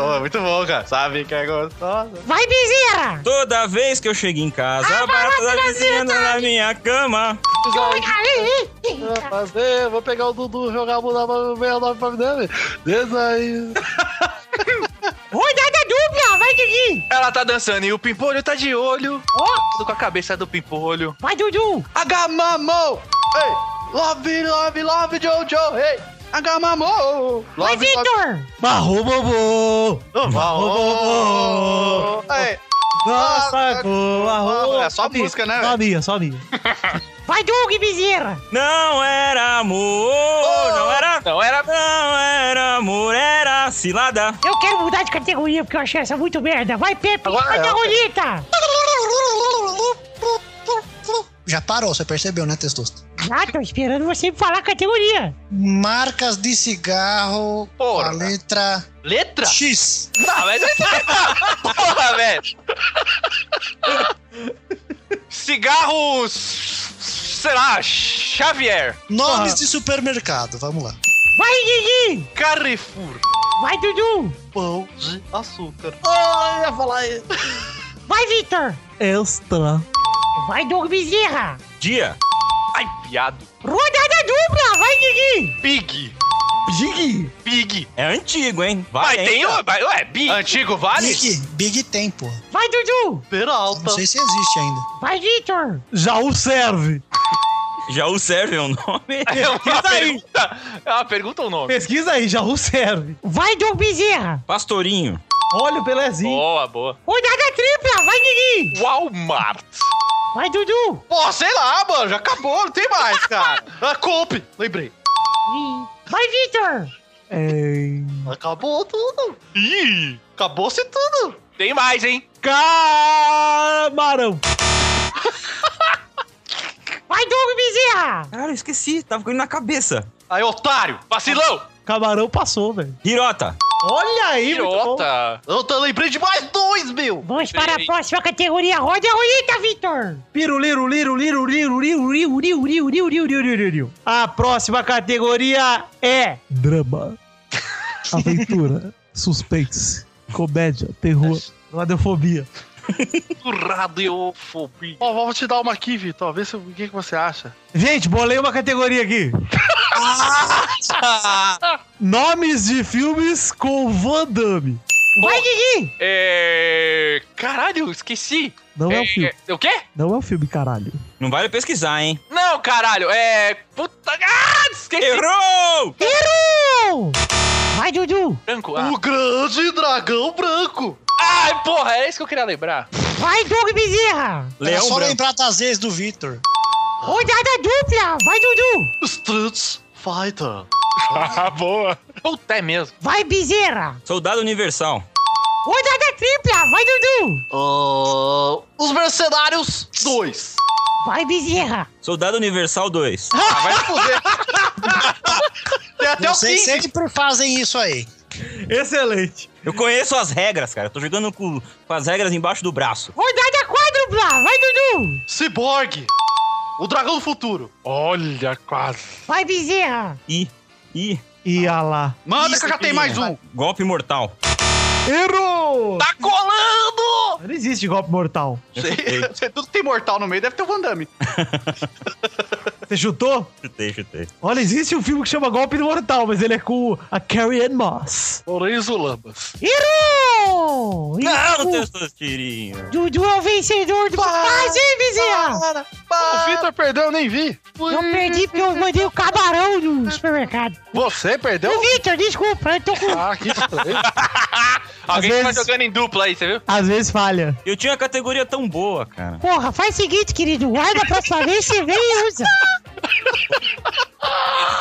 S11: Ah, muito bom, cara. Sabe que é gostosa.
S16: Vai, Bezerra.
S8: Toda vez que eu chego em casa, a barata da vizinha anda na minha cama.
S12: Vou fazer, vou pegar o Dudu e jogar a bunda 69 pra dele. Design.
S16: Rodada dupla. Vai, Didi.
S7: Ela tá dançando e o pimpolho tá de olho.
S16: Ó.
S7: Tudo com a cabeça do pimpolho.
S16: Vai, Dudu.
S11: Agamamo! Ei! Love, love, love, Jojo! Ei! Agamamo!
S16: Vai,
S11: Love, love,
S16: Vitor.
S2: Marrom bobô, marrom bobô.
S11: Ei!
S2: Nossa, boa, arroz.
S11: É só a música, né,
S2: Só a minha, só a minha.
S16: Vai, Doug, Bezerra.
S8: Não era amor, não era.
S7: Oh, Não era.
S8: Não era amor, era cilada.
S16: Eu quero mudar de categoria porque eu achei essa muito merda. Vai, Pepe. Vai, da roleta.
S5: Já parou, você percebeu, né, Testosta?
S16: Ah, tô esperando você falar a categoria.
S5: Marcas de cigarro,
S7: Porra.
S5: a letra
S7: Letra?
S5: X.
S7: Não, mas esse Porra, velho. Cigarros. Sei lá, Xavier.
S5: Nomes de supermercado, vamos lá.
S16: Vai, Didi.
S7: Carrefour.
S16: Vai, Dudu.
S11: Pão de açúcar.
S12: Ai, ia falar isso.
S16: Vai, Vitor.
S4: Tá
S2: Extra.
S16: Vai, Doug, Bezerra.
S8: Dia.
S7: Ai, viado.
S16: Rodada dupla. Vai, Didi.
S7: Big.
S2: Jig.
S7: Big.
S8: É antigo, hein? Vai,
S7: Mas tem
S8: hein?
S7: o. mas- Ué, Big.
S17: Antigo vale?
S5: Big, Big tem, pô.
S16: Vai, Dudu.
S5: Não
S11: Peralta.
S5: sei se existe ainda.
S16: Vai, Vitor.
S2: Já o serve.
S8: Já o serve é um nome.
S7: É uma
S4: Isso aí.
S7: pergunta. É uma pergunta ou nome?
S4: Pesquisa aí, já o serve.
S16: Vai, Doug, Bezerra.
S8: Pastorinho.
S4: Olha o Pelezinho.
S7: Boa, boa.
S16: Rodada tripla. Vai, Didi.
S7: Walmart.
S16: Vai, Dudu.
S11: Pô, sei lá, mano. Já acabou, não tem mais, cara. Ah, Cope. Lembrei.
S16: Vai, Vitor.
S2: É...
S11: Acabou tudo. Ih, acabou-se tudo.
S7: Tem mais, hein?
S4: Camarão.
S16: Vai, Doug, Bezerra.
S8: Cara, eu esqueci. Tava com ele na cabeça.
S11: Aí, otário.
S7: Vacilão.
S4: Camarão passou, velho.
S8: Hirota.
S4: Olha aí, muito bom.
S7: Pirota.
S11: Eu tô lembrei de mais dois, meu.
S16: Vamos para a próxima categoria. Roda a roleta, Vitor.
S4: Piruliru, liru, liru, liru, liru, liru, liru, liru, liru, liru, liru, liru, liru. A próxima categoria é
S2: Drama. Aventura. Suspense. Comédia. Terror. Radiofobia.
S7: Radiofobia.
S12: Ó, vou te dar uma aqui, Vitor. Vê se, o que, que você acha.
S4: Gente, bolei uma categoria aqui. Nomes de filmes com Van Damme.
S16: Vai, Didi.
S7: É... Caralho, esqueci.
S2: Não é o filme.
S7: É, O quê?
S2: Não é o filme, caralho.
S8: Não vale pesquisar, hein?
S7: Não, caralho. É... Puta... Ah, esqueci.
S8: Errou!
S16: Errou. Vai, Dudu.
S7: Branco. Ah.
S11: O grande dragão branco.
S7: Ai, porra, é isso que eu queria lembrar.
S16: Vai, Doug, Bezerra.
S5: Era
S8: Leão
S5: só
S8: Branco.
S5: lembrar das vezes do Vitor.
S16: Rodada dupla. Vai, Dudu.
S11: Street Fighter.
S18: Ah, boa.
S7: Puta, é mesmo.
S16: Vai, Bezerra.
S8: Soldado Universal.
S16: Rodada dupla, vai, Dudu!
S7: Ah, os Mercenários 2.
S16: Vai, Bezerra!
S8: Soldado Universal 2.
S7: Ah, vai se fuder.
S5: Tem até Vocês sempre fazem isso aí.
S4: Excelente.
S8: Eu conheço as regras, cara. Eu tô jogando com, com as regras embaixo do braço.
S16: Rodada quádrupla, vai, Dudu!
S7: Cyborg. O Dragão do Futuro.
S12: Olha, quase.
S16: Vai, Bezerra!
S8: Ih, ih.
S2: ah
S4: Ia lá.
S7: Manda
S8: Isso
S7: que eu já
S8: aqui. é
S7: tenho mais um.
S8: Golpe mortal.
S4: Errou!
S7: Tá colando!
S4: Não existe golpe mortal.
S11: Sei. Sei, Tudo que tem mortal no meio deve ter o Van Damme.
S4: Você chutou?
S8: Chutei, chutei.
S4: Olha, existe um filme que chama Golpe Mortal, mas ele é com a Carrie Ann Moss.
S12: Lorenzo Lambas.
S16: Errou!
S8: Não,
S16: Dudu-
S8: teus seus tirinhos.
S16: Dudu é o vencedor do. Faz, hein, Bezerra!
S12: O Vitor perdeu, eu nem vi.
S16: Eu perdi porque eu mandei o camarão no supermercado.
S12: Você perdeu?
S16: O Victor, desculpa, eu tô com.
S12: Ah, que estranho.
S7: Alguém
S4: Às
S7: que tá
S4: vezes-
S7: jogando em dupla aí, você viu?
S4: Às vezes falha.
S8: Eu tinha uma categoria tão boa, cara.
S16: Porra, faz o seguinte, querido. Guarda a próxima vez, você vem e usa.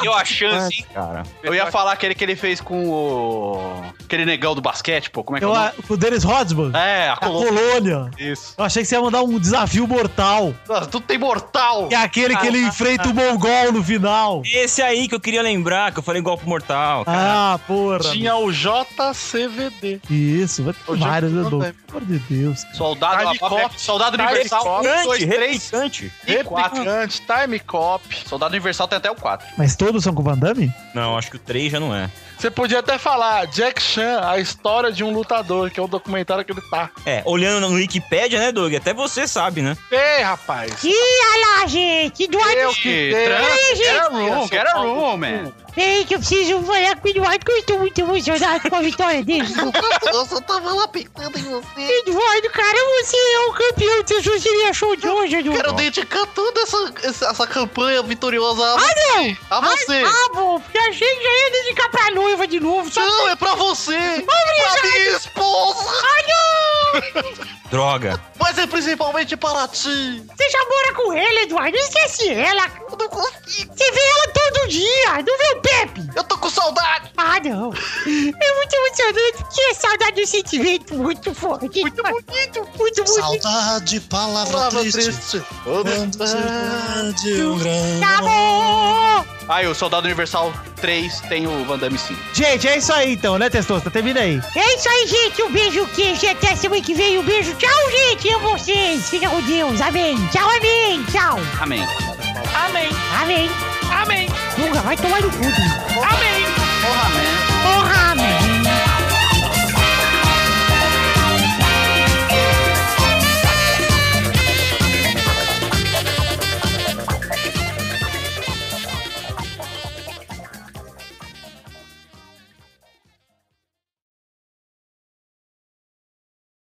S7: Deu a chance, hein?
S8: Cara.
S11: Eu ia falar aquele que ele fez com o. Aquele negão do basquete, pô. Como é que
S4: Eu,
S11: é o
S4: a-
S11: nome?
S4: o Dennis Rodman?
S11: É, a
S4: A colônia.
S11: Isso.
S4: Eu achei que você ia mandar um desafio mortal.
S11: Nossa, tudo tem mortal.
S4: Que é aquele que ele
S8: Ah,
S4: enfrenta o mongol no final.
S8: Esse aí que eu queria lembrar, que eu falei golpe mortal. Cara.
S4: Ah, porra.
S12: Tinha o JCVD.
S4: Isso, vai ter
S12: Eu já
S4: vários,
S12: tô
S4: né, Dom?
S12: bem.
S4: Pelo amor de Deus.
S11: Soldado,
S12: Time
S11: Abafé-
S12: Cop.
S11: Soldado
S12: Time
S11: Universal.
S12: Cop.
S11: Um, dois,
S8: Replicante,
S11: três
S8: replicante.
S11: e quatro.
S12: Replicante, Time Cop.
S11: Soldado Universal tem até o quatro.
S4: Mas todos são com Van Damme?
S8: Não, acho que o 3 já não é.
S12: Você podia até falar Jack Chan, a história de um lutador, que é um documentário que ele tá.
S8: É, olhando no Wikipedia, né, Doug? Até você sabe, né?
S12: Ei, rapaz.
S16: Ih, olha lá, gente.
S12: Eu
S16: Eduardo.
S12: que um,
S11: Que
S12: dei.
S11: trans-
S16: Ai, gente,
S11: Get a room,
S12: essa
S11: get a
S12: pau
S7: um,
S12: no
S11: room,
S12: cu.
S11: man.
S16: Peraí, que eu preciso falar com o Eduardo, que eu estou muito emocionado com a vitória dele.
S9: Eu só tava lá pensando em você.
S16: Eduardo, cara, você é o campeão do seu seria é show de hoje,
S9: Quero
S16: Eduardo.
S9: dedicar toda essa, essa, essa campanha vitoriosa a
S16: Ah, não!
S9: você. A você.
S16: Ah, bom, porque achei que já ia dedicar pra noiva de novo. Só...
S9: Não, é pra você. Pra
S16: Obrigado!
S9: minha esposa.
S16: Ah, não!
S8: Droga.
S9: Mas é principalmente para ti.
S16: Você já mora com ele, Eduardo. Não esquece ela.
S9: Eu não consigo.
S16: Você vê ela todo dia. Não vê o Pepe.
S9: Eu tô com saudade.
S16: Ah, não. É muito emocionante, porque é saudade é um sentimento muito forte. Muito bonito. Muito bonito.
S5: Saudade, palavra,
S9: Palavra
S5: triste.
S9: triste.
S5: Quando de um grande.
S16: Tá bom.
S11: Aí, o Soldado Universal 3 tem o Van Damme 5.
S4: Gente, é isso aí então, né, Testosta? Termina aí.
S16: É isso aí, gente. Um beijo, queijo. Até semana que vem. Um beijo. Tchau, gente. Amo vocês. Fica com Deus. Amém. Tchau, amém. Tchau.
S11: Amém.
S7: Amém.
S16: Amém.
S7: Amém.
S16: Nunca vai tomar no cu. Dudu.
S7: Amém.
S11: Porra, amém.
S16: Porra, amém.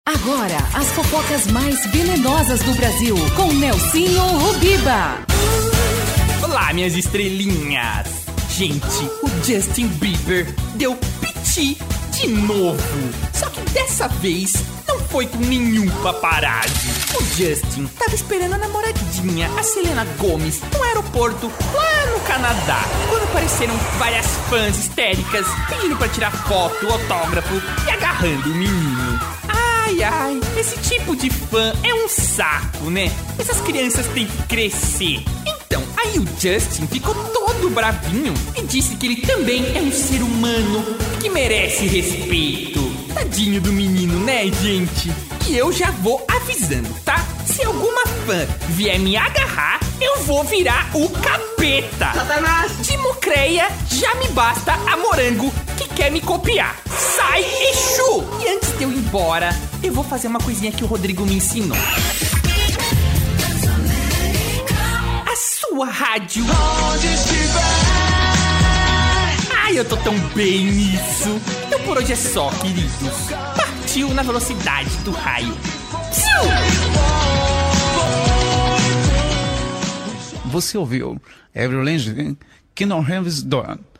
S19: Agora, as fofocas mais venenosas do Brasil, com Nelsinho Rubiba.
S20: Olá, minhas estrelinhas! Gente, o Justin Bieber deu piti de novo. Só que dessa vez não foi com nenhum paparazzi. O Justin tava esperando a namoradinha, a Selena Gomes, no aeroporto lá no Canadá. Quando apareceram várias fãs histéricas pedindo pra tirar foto, autógrafo e agarrando o menino. Ah, Ai, ai, esse tipo de fã é um saco, né? Essas crianças têm que crescer. Então, aí o Justin ficou todo bravinho e disse que ele também é um ser humano que merece respeito. Tadinho do menino, né, gente? E eu já vou avisando, tá? Se alguma fã vier me agarrar, eu vou virar o capeta. Satanás! Timocreia, já me basta a morango que quer me copiar. Sai, Exu! E antes de eu ir embora, eu vou fazer uma coisinha que o Rodrigo me ensinou. A sua rádio. Onde estiver. Ai, eu tô tão bem nisso. Então por hoje é só, queridos. Partiu na velocidade do raio.
S21: Você ouviu Every Lange que não Hems Dawn.